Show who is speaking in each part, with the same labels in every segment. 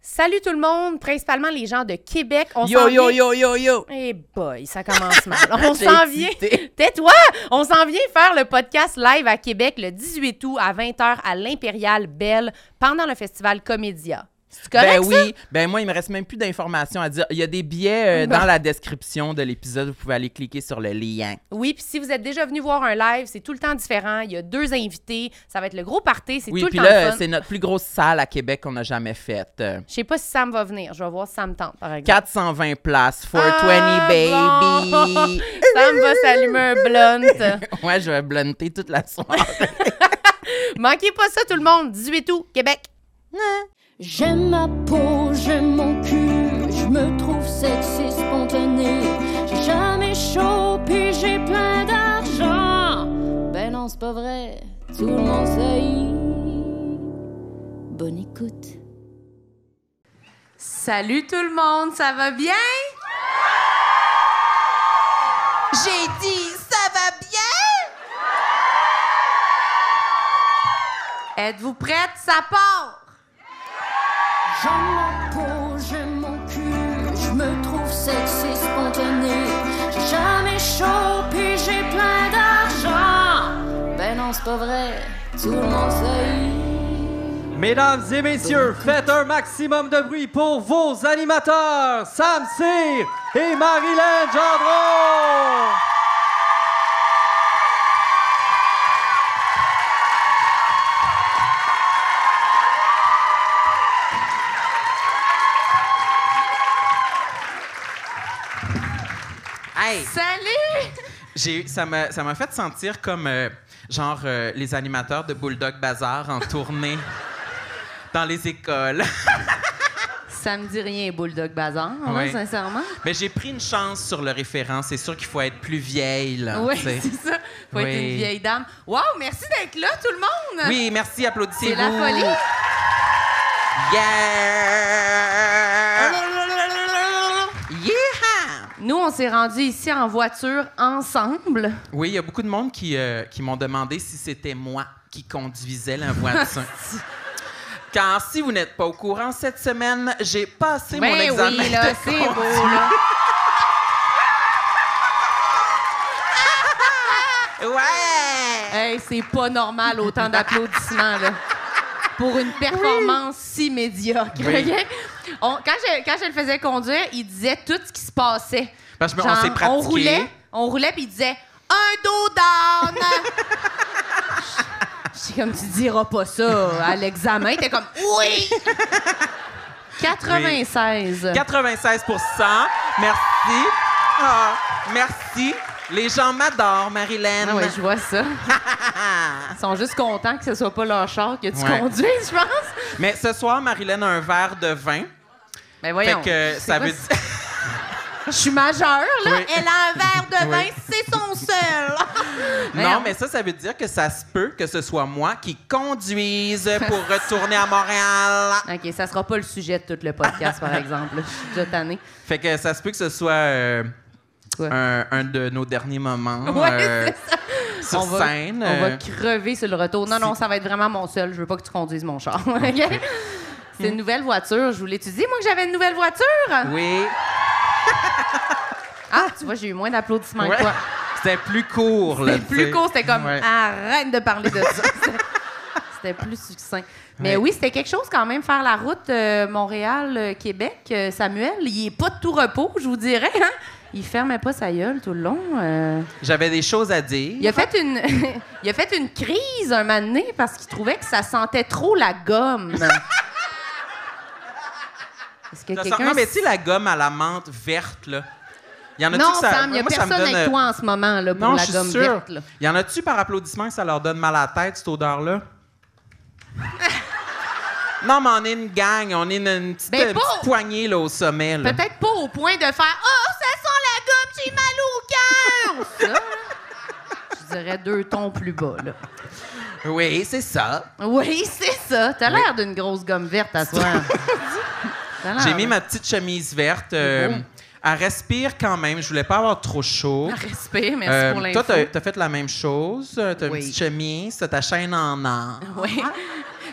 Speaker 1: Salut tout le monde, principalement les gens de Québec. On
Speaker 2: Yo,
Speaker 1: s'en
Speaker 2: yo,
Speaker 1: vient-
Speaker 2: yo, yo, yo!
Speaker 1: Eh boy, ça commence mal. On
Speaker 2: J'ai
Speaker 1: s'en vient.
Speaker 2: hésité.
Speaker 1: Tais-toi! On s'en vient faire le podcast live à Québec le 18 août à 20h à l'Impérial Belle pendant le festival Comédia. C'est correct?
Speaker 2: Ben oui, ben moi, il me reste même plus d'informations à dire. Il y a des billets euh,
Speaker 1: Bon.
Speaker 2: dans la description de l'épisode, vous pouvez aller cliquer sur le lien.
Speaker 1: Oui, puis si vous êtes déjà venu voir un live, c'est tout le temps différent. Il y a deux invités. Ça va être le gros party. C'est
Speaker 2: Oui,
Speaker 1: tout le
Speaker 2: puis
Speaker 1: temps le
Speaker 2: là,
Speaker 1: fun.
Speaker 2: c'est notre plus grosse salle à Québec qu'on a jamais faite. Euh,
Speaker 1: Je sais pas si Sam va venir. Je vais voir si Sam tente, par exemple.
Speaker 2: 420 places, 420
Speaker 1: Ah,
Speaker 2: baby!
Speaker 1: Sam va s'allumer un blunt.
Speaker 2: ouais, je vais blunter toute la soirée.
Speaker 1: Manquez pas ça, tout le monde. 18 août, Québec.
Speaker 3: J'aime ma peau, j'aime mon cul, je me trouve sexy spontané. J'ai jamais chaud, puis j'ai plein d'argent. Ben non, c'est pas vrai, tout le monde sait. Bonne écoute.
Speaker 1: Salut tout le monde, ça va bien? J'ai dit ça va bien? Êtes-vous prête? Ça part!
Speaker 3: J'aime ma peau, j'aime mon cul, je me trouve sexy spontané. J'ai jamais chaud, puis j'ai plein d'argent. Ben non, c'est pas vrai, tout le monde sait.
Speaker 4: Mesdames et messieurs, faites un maximum de bruit pour vos animateurs, Sam Cyr et Marilyn Gendron!
Speaker 2: Hey!
Speaker 1: Salut!
Speaker 2: J'ai- ça m'a ça m'a fait sentir comme euh, genre euh, les animateurs de Bulldog Bazar en tournée dans les écoles.
Speaker 1: Ça me dit rien, Bulldog Bazar, hein,
Speaker 2: Ouais.
Speaker 1: sincèrement.
Speaker 2: Mais j'ai pris une chance sur le référent. C'est sûr qu'il faut être plus vieille. là,
Speaker 1: Oui,
Speaker 2: tu sais.
Speaker 1: c'est ça. Faut être
Speaker 2: Oui.
Speaker 1: une vieille dame. Wow, merci d'être là, tout le monde!
Speaker 2: Oui, merci, applaudissez-vous.
Speaker 1: C'est la folie!
Speaker 2: Yeah! Yeah!
Speaker 1: Nous, on s'est rendus ici en voiture ensemble.
Speaker 2: Oui, il y a beaucoup de monde qui, euh, qui m'ont demandé si c'était moi qui conduisais la voiture. Car si vous n'êtes pas au courant, cette semaine, j'ai passé mon
Speaker 1: Ben
Speaker 2: examen.
Speaker 1: oui, là,
Speaker 2: de
Speaker 1: c'est beau,
Speaker 2: conduite.
Speaker 1: là.
Speaker 2: Ouais!
Speaker 1: Hey, c'est pas normal autant d'applaudissements là. Pour une performance si médiocre.
Speaker 2: Oui.
Speaker 1: ok? On- quand, je, quand je le faisais conduire, il disait tout ce qui se passait.
Speaker 2: Parce que on
Speaker 1: Genre,
Speaker 2: s'est pratiqué.
Speaker 1: roulait, on roulait puis il disait un dos down. C'est comme tu diras pas ça à l'examen. T'es comme oui. 96.
Speaker 2: 96 Merci. Ah, merci. Les gens m'adorent, Marilyn.
Speaker 1: Ah ouais, je vois ça. Ils sont juste contents que ce soit pas leur char que tu
Speaker 2: Ouais.
Speaker 1: conduises, je pense.
Speaker 2: Mais ce soir, Marilyn a un verre de vin.
Speaker 1: Mais
Speaker 2: Fait
Speaker 1: Ben voyons.
Speaker 2: que euh,
Speaker 1: c'est
Speaker 2: ça
Speaker 1: quoi
Speaker 2: veut dire.
Speaker 1: Je suis majeure, là.
Speaker 2: Oui.
Speaker 1: Elle a un verre de vin,
Speaker 2: Oui.
Speaker 1: c'est son seul.
Speaker 2: Non, mais ça, ça veut dire que ça se peut que ce soit moi qui conduise pour retourner à Montréal.
Speaker 1: OK, ça sera pas le sujet de tout le podcast, par exemple. là. Je suis déjà tannée.
Speaker 2: Fait que ça se peut que ce soit euh,
Speaker 1: Quoi?
Speaker 2: un, un de nos derniers moments
Speaker 1: Ouais,
Speaker 2: euh, sur
Speaker 1: on va,
Speaker 2: scène.
Speaker 1: on va
Speaker 2: euh,
Speaker 1: crever sur le retour. Non, non, ça va être vraiment mon seul. Je veux pas que tu conduises mon char. OK? C'est une nouvelle voiture. Je voulais. Tu dis, moi, que j'avais une nouvelle voiture?
Speaker 2: Oui.
Speaker 1: Ah, tu vois, j'ai eu moins d'applaudissements
Speaker 2: Ouais.
Speaker 1: que toi.
Speaker 2: C'était plus court. là,
Speaker 1: C'était
Speaker 2: tu
Speaker 1: plus
Speaker 2: sais.
Speaker 1: court, c'était comme ah.
Speaker 2: Ouais.
Speaker 1: arrête de parler de ça. C'était- c'était plus succinct. Mais
Speaker 2: Ouais.
Speaker 1: oui, c'était quelque chose quand même faire la route euh, Montréal-Québec. Euh, Samuel, il est pas de tout repos, je vous dirais. Hein? Il fermait pas sa gueule tout le long. euh.
Speaker 2: J'avais des choses à dire.
Speaker 1: Il a fait une, il a fait une crise un moment donné parce qu'il trouvait que ça sentait trop la gomme. Est-ce que
Speaker 2: Ça sent-
Speaker 1: quelqu'un
Speaker 2: Non, mais tu sais, la gomme à la menthe verte, là. Y en a-tu
Speaker 1: non,
Speaker 2: que ça...
Speaker 1: Sam, il n'y a
Speaker 2: Moi, ça me
Speaker 1: personne
Speaker 2: donne,
Speaker 1: avec
Speaker 2: euh,
Speaker 1: toi en ce moment là, pour
Speaker 2: Non, je
Speaker 1: la
Speaker 2: suis
Speaker 1: gomme
Speaker 2: sûre.
Speaker 1: verte. là.
Speaker 2: Y en a-tu par applaudissement que ça leur donne mal à la tête, cette odeur-là? non, mais on est une gang. On est une, une petite,
Speaker 1: Ben,
Speaker 2: une
Speaker 1: pas-
Speaker 2: petite poignée, là, au sommet, là.
Speaker 1: Peut-être pas au point de faire Oh, ça sent la gomme, j'ai mal au cœur! Ça, là, je dirais deux tons plus bas, là.
Speaker 2: Oui, c'est ça.
Speaker 1: Oui, c'est ça. T'as l'air d'une grosse gomme verte à toi.
Speaker 2: J'ai mis ma petite chemise verte. euh,
Speaker 1: Ah, C'est beau.
Speaker 2: elle respire quand même. Je voulais pas avoir trop chaud.
Speaker 1: Respect, merci
Speaker 2: Euh,
Speaker 1: pour
Speaker 2: toi,
Speaker 1: l'info.
Speaker 2: euh, t'as as fait la même chose. T'as une
Speaker 1: Oui.
Speaker 2: petite chemise, t'as ta chaîne en or.
Speaker 1: Oui.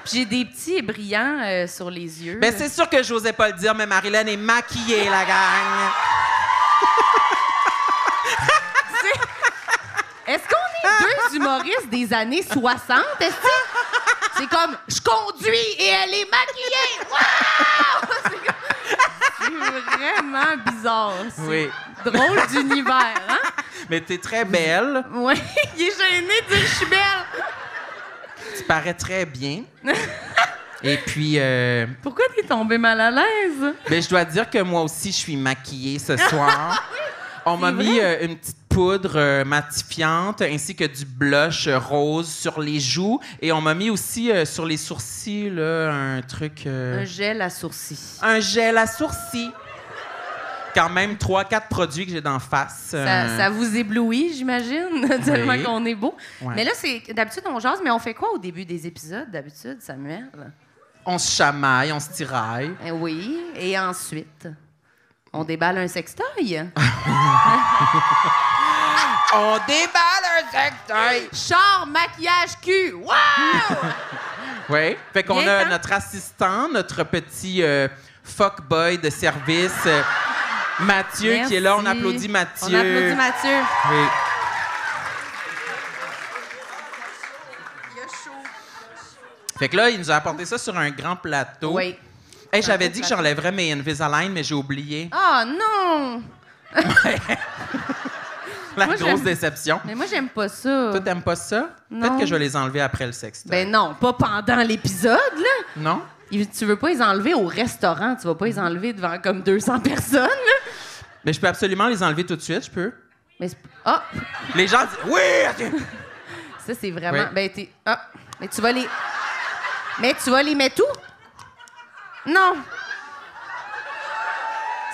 Speaker 1: Puis j'ai des petits brillants euh, sur les yeux.
Speaker 2: Ben, c'est sûr que j'osais pas le dire, mais Marilyn est maquillée, la gang.
Speaker 1: Est-ce qu'on est deux humoristes des années 60? Est-ce que c'est comme je conduis et elle est maquillée? Wow! C'est comme- C'est vraiment bizarre. C'est
Speaker 2: Oui.
Speaker 1: drôle d'univers, hein?
Speaker 2: Mais t'es très belle,
Speaker 1: Oui, il est gêné de dire je suis belle.
Speaker 2: tu parais très bien. Et puis, euh,
Speaker 1: Pourquoi t'es tombé mal à l'aise?
Speaker 2: ben, je dois dire que moi aussi, je suis maquillée ce soir. On m'a
Speaker 1: vrai?
Speaker 2: mis euh, une petite poudre euh, matifiante ainsi que du blush euh, rose sur les joues. Et on m'a mis aussi euh, sur les sourcils là, un truc. euh,
Speaker 1: Un gel à sourcils.
Speaker 2: un gel à sourcils. Quand même, trois, quatre produits que j'ai d'en face.
Speaker 1: Ça,
Speaker 2: Euh,
Speaker 1: ça vous éblouit, j'imagine, tellement
Speaker 2: oui.
Speaker 1: qu'on est beau.
Speaker 2: Ouais.
Speaker 1: Mais là, c'est d'habitude, on jase, mais on fait quoi au début des épisodes, d'habitude, Samuel?
Speaker 2: On se chamaille, on se tiraille.
Speaker 1: Eh oui, et ensuite, on déballe un sextoy.
Speaker 2: On déballe un sextoy!
Speaker 1: Char, maquillage, cul! Wow!
Speaker 2: Oui. Fait qu'on
Speaker 1: Bien,
Speaker 2: a
Speaker 1: hein?
Speaker 2: notre assistant, notre petit euh, fuckboy de service, euh, Mathieu, qui est là. On
Speaker 1: Merci.
Speaker 2: applaudit Mathieu.
Speaker 1: On applaudit Mathieu.
Speaker 2: Oui. Fait que là, il nous a apporté ça sur un grand plateau.
Speaker 1: Oui.
Speaker 2: Hey, j'avais
Speaker 1: Un
Speaker 2: dit que
Speaker 1: plateau.
Speaker 2: j'enlèverais mes Invisalign, mais j'ai oublié.
Speaker 1: Oh non!
Speaker 2: La
Speaker 1: Moi,
Speaker 2: grosse
Speaker 1: j'aime-
Speaker 2: déception.
Speaker 1: Mais moi, j'aime pas ça.
Speaker 2: Toi, t'aimes pas ça?
Speaker 1: Non.
Speaker 2: Peut-être que je vais les enlever après le sextoy.
Speaker 1: Ben non, pas pendant l'épisode, là.
Speaker 2: non?
Speaker 1: Il- Tu veux pas les enlever au restaurant, tu vas pas les enlever devant comme 200 personnes, là.
Speaker 2: Mais je peux absolument les enlever tout de suite, je peux.
Speaker 1: Mais c'est- ah,
Speaker 2: Les gens disent Oui! attends.
Speaker 1: ça c'est vraiment
Speaker 2: Oui.
Speaker 1: ben t'es ah, mais tu vas les Mais tu vas les mettre où Non.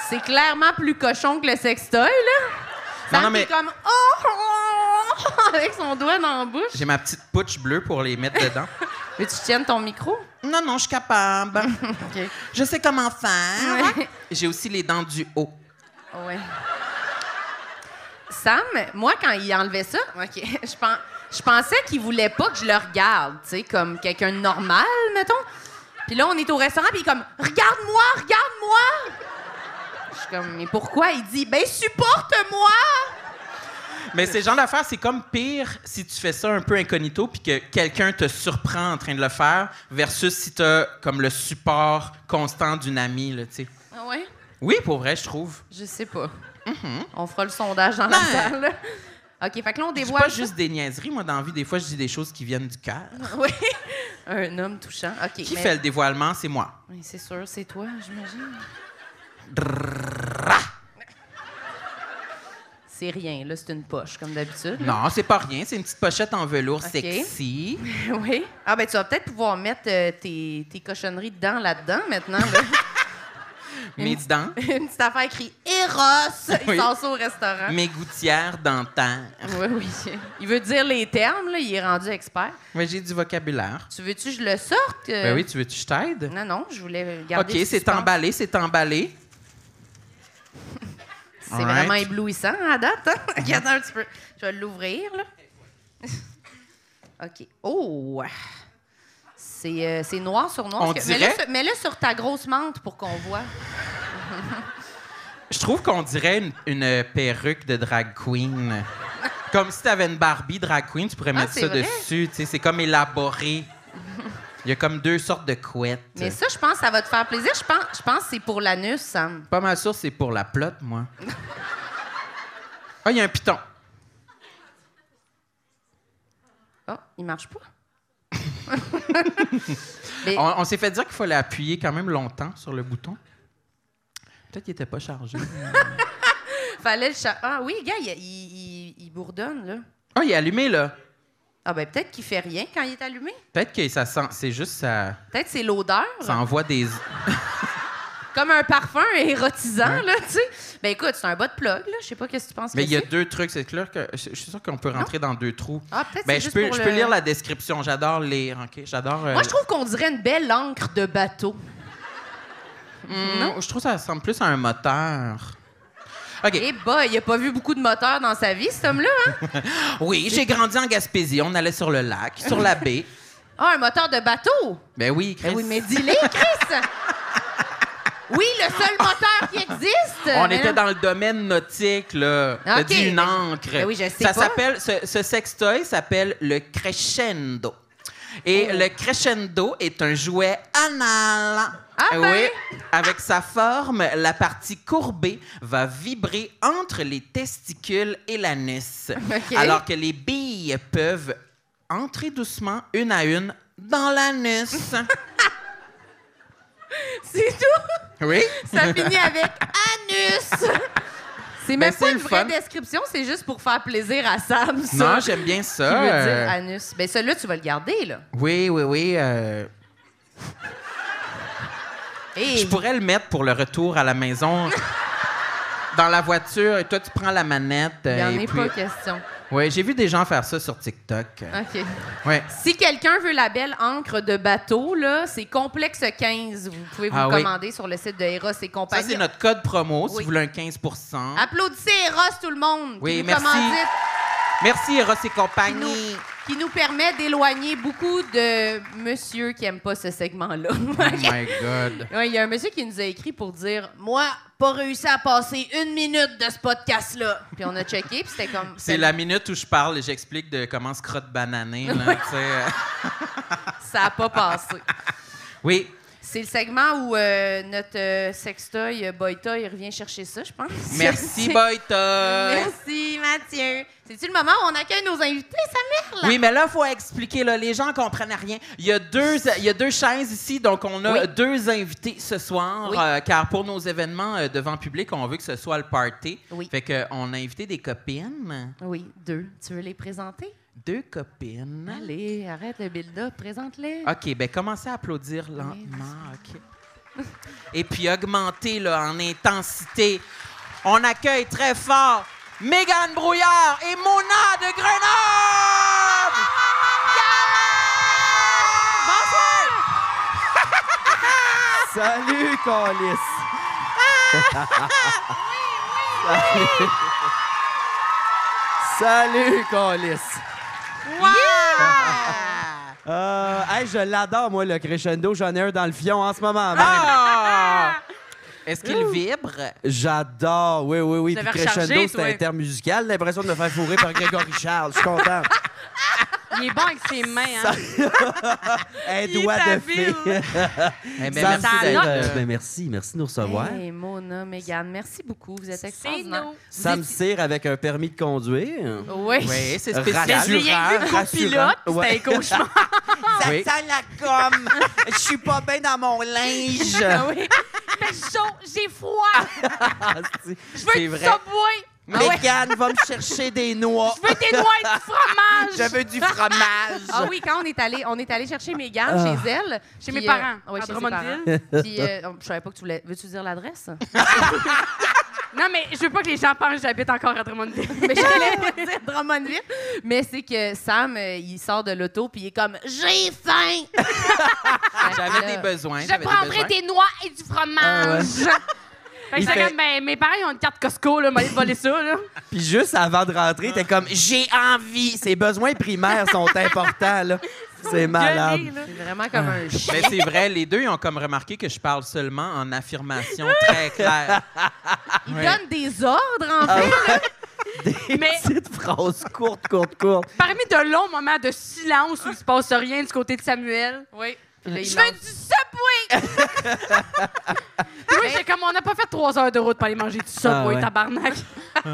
Speaker 1: C'est clairement plus cochon que le sextoy là.
Speaker 2: Non,
Speaker 1: Sam
Speaker 2: non, mais-
Speaker 1: est comme oh, oh, avec son doigt dans la bouche.
Speaker 2: J'ai ma petite pouche bleue pour les mettre dedans.
Speaker 1: Mais tu tiennes ton micro
Speaker 2: non, non, je suis capable.
Speaker 1: OK.
Speaker 2: je sais comment faire.
Speaker 1: Ouais.
Speaker 2: J'ai aussi les dents du haut.
Speaker 1: Ouais. Sam, moi, quand il enlevait ça, OK, je, pen- je pensais qu'il voulait pas que je le regarde, tu sais, comme quelqu'un de normal, mettons. Puis là, on est au restaurant, puis il est comme « Regarde-moi, regarde-moi! » Je suis comme « Mais pourquoi? » Il dit « Ben, supporte-moi!
Speaker 2: Mais ces gens d'affaires, c'est comme pire si tu fais ça un peu incognito puis que quelqu'un te surprend en train de le faire versus si t'as comme le support constant d'une amie, là, tu sais. »
Speaker 1: Ah ouais?
Speaker 2: Oui, pour vrai, je trouve.
Speaker 1: Je sais pas. On fera le sondage dans la
Speaker 2: Ben.
Speaker 1: salle. OK, fait que là, on
Speaker 2: Mm-hmm. Je dis pas
Speaker 1: dévoile...
Speaker 2: juste des niaiseries. Moi, dans la vie, des fois, je dis des choses qui viennent du cœur.
Speaker 1: Oui. Un homme touchant. OK,
Speaker 2: Qui
Speaker 1: mais-
Speaker 2: fait le dévoilement? C'est moi.
Speaker 1: Oui, C'est sûr, c'est toi, j'imagine. C'est rien, là, c'est une poche, comme d'habitude.
Speaker 2: Non, c'est pas rien. C'est une petite pochette en velours
Speaker 1: Ok.
Speaker 2: sexy.
Speaker 1: oui. Ah, ben, tu vas peut-être pouvoir mettre euh, tes, tes cochonneries dedans, là-dedans, maintenant. là.
Speaker 2: Mes dents,
Speaker 1: une petite affaire écrite Eros. Il
Speaker 2: Oui.
Speaker 1: sort ça au restaurant.
Speaker 2: mes gouttières dentaires.
Speaker 1: Oui, oui. Il veut dire les termes, là, il est rendu expert.
Speaker 2: Mais j'ai du vocabulaire.
Speaker 1: Tu veux-tu que je le sorte? euh?
Speaker 2: Ben oui, tu veux que je t'aide?
Speaker 1: Non, non, je voulais garder.
Speaker 2: OK,
Speaker 1: le
Speaker 2: c'est
Speaker 1: suspense.
Speaker 2: emballé, c'est emballé.
Speaker 1: C'est
Speaker 2: Alright. Mhm.
Speaker 1: vraiment éblouissant à date. Hein? Ok, attends un petit peu. Je vais l'ouvrir, là. OK. Oh! C'est euh, c'est noir sur noir.
Speaker 2: On
Speaker 1: Parce que- Mets-le
Speaker 2: dirait-
Speaker 1: sur- Mets-le sur ta grosse menthe pour qu'on voit.
Speaker 2: Je trouve qu'on dirait une, une perruque de drag queen. Comme si t'avais une Barbie drag queen, tu pourrais
Speaker 1: Ah,
Speaker 2: mettre
Speaker 1: c'est
Speaker 2: ça
Speaker 1: vrai?
Speaker 2: dessus. tu sais, C'est comme élaboré. Il y a comme deux sortes de couettes.
Speaker 1: Mais ça, je pense que ça va te faire plaisir. Je pense, je pense que c'est pour l'anus, Sam.
Speaker 2: Pas mal sûr, c'est pour la plotte, moi. Ah, il y a un piton.
Speaker 1: Oh, il marche pas. Mais-
Speaker 2: On, on s'est fait dire qu'il fallait appuyer quand même longtemps sur le bouton. Peut-être qu'il n'était pas chargé.
Speaker 1: Fallait le cha- Ah oui, gars, il, il- il- il bourdonne, là.
Speaker 2: Ah, il est allumé, là.
Speaker 1: Ah ben peut-être qu'il fait rien quand il est allumé.
Speaker 2: Peut-être que ça sent. C'est juste ça.
Speaker 1: Peut-être c'est l'odeur.
Speaker 2: Ça envoie des.
Speaker 1: Ah, Comme un parfum érotisant, là, tu sais. Ben écoute, c'est un bas de plug, là. Je sais pas qu'est-ce que tu penses
Speaker 2: Mais
Speaker 1: que
Speaker 2: il y a
Speaker 1: c'est.
Speaker 2: deux trucs. C'est clair que. Je je suis sûr qu'on peut rentrer dans deux trous.
Speaker 1: Ah, peut-être
Speaker 2: Ben,
Speaker 1: c'est
Speaker 2: je
Speaker 1: juste
Speaker 2: peux,
Speaker 1: pour
Speaker 2: je
Speaker 1: le-
Speaker 2: peux lire la description. J'adore lire. OK? J'adore. euh,
Speaker 1: Moi, je trouve qu'on dirait une belle encre de bateau.
Speaker 2: Hmm, Je trouve que ça ressemble plus à un moteur. OK.
Speaker 1: Eh bah, il a pas vu beaucoup de moteurs dans sa vie, cet homme-là, hein?
Speaker 2: Oui, j'ai grandi en Gaspésie. On allait sur le lac, sur la baie.
Speaker 1: Ah, un moteur de bateau.
Speaker 2: Ben oui, Chris.
Speaker 1: Ben oui, mais dis-les, Chris! Oui, le seul moteur qui existe!
Speaker 2: On
Speaker 1: Mais
Speaker 2: était
Speaker 1: non.
Speaker 2: dans le domaine nautique, là. T'as
Speaker 1: Ok.
Speaker 2: dit une
Speaker 1: Ben,
Speaker 2: encre.
Speaker 1: ben oui, je sais
Speaker 2: Ça
Speaker 1: pas.
Speaker 2: s'appelle, ce, ce sextoy s'appelle le crescendo. Et
Speaker 1: Oh.
Speaker 2: le crescendo est un jouet anal.
Speaker 1: Ah
Speaker 2: Eh
Speaker 1: ben!
Speaker 2: Oui, avec sa forme, la partie courbée va vibrer entre les testicules et l'anus,
Speaker 1: Ok.
Speaker 2: alors que les billes peuvent entrer doucement une à une dans l'anus.
Speaker 1: C'est tout!
Speaker 2: oui.
Speaker 1: Ça finit avec anus! C'est
Speaker 2: Ben,
Speaker 1: même
Speaker 2: c'est
Speaker 1: pas une
Speaker 2: le
Speaker 1: vraie
Speaker 2: fun.
Speaker 1: description, c'est juste pour faire plaisir à Sam, ça.
Speaker 2: Non, j'aime bien
Speaker 1: Qui
Speaker 2: ça.
Speaker 1: veut
Speaker 2: euh,
Speaker 1: dire anus. Ben, celui-là, tu vas le garder, là.
Speaker 2: Oui, oui, oui. euh,
Speaker 1: Hey. Eh,
Speaker 2: Je pourrais le mettre pour le retour à la maison. Dans la voiture, et toi, tu prends la manette. euh,
Speaker 1: Il n'y en est pas Ah.
Speaker 2: que...
Speaker 1: question.
Speaker 2: Oui, j'ai vu des gens faire ça sur TikTok. Euh,
Speaker 1: OK.
Speaker 2: Ouais.
Speaker 1: Si quelqu'un veut la belle encre de bateau, là, c'est Complexe 15. Vous pouvez vous
Speaker 2: Ah oui.
Speaker 1: commander sur le site de Eros et
Speaker 2: Ça,
Speaker 1: compagnie.
Speaker 2: c'est notre code promo
Speaker 1: Oui.
Speaker 2: si
Speaker 1: Ah.
Speaker 2: vous voulez un 15
Speaker 1: Applaudissez Eros, tout le monde.
Speaker 2: Oui,
Speaker 1: qui nous
Speaker 2: merci.
Speaker 1: commandite,
Speaker 2: Merci, Ross
Speaker 1: qui
Speaker 2: et
Speaker 1: nous,
Speaker 2: compagnie.
Speaker 1: qui nous permet d'éloigner beaucoup de monsieur qui aiment pas ce segment-là.
Speaker 2: Oh my God.
Speaker 1: Ouais, Il y a un monsieur qui nous a écrit pour dire Moi, pas réussi à passer une minute de ce podcast-là. Puis on a checké, puis c'était comme.
Speaker 2: C'est la minute où je parle et j'explique de comment se crotte bananer. là, tu sais, euh.
Speaker 1: Ça a pas passé.
Speaker 2: oui.
Speaker 1: C'est le segment où euh, notre euh, sextoy, euh, Boyta, il revient chercher ça, je pense.
Speaker 2: Merci,
Speaker 1: C'est-
Speaker 2: Boyta.
Speaker 1: Merci, Mathieu. C'est-tu le moment où on accueille nos invités, sa mère, là?
Speaker 2: Oui, mais là, il faut expliquer. Là, les gens ne comprennent rien. Il y, a deux, il y a deux chaises ici, donc on a
Speaker 1: Oui.
Speaker 2: deux invités ce soir.
Speaker 1: Oui.
Speaker 2: euh, car pour nos événements euh, devant public, on veut que ce soit le party.
Speaker 1: Oui.
Speaker 2: Fait qu'on a invité des copines.
Speaker 1: Oui, deux. Tu veux les présenter?
Speaker 2: Deux
Speaker 1: Hein?
Speaker 2: copines.
Speaker 1: Allez, arrête le build-up, présente-les.
Speaker 2: OK, ben commencez à applaudir lentement. OK. Et puis augmentez là, en intensité. On accueille très fort Mégane Brouillard et Mona de Grenoble! Bonsoir!
Speaker 5: Salut, Calice! Salut, Calice! Euh, hey, je l'adore, moi, le crescendo. J'en ai un dans le fion en ce moment. même.
Speaker 2: Ah! Est-ce qu'il vibre?
Speaker 5: J'adore, oui, oui, oui.
Speaker 1: Tu
Speaker 5: Puis
Speaker 1: l'avais
Speaker 5: crescendo,
Speaker 1: rechargé,
Speaker 5: c'était
Speaker 1: toi.
Speaker 5: intermusical. L'impression de me faire fourrer par Grégory Charles. Je suis content.
Speaker 6: Il est bon avec ses mains, hein?
Speaker 5: Hey,
Speaker 6: Il est
Speaker 5: doigt de
Speaker 6: habile.
Speaker 5: fée.
Speaker 2: Eh ben,
Speaker 5: Ça
Speaker 2: merci
Speaker 5: me fait,
Speaker 2: d'être,
Speaker 5: euh,
Speaker 2: euh,
Speaker 5: ben, merci, merci de nous recevoir.
Speaker 1: Hey, Mona, Megan, merci beaucoup. Vous êtes extraordinaires.
Speaker 5: Ça me
Speaker 1: Vous
Speaker 5: sert avec un permis de conduire.
Speaker 1: Oui.
Speaker 2: Oui, c'est
Speaker 5: Mais
Speaker 2: spécial.
Speaker 5: je l'ai
Speaker 6: rien vu
Speaker 2: Rural.
Speaker 6: copilote,
Speaker 5: rassurant. Ouais.
Speaker 6: c'était un cauchemar.
Speaker 7: Ça
Speaker 2: Oui.
Speaker 7: sent la gomme. Je suis pas bien dans mon linge.
Speaker 6: Ah oui. Il fait chaud, j'ai froid, je
Speaker 2: Ah, C'est
Speaker 6: veux du
Speaker 2: vrai.
Speaker 6: subway,
Speaker 2: Ah
Speaker 7: Mégane va me chercher des noix.
Speaker 6: je veux des noix et du fromage.
Speaker 7: Je veux du fromage.
Speaker 1: Ah oui, quand on est allé, on est allé chercher Mégane
Speaker 2: Ah.
Speaker 1: chez elle.
Speaker 6: Chez
Speaker 1: Puis,
Speaker 6: mes
Speaker 1: euh,
Speaker 6: parents,
Speaker 1: ouais,
Speaker 6: à
Speaker 1: chez ses parents.
Speaker 6: Drummondville.
Speaker 1: Puis, euh, je savais pas que tu voulais. Veux-tu dire l'adresse?
Speaker 6: Non, mais je veux pas que les gens pensent que j'habite encore à Drummondville.
Speaker 1: Mais je voulais pas dire Drummondville. Mais c'est que Sam, euh, il sort de l'auto, puis il est comme J'ai faim!
Speaker 2: J'avais des
Speaker 1: Là,
Speaker 2: besoins.
Speaker 6: Je
Speaker 2: j'avais des
Speaker 6: prendrai
Speaker 2: besoins.
Speaker 6: des noix et du
Speaker 2: Ah,
Speaker 6: fromage. Fait que
Speaker 5: Il
Speaker 6: j'étais
Speaker 5: fait-
Speaker 6: comme, ben, mes parents, ils ont une carte Costco, là, m'aller voler ça, là.
Speaker 5: Puis juste avant de rentrer, t'es comme j'ai envie. Ses besoins primaires sont importants là. C'est malade.
Speaker 6: Gueuler, là.
Speaker 1: C'est vraiment comme
Speaker 2: Ah.
Speaker 1: un chien.
Speaker 2: Mais c'est vrai, les deux ils ont comme remarqué que je parle seulement en affirmation très claire.
Speaker 1: Il
Speaker 2: Ouais. Ah.
Speaker 1: donne des ordres, en fait.
Speaker 5: Des
Speaker 6: Mais-
Speaker 5: petites phrases courtes, courtes, courtes.
Speaker 6: Parmi de longs moments de silence où il se passe rien du côté de Samuel.
Speaker 1: Oui. Puis là, il
Speaker 6: Je
Speaker 1: lance-
Speaker 6: veux du Subway! Puis Moi, j'étais comme, on n'a pas fait trois heures de route pour aller manger du Subway,
Speaker 5: Ah ouais.
Speaker 6: tabarnak.
Speaker 2: Ah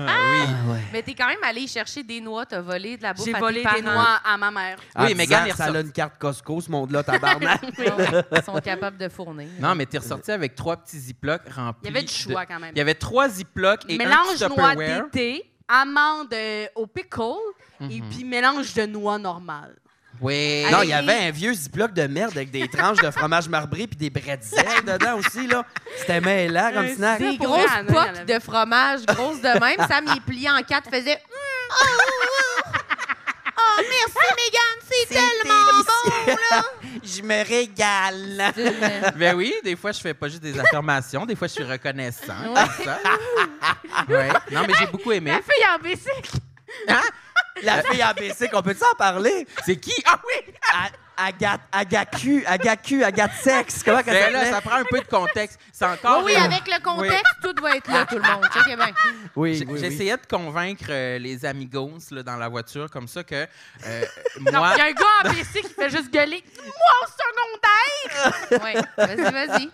Speaker 2: oui.
Speaker 1: Mais t'es quand même allé chercher des noix, t'as volé de la bouffe
Speaker 6: J'ai
Speaker 1: à tes
Speaker 6: volé
Speaker 1: parents.
Speaker 6: des noix à ma mère.
Speaker 2: Oui,
Speaker 5: En
Speaker 2: mais
Speaker 5: disant,
Speaker 2: Gane est
Speaker 5: ça a
Speaker 2: ressorti.
Speaker 5: une carte Costco, ce monde-là, tabarnak.
Speaker 1: Ils sont capables de fournir.
Speaker 2: Non, mais t'es ressorti avec trois petits ziplocs remplis.
Speaker 6: Il y avait du choix,
Speaker 2: de-
Speaker 6: quand même.
Speaker 2: Il y avait trois ziplocs et un
Speaker 6: mélange
Speaker 2: petit
Speaker 6: noix
Speaker 2: Tupperware.
Speaker 6: d'été, amande euh, au pickle, et
Speaker 2: Mhm.
Speaker 6: puis mélange de noix normale.
Speaker 2: Oui.
Speaker 5: non,
Speaker 6: Avec
Speaker 5: il y
Speaker 6: les-
Speaker 5: avait un vieux ziploc de merde avec des tranches de fromage marbré puis des bretzels dedans aussi là. C'était mêlant comme
Speaker 6: Un
Speaker 5: snack.
Speaker 6: zip.
Speaker 1: Des
Speaker 6: Pour
Speaker 1: grosses
Speaker 6: vrai, Anna, il y en
Speaker 1: pocs
Speaker 6: avait.
Speaker 1: de fromage, grosses de même. Sam, il est plié en quatre, faisait Hum, oh, oh, oh, merci, Mégane, c'est tellement
Speaker 7: délicieux. Je me régale.
Speaker 1: bon!
Speaker 2: Ben oui, des fois, je fais pas juste des affirmations, des fois, je suis reconnaissant.
Speaker 1: Ouais.
Speaker 2: comme ça. Ouais. Non, mais j'ai beaucoup aimé.
Speaker 6: La fille en bicycle!
Speaker 5: La fille ABC, qu'on peut-tu en parler?
Speaker 2: C'est qui? Ah oui!
Speaker 5: À- Agathe, Agacu, Agacu, Agathe Sexe. Comment qu'elle
Speaker 2: Mais Ben là,
Speaker 5: s'appelait?
Speaker 2: ça prend un peu de contexte. C'est encore.
Speaker 1: Ah Oui,
Speaker 2: euh,
Speaker 1: avec le contexte, tout va être là, tout le monde. ben. Checkez bien.
Speaker 5: Oui,
Speaker 2: j'ai-
Speaker 5: oui, oui.
Speaker 2: J'essayais de convaincre euh, les amigos là, dans la voiture comme ça que euh,
Speaker 6: Non,
Speaker 2: moi,
Speaker 6: il y a un gars en BC qui fait juste gueuler. Moi, au secondaire!
Speaker 1: Oui, vas-y, vas-y.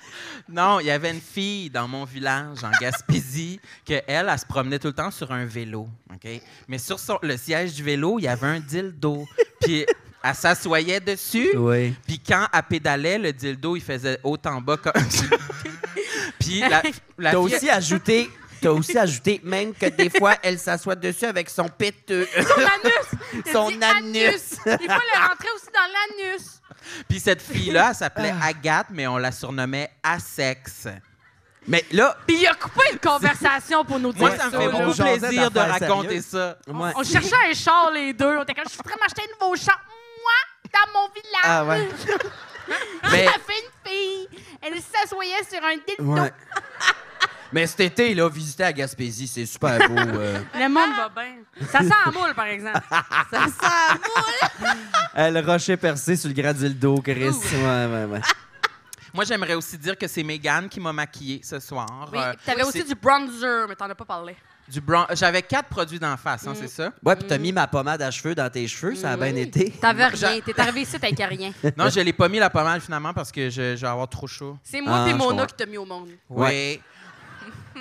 Speaker 2: non, il y avait une fille dans mon village en Gaspésie que elle, elle, se promenait tout le temps sur un vélo, ok. Mais sur son- le siège du vélo, il y avait un dildo. Puis elle s'assoyait dessus.
Speaker 5: Oui.
Speaker 2: Puis quand elle pédalait, le dildo, il faisait haut en bas comme ça. Puis la, la
Speaker 5: T'as
Speaker 2: fille-
Speaker 5: aussi ajouté... T'as aussi ajouté même que des fois, elle s'assoit dessus avec son péteux.
Speaker 6: Son anus! Il
Speaker 5: Son
Speaker 6: dit
Speaker 5: anus.
Speaker 6: Il faut le rentrer aussi dans l'anus.
Speaker 2: Puis cette fille-là, elle s'appelait
Speaker 5: Ah.
Speaker 2: Agathe, mais on la surnommait Asex.
Speaker 5: Mais là,
Speaker 6: Puis il a coupé une conversation pour nous dire
Speaker 2: Moi, ça me fait
Speaker 6: là.
Speaker 2: beaucoup
Speaker 5: On jasait
Speaker 2: plaisir de
Speaker 5: d'affaires
Speaker 2: raconter ça.
Speaker 5: moi...
Speaker 6: On cherchait un char, les deux. On était comme, je voudrais m'acheter un nouveau char. Moi, dans mon village,
Speaker 5: Ah ouais. Mais,
Speaker 6: j'avais une fille. Elle s'assoyait sur un dildo.
Speaker 5: ouais. Mais cet été, là, visiter à Gaspésie, c'est super beau. euh.
Speaker 6: Le monde va bien. Ça sent la moule, par exemple.
Speaker 1: Ça sent moule.
Speaker 5: Elle rocher percé sur le gradildo, Chris. Ouais, ouais, ouais.
Speaker 2: Moi, j'aimerais aussi dire que c'est Mégane qui m'a maquillée ce soir.
Speaker 6: Oui,
Speaker 2: Euh,
Speaker 6: puis t'avais aussi
Speaker 2: c'est
Speaker 6: du bronzer, mais t'en as pas parlé.
Speaker 2: du bron- J'avais quatre produits d'en face, hein, c'est ça?
Speaker 5: Ouais, puis t'as mis ma pommade à cheveux dans tes cheveux, ça a bien été.
Speaker 6: T'avais rien. T'es arrivé ici, t'avais rien.
Speaker 2: Non, je l'ai pas mis la pommade finalement parce que je, je vais avoir trop chaud.
Speaker 6: C'est moi
Speaker 5: Ah,
Speaker 6: pis
Speaker 5: je
Speaker 6: Mona
Speaker 5: comprends.
Speaker 6: qui t'a mis au monde.
Speaker 2: Oui.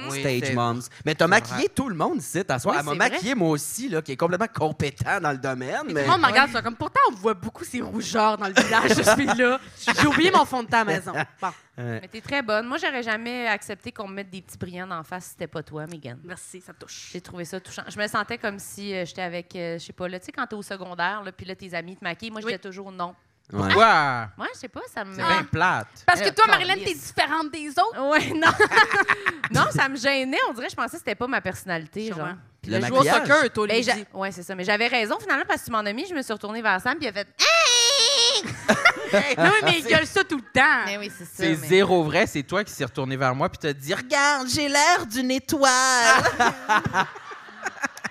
Speaker 2: Oui,
Speaker 5: Stage
Speaker 2: c'est-
Speaker 5: moms. Mais t'as maquillé
Speaker 2: vrai.
Speaker 5: tout le monde ici, t'as
Speaker 1: Oui,
Speaker 5: Elle m'a
Speaker 1: c'est vrai.
Speaker 5: maquillé moi aussi, là, qui est complètement compétent dans le domaine. Mais...
Speaker 6: Tout le monde me regarde, ça, comme pourtant, on voit beaucoup ces rougeurs dans le village, je suis là. J'ai oublié mon fond de teint à la maison. Bon,
Speaker 1: Mais t'es très bonne. Moi, j'aurais jamais accepté qu'on me mette des petits brillants en face si c'était pas toi, Megan.
Speaker 6: merci, ça me touche.
Speaker 1: J'ai trouvé ça touchant. Je me sentais comme si euh, j'étais avec, euh, je sais pas, là, tu sais, quand t'es au secondaire, là, puis là, tes amis te maquillent. Moi, je
Speaker 6: Oui.
Speaker 1: disais toujours non.
Speaker 5: Ouais.
Speaker 2: Quoi?
Speaker 1: Moi, je sais pas, ça me.
Speaker 2: C'est bien plate.
Speaker 6: Parce que
Speaker 1: Eh,
Speaker 6: toi, Marilyn,
Speaker 1: câlisse.
Speaker 6: t'es différente des autres.
Speaker 1: Ouais, non. non, ça me gênait. On dirait, je pensais que c'était pas ma personnalité,
Speaker 6: Sûrement.
Speaker 1: genre.
Speaker 5: Le
Speaker 6: Je joue au
Speaker 5: maquillage.
Speaker 6: soccer, toi,
Speaker 1: Ben,
Speaker 6: les
Speaker 1: j'a- ouais, c'est ça. Mais j'avais raison finalement parce que tu m'en as mis. Je me suis retournée vers Sam puis il a fait. Hey!
Speaker 6: Non, mais il gueule ça tout le temps.
Speaker 1: mais oui, c'est ça.
Speaker 2: C'est
Speaker 1: mais-
Speaker 2: zéro vrai, c'est toi qui s'est retourné vers moi puis t'as dit Regarde, j'ai l'air d'une étoile.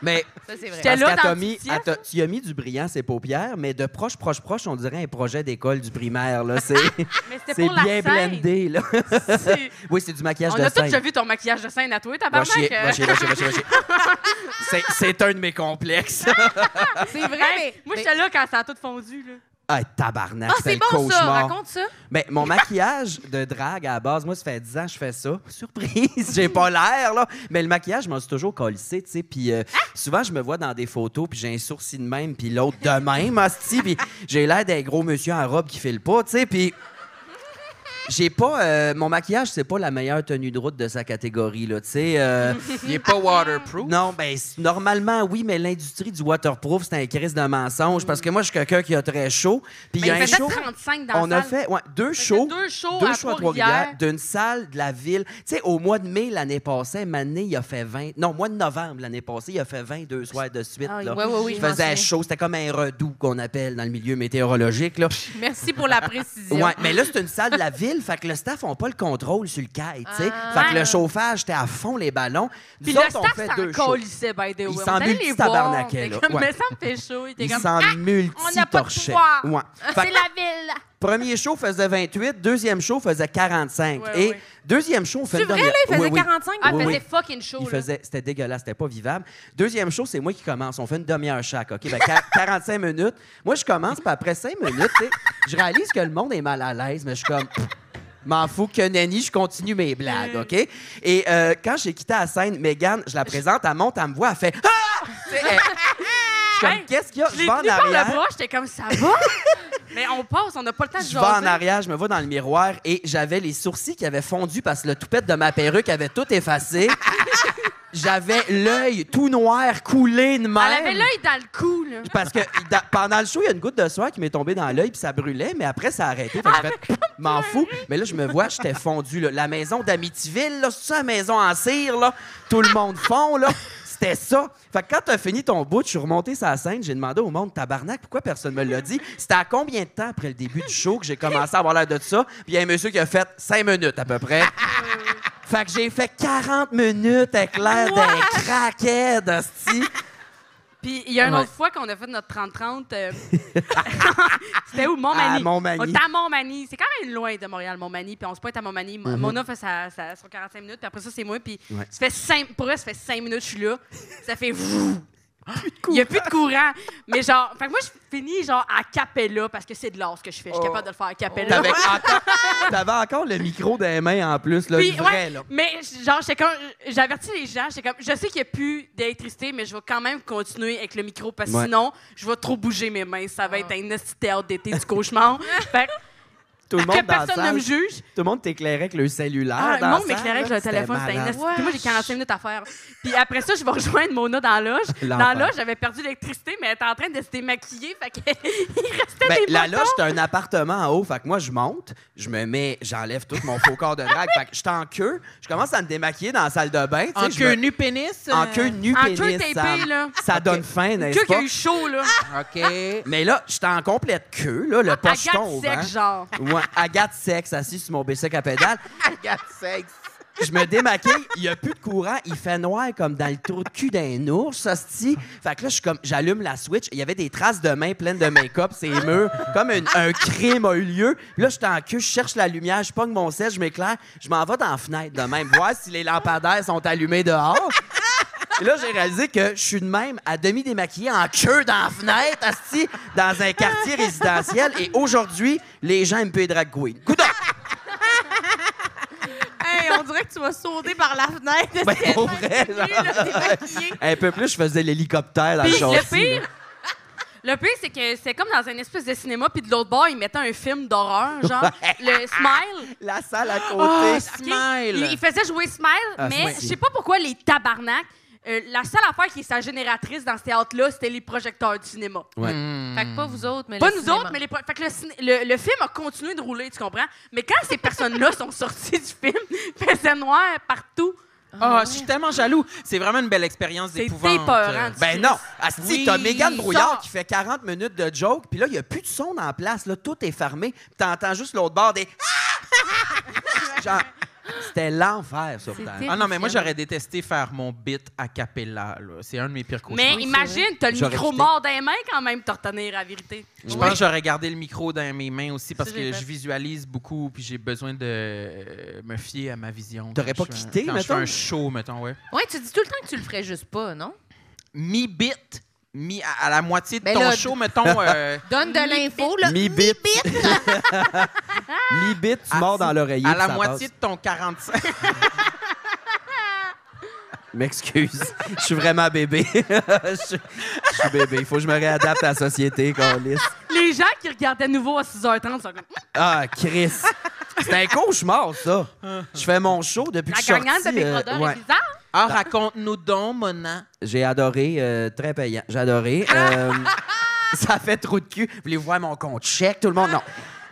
Speaker 5: Mais
Speaker 1: Ça, c'est vrai.
Speaker 6: J'étais
Speaker 5: parce
Speaker 6: là
Speaker 5: qu'elle
Speaker 6: dans
Speaker 5: t'a
Speaker 6: le
Speaker 5: mis,
Speaker 6: petit
Speaker 5: elle t'a- tu y as mis du brillant ses paupières, mais de proche, proche, proche, on dirait un projet d'école du primaire. Là. C'est,
Speaker 6: Mais c'était
Speaker 5: c'est
Speaker 6: Ah, pour la
Speaker 5: bien
Speaker 6: scène.
Speaker 5: blendé. Là.
Speaker 6: C'est-
Speaker 5: oui, c'est du maquillage
Speaker 6: On
Speaker 5: de
Speaker 6: a tous
Speaker 5: scène.
Speaker 6: déjà vu ton maquillage de scène à toi,
Speaker 5: Va
Speaker 6: tabarnak.
Speaker 5: chier,
Speaker 6: euh.
Speaker 5: va chier, va chier, va chier, va chier. C'est, c'est un de mes complexes.
Speaker 1: C'est vrai,
Speaker 6: Hey,
Speaker 1: mais.
Speaker 6: Moi,
Speaker 1: mais-
Speaker 6: j'étais là quand ça a tout fondu. Là.
Speaker 5: Ah, tabarnak,
Speaker 1: Ah,
Speaker 5: c'est
Speaker 1: c'est
Speaker 5: le
Speaker 1: bon ça.
Speaker 5: cauchemar.
Speaker 1: Raconte ça.
Speaker 5: Mais Ben, mon maquillage de drague à la base, moi, ça fait 10 ans que je fais ça. Surprise, j'ai pas l'air, là. Mais le maquillage, je m'en suis toujours colissé, tu sais. Puis euh, souvent, je me vois dans des photos, puis j'ai un sourcil de même, puis l'autre de même, hostie. Puis j'ai l'air d'un gros monsieur en robe qui file pas, tu sais. Puis j'ai pas... euh, mon maquillage, c'est pas la meilleure tenue de route de sa catégorie, là, tu sais. euh,
Speaker 2: Il est pas waterproof.
Speaker 5: non, ben c- normalement, oui, mais l'industrie du waterproof, c'est un crise de mensonge. Parce que moi, je suis quelqu'un qui a très chaud. Puis il
Speaker 6: Mais
Speaker 5: y a
Speaker 6: Ben, il
Speaker 5: un
Speaker 6: faisait
Speaker 5: show...
Speaker 6: 35 dans
Speaker 5: On
Speaker 6: la
Speaker 5: a
Speaker 6: salle.
Speaker 5: fait ouais, deux
Speaker 6: Fait que
Speaker 5: shows.
Speaker 6: deux shows à Trois-Rivières.
Speaker 5: d'une salle de la ville. Tu sais, au mois de mai l'année passée, Mané, il a fait 20. Non, au mois de novembre l'année passée, il a fait 22 soirs de suite.
Speaker 1: Ah,
Speaker 5: là.
Speaker 1: ouais, ouais, oui,
Speaker 5: il
Speaker 1: je m'en
Speaker 5: faisait
Speaker 1: souviens.
Speaker 5: chaud. C'était comme un redout qu'on appelle dans le milieu météorologique. Là.
Speaker 1: Merci pour la précision.
Speaker 5: Ouais, mais là, c'est une salle de la ville, fait que le staff n'a pas le contrôle sur le quai, tu sais.
Speaker 1: Ah.
Speaker 5: fait que le chauffage, c'était à fond les ballons. Nous
Speaker 6: Puis
Speaker 5: autres,
Speaker 6: le
Speaker 5: on
Speaker 6: staff
Speaker 5: fait
Speaker 6: s'en
Speaker 5: deux shows.
Speaker 6: colissait, by the way.
Speaker 5: Il
Speaker 6: On
Speaker 5: s'en
Speaker 6: allait les voir.
Speaker 5: multi-tabarnaquait,
Speaker 6: T'es
Speaker 5: là.
Speaker 6: comme,
Speaker 5: Ouais.
Speaker 6: Mais ça me fait chaud. Il était
Speaker 5: Il
Speaker 6: comme,
Speaker 5: s'en
Speaker 6: on n'a pas de
Speaker 5: multi-torchait.
Speaker 6: pouvoir. Ah,
Speaker 5: Ouais. Fait
Speaker 6: c'est la ville.
Speaker 5: Premier show faisait 28, deuxième show faisait 45.
Speaker 6: Ouais,
Speaker 5: et
Speaker 6: ouais.
Speaker 5: deuxième show, on fait
Speaker 1: C'est
Speaker 5: une
Speaker 1: vrai, là,
Speaker 5: demi-heure.
Speaker 1: il faisait
Speaker 5: Oui, oui.
Speaker 1: 45
Speaker 6: Ah,
Speaker 5: Oui,
Speaker 6: faisait
Speaker 5: oui.
Speaker 6: fucking chaud.
Speaker 5: Il
Speaker 6: là.
Speaker 5: faisait, c'était dégueulasse, c'était pas vivable. Deuxième show, c'est moi qui commence. On fait une demi-heure chaque, OK? Ben, quar- 45 minutes. Moi, je commence, puis après 5 minutes, tu sais, je réalise que le monde est mal à l'aise, mais je suis comme, Pff, m'en fous que nanny, je continue mes blagues, OK? Et euh, quand j'ai quitté la scène, Mégane, je la présente, elle monte, elle me voit, elle fait Ah! Tu sais, elle- Je suis comme,
Speaker 6: Hey,
Speaker 5: qu'est-ce qu'il y a?
Speaker 6: Je
Speaker 5: Je
Speaker 6: l'ai
Speaker 5: vais en
Speaker 6: tenu par le
Speaker 5: arrière.
Speaker 6: bras, j'étais comme, ça va? mais on passe, on n'a pas le temps de
Speaker 5: Je vais en
Speaker 6: jaser.
Speaker 5: arrière, je me vois dans le miroir et j'avais les sourcils qui avaient fondu parce que le toupette de ma perruque avait tout effacé. j'avais l'œil tout noir coulé de même.
Speaker 6: Elle avait l'œil dans le cou, là.
Speaker 5: Parce que da- pendant le show, il y a une goutte de soie qui m'est tombée dans l'œil puis ça brûlait, mais après ça a arrêté. Fait que j'ai fait, m'en fous. Mais là, je me vois, j'étais fondu. là. La maison d'Amityville, là, c'est ça la maison en cire, là. Tout le monde fond, là. C'était ça. Fait que quand t'as fini ton bout, je suis remonté sur la scène, j'ai demandé au monde, tabarnak, pourquoi personne me l'a dit? C'était à combien de temps après le début du show que j'ai commencé à avoir l'air de ça? Puis il y a un monsieur qui a fait cinq minutes à peu près. Fait que j'ai fait 40 minutes avec l'air d'un craquet d'hostie.
Speaker 6: Puis il y a une
Speaker 5: Ouais.
Speaker 6: autre fois qu'on a fait notre 30-30. euh, C'était où? Montmagny.
Speaker 5: À Montmagny.
Speaker 6: On était à Montmagny. C'est quand même loin de Montréal, Montmagny. Puis on se pointe à Montmagny. Mon- Mona fait sa, sa- son 45 minutes. Puis après ça, c'est moi. Puis
Speaker 5: Mm-hmm. Ouais.
Speaker 6: ça fait cinq- pour elle, ça fait 5 minutes, je suis là. Ça fait. vroom. Il n'y a plus de courant. Mais genre, fait que moi, je finis genre à capella parce que c'est de l'or ce que je fais. Je suis capable de le faire à capella.
Speaker 5: Oh. T'avais encore, t'avais encore le micro dans les mains en plus, là,
Speaker 6: Puis,
Speaker 5: le vrai,
Speaker 6: ouais,
Speaker 5: là.
Speaker 6: Mais genre, j'étais comme- j'avertis les gens, j'étais comme, je sais qu'il n'y a plus d'électricité, mais je vais quand même continuer avec le micro parce que
Speaker 5: Ouais. Ah.
Speaker 6: sinon, je vais trop bouger mes mains. Ça va être un esti de théâtre d'été du cauchemar. fait que
Speaker 5: Tout le
Speaker 6: après,
Speaker 5: monde dans la
Speaker 6: personne ne
Speaker 5: salle,
Speaker 6: me juge.
Speaker 5: Tout le monde t'éclairait avec le cellulaire.
Speaker 6: Ah, le
Speaker 5: dans
Speaker 6: monde
Speaker 5: la salle,
Speaker 6: m'éclairait avec
Speaker 5: là,
Speaker 6: le téléphone, c'était une
Speaker 5: malade.
Speaker 6: esti- Puis Moi, j'ai 45 minutes à faire. Puis après ça, je vais rejoindre Mona dans la loge. Dans la
Speaker 5: L'enfer.
Speaker 6: loge, j'avais perdu l'électricité, mais elle était en train de se démaquiller. Fait que il restait
Speaker 5: Ben,
Speaker 6: des
Speaker 5: la
Speaker 6: boutons.
Speaker 5: loge, c'est un appartement en haut. Fait que moi, je monte, je me mets, j'enlève tout mon faux corps de drague. Fait que je suis en queue, je commence à me démaquiller dans la salle de bain. tu sais,
Speaker 2: En
Speaker 5: je
Speaker 2: queue
Speaker 5: me-
Speaker 2: nu pénis?
Speaker 5: En
Speaker 2: euh,
Speaker 5: queue nue
Speaker 6: en
Speaker 5: pénis,
Speaker 6: queue tapée,
Speaker 5: ça-
Speaker 6: là.
Speaker 5: Ça donne faim,
Speaker 6: Que
Speaker 5: n'est-ce
Speaker 6: qu'il y
Speaker 5: pas?
Speaker 6: a eu chaud, là.
Speaker 5: Ah,
Speaker 2: OK.
Speaker 5: Mais là, j'étais en complète queue, là, le
Speaker 6: à
Speaker 5: pocheton hein? au vent.
Speaker 6: gâte sec, Ah, genre.
Speaker 5: Ouais, Agathe sexe, assis sur mon bicycle à pédale.
Speaker 2: Regarde sexe.
Speaker 5: Je me démaquille, il n'y a plus de courant, il fait noir comme dans le trou de cul d'un ours, hostie. Fait que là, je suis comme, j'allume la switch, il y avait des traces de mains pleines de make-up, c'est murs, comme une- un crime a eu lieu. Là, je suis en queue, je cherche la lumière, je pogne mon sel, je m'éclaire, je m'en vais dans la fenêtre de même, voir si les lampadaires sont allumés dehors. Et là, j'ai réalisé que je suis de même à demi démaquillé en queue dans la fenêtre, asti, dans un quartier résidentiel. Et aujourd'hui, les gens aiment plus les drag queens. Coudonc!
Speaker 1: Hey, on dirait que tu vas sauter par la fenêtre. de
Speaker 5: Ben,
Speaker 1: cette
Speaker 5: pour vrai,
Speaker 1: nuit, là, t'es maquillée.
Speaker 5: Un peu plus, je faisais l'hélicoptère dans le
Speaker 6: Puis
Speaker 5: châssis.
Speaker 6: le pire, le pire, c'est que c'est comme dans une espèce de cinéma, puis de l'autre bord, ils mettaient un film d'horreur, genre le Smile.
Speaker 5: La salle à côté.
Speaker 6: OK?
Speaker 2: Smile.
Speaker 6: Ils- Ils faisaient jouer Smile,
Speaker 5: Ah,
Speaker 6: mais
Speaker 5: Smile.
Speaker 6: je sais pas pourquoi les tabarnak. euh, la seule affaire qui est sa génératrice dans ce théâtre-là, c'était les projecteurs du cinéma.
Speaker 5: Ouais.
Speaker 1: Fait que pas vous autres, mais
Speaker 6: Pas
Speaker 1: le
Speaker 6: nous
Speaker 1: cinéma.
Speaker 6: autres, mais les pro- fait que le, ciné- le- le film a continué de rouler, tu comprends? Mais quand ces personnes-là sont sorties du film, il faisait noir partout.
Speaker 2: Ah, je suis tellement jaloux. C'est vraiment une belle expérience
Speaker 6: C'est
Speaker 2: d'épouvante.
Speaker 6: épeurant.
Speaker 5: Ben non, Asti,
Speaker 2: Oui.
Speaker 5: t'as Mégane Brouillard
Speaker 6: Sors.
Speaker 5: qui fait 40 minutes de joke, puis là, il n'y a plus de son en place, là, tout est fermé, puis t'entends juste l'autre bord des... Ah! Genre, c'était l'enfer sur Terre.
Speaker 1: C'était-
Speaker 2: Ah non, mais moi, j'aurais détesté faire mon beat a cappella. là. C'est un de mes pires cauchemars.
Speaker 6: Mais imagine, t'as le
Speaker 5: J'aurais
Speaker 6: micro
Speaker 5: quitté.
Speaker 6: mort dans les mains quand même, t'as retenir la vérité.
Speaker 2: Je pense que j'aurais gardé le micro dans mes mains aussi parce
Speaker 6: Ça,
Speaker 2: que
Speaker 6: j'ai fait.
Speaker 2: je visualise beaucoup puis j'ai besoin de euh, me fier à ma vision.
Speaker 5: T'aurais
Speaker 2: Quand
Speaker 5: pas
Speaker 2: je fais un-
Speaker 5: quitté,
Speaker 2: quand je fais
Speaker 5: mettons?
Speaker 2: un show, mettons, ouais.
Speaker 1: Ouais, tu dis tout le temps que tu le ferais juste pas, non?
Speaker 2: Mi-bit, mi à, à la moitié de
Speaker 1: Ben
Speaker 2: ton
Speaker 1: là,
Speaker 2: show, mettons. euh,
Speaker 1: Donne de l'info, là.
Speaker 5: Mi-bit. Mi-bit, tu mords dans l'oreiller.
Speaker 2: à
Speaker 5: puis
Speaker 2: la
Speaker 5: ça
Speaker 2: moitié
Speaker 5: passe.
Speaker 2: de ton 45.
Speaker 5: M'excuse, je suis vraiment bébé. Je suis- je suis bébé, il faut que je me réadapte à la société, lisse.
Speaker 6: Les gens qui regardaient nouveau à 6h30 sont comme
Speaker 5: Ah, Chris. C'est un cauchemar, ça. Je fais mon show depuis
Speaker 6: La
Speaker 5: que je suis
Speaker 6: gagnante de
Speaker 5: sorti,
Speaker 6: Big
Speaker 5: euh,
Speaker 6: Brother
Speaker 5: ouais.
Speaker 6: est bizarre.
Speaker 2: Ah, raconte-nous donc, Mona.
Speaker 5: J'ai adoré, euh, très payant. J'ai adoré. Euh, ça fait trop de cul. Vous voulez voir mon compte chèque, tout le monde? Non.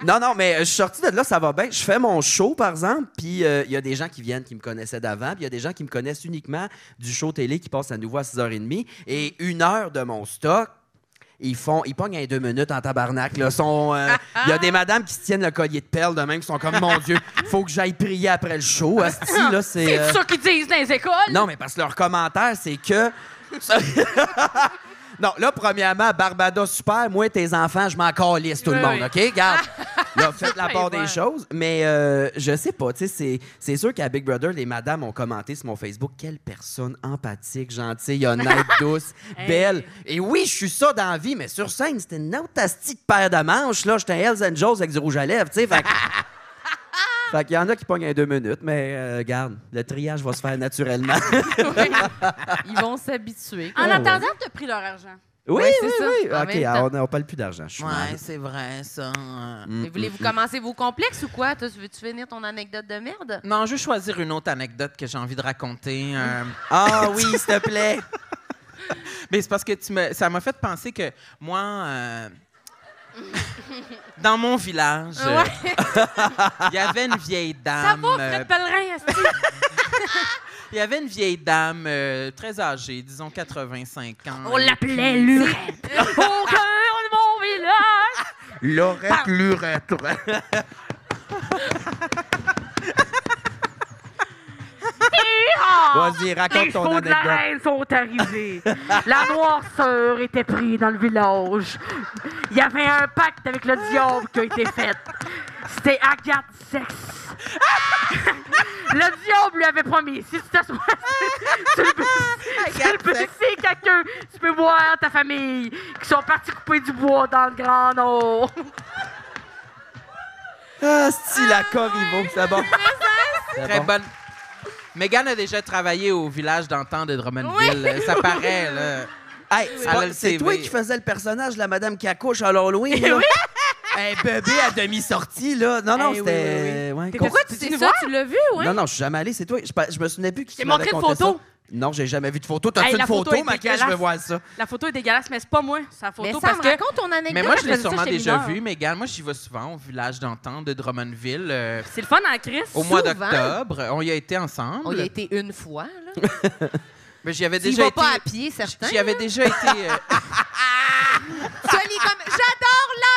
Speaker 5: Non, non, mais euh, je suis sorti de là, ça va bien. Je fais mon show, par exemple, puis euh, il y a des gens qui viennent qui me connaissaient d'avant, puis il y a des gens qui me connaissent uniquement du show télé qui passe à nouveau à 6h30. Et une heure de mon stock, ils font, ils pognent un deux minutes en tabarnak. là. Sont, euh, Il y a des madames qui se tiennent le collier de perles de même, qui sont comme, mon Dieu, faut que j'aille prier après le show. Asti, là, c'est... euh,
Speaker 6: C'est ça qu'ils disent dans les écoles.
Speaker 5: non, mais parce que leur commentaire, c'est que. non, là, premièrement, Barbados, super. Moi, tes enfants, je m'en calisse tout le
Speaker 6: Oui,
Speaker 5: monde,
Speaker 6: oui.
Speaker 5: OK? Garde. Là, faites la
Speaker 6: Ben,
Speaker 5: part des
Speaker 6: ouais.
Speaker 5: choses. Mais euh, je sais pas, tu sais, c'est- c'est sûr qu'à Big Brother, les madames ont commenté sur mon Facebook quelle personne empathique, gentille, honnête, douce, belle. Et oui, je suis ça dans la vie, mais sur scène, c'était une autre asti de paire de manches. Là, j'étais Hells Angels avec du rouge à lèvres, tu sais. Fait que- fait qu'il y en a qui pognent un deux minutes, mais euh, garde, le triage va se faire naturellement.
Speaker 1: Ils vont s'habituer.
Speaker 6: En
Speaker 5: ouais.
Speaker 6: attendant, t'as pris leur argent.
Speaker 5: Oui,
Speaker 1: Ouais,
Speaker 5: oui,
Speaker 1: c'est ça.
Speaker 5: oui.
Speaker 1: En
Speaker 5: OK,
Speaker 1: même
Speaker 5: ah,
Speaker 1: temps.
Speaker 5: on, on parle plus d'argent. Je suis Mm, mal.
Speaker 2: c'est vrai, ça.
Speaker 1: Mais voulez-vous commencer vos complexes ou quoi? Toi, tu veux-tu finir ton anecdote de merde?
Speaker 2: Non, je vais choisir une autre anecdote que j'ai envie de raconter. euh,
Speaker 5: Ah oui, s'il te plaît.
Speaker 2: Mais c'est parce que tu me- ça m'a fait penser que moi, euh, dans mon village, euh,
Speaker 6: Ouais.
Speaker 2: il y avait une vieille
Speaker 6: Ça
Speaker 2: dame.
Speaker 6: va,
Speaker 2: euh,
Speaker 6: Fred Pellerin, esti.
Speaker 2: il y avait une vieille dame euh, très âgée, disons 85 ans.
Speaker 6: On l'appelait Lurette. Au cœur de mon village.
Speaker 5: Lorette Lurette.
Speaker 6: Hi-ha!
Speaker 8: Noire.
Speaker 5: Vas-y,
Speaker 8: Les
Speaker 5: raconte ton
Speaker 8: chevaux de la
Speaker 5: anecdote.
Speaker 8: reine sont arrivés. la noirceur était prise dans le village. Il y avait un pacte avec le diable qui a été fait. C'était Agathe Sex. le diable lui avait promis si tu t'assois sur le bus- sur le
Speaker 2: Sexe.
Speaker 8: bussier quelqu'un, tu peux voir ta famille qui sont partis couper du bois dans le Grand Nord.
Speaker 5: Ah, style à Corriveau, c'est bon. C'est
Speaker 2: Très
Speaker 5: bon.
Speaker 2: bonne. Megan a déjà travaillé au village d'antan de Drummondville. euh, Ça paraît, là.
Speaker 5: Hey, c'est
Speaker 2: Elle
Speaker 5: pas-
Speaker 2: a le
Speaker 5: c'est
Speaker 2: CV.
Speaker 5: toi qui faisais le personnage de la madame qui accouche à l'Halloween, là? Un bébé à demi-sortie, là. Non, non,
Speaker 2: Eh oui,
Speaker 5: c'était... ouais, con-
Speaker 1: Pourquoi tu sais ça? Tu l'as vu, ouais?
Speaker 5: Non, non, je suis jamais allé, c'est toi. Je, pa- je me souvenais plus qui
Speaker 8: T'es
Speaker 5: m'avait
Speaker 8: montré une
Speaker 5: conté ça.
Speaker 8: photo.
Speaker 5: Non, j'ai jamais vu de photo. T'as-tu
Speaker 8: Hey,
Speaker 5: une
Speaker 8: la photo
Speaker 5: photo,
Speaker 8: est
Speaker 5: ma Je veux
Speaker 8: dégueulasse.
Speaker 5: voir ça.
Speaker 8: La photo est dégueulasse, mais c'est pas moi, c'est la photo
Speaker 1: Mais ça,
Speaker 8: parce que
Speaker 1: raconte ton anecdote.
Speaker 2: Mais moi, je
Speaker 8: je
Speaker 2: l'ai
Speaker 8: faisais ça,
Speaker 2: sûrement
Speaker 8: j'étais
Speaker 2: déjà
Speaker 8: mineure.
Speaker 2: vu, Megan. Moi, j'y vais souvent au village d'antan de Drummondville. euh,
Speaker 8: c'est le fun en crise.
Speaker 2: Au mois
Speaker 1: Souvent.
Speaker 2: d'octobre, on y a été ensemble.
Speaker 1: On y a été une fois, là.
Speaker 2: Mais j'y avais
Speaker 1: Tu y
Speaker 2: déjà
Speaker 1: vas
Speaker 2: été.
Speaker 1: pas à pied, certain.
Speaker 2: J'y avais déjà été. euh,
Speaker 1: Tu lis comme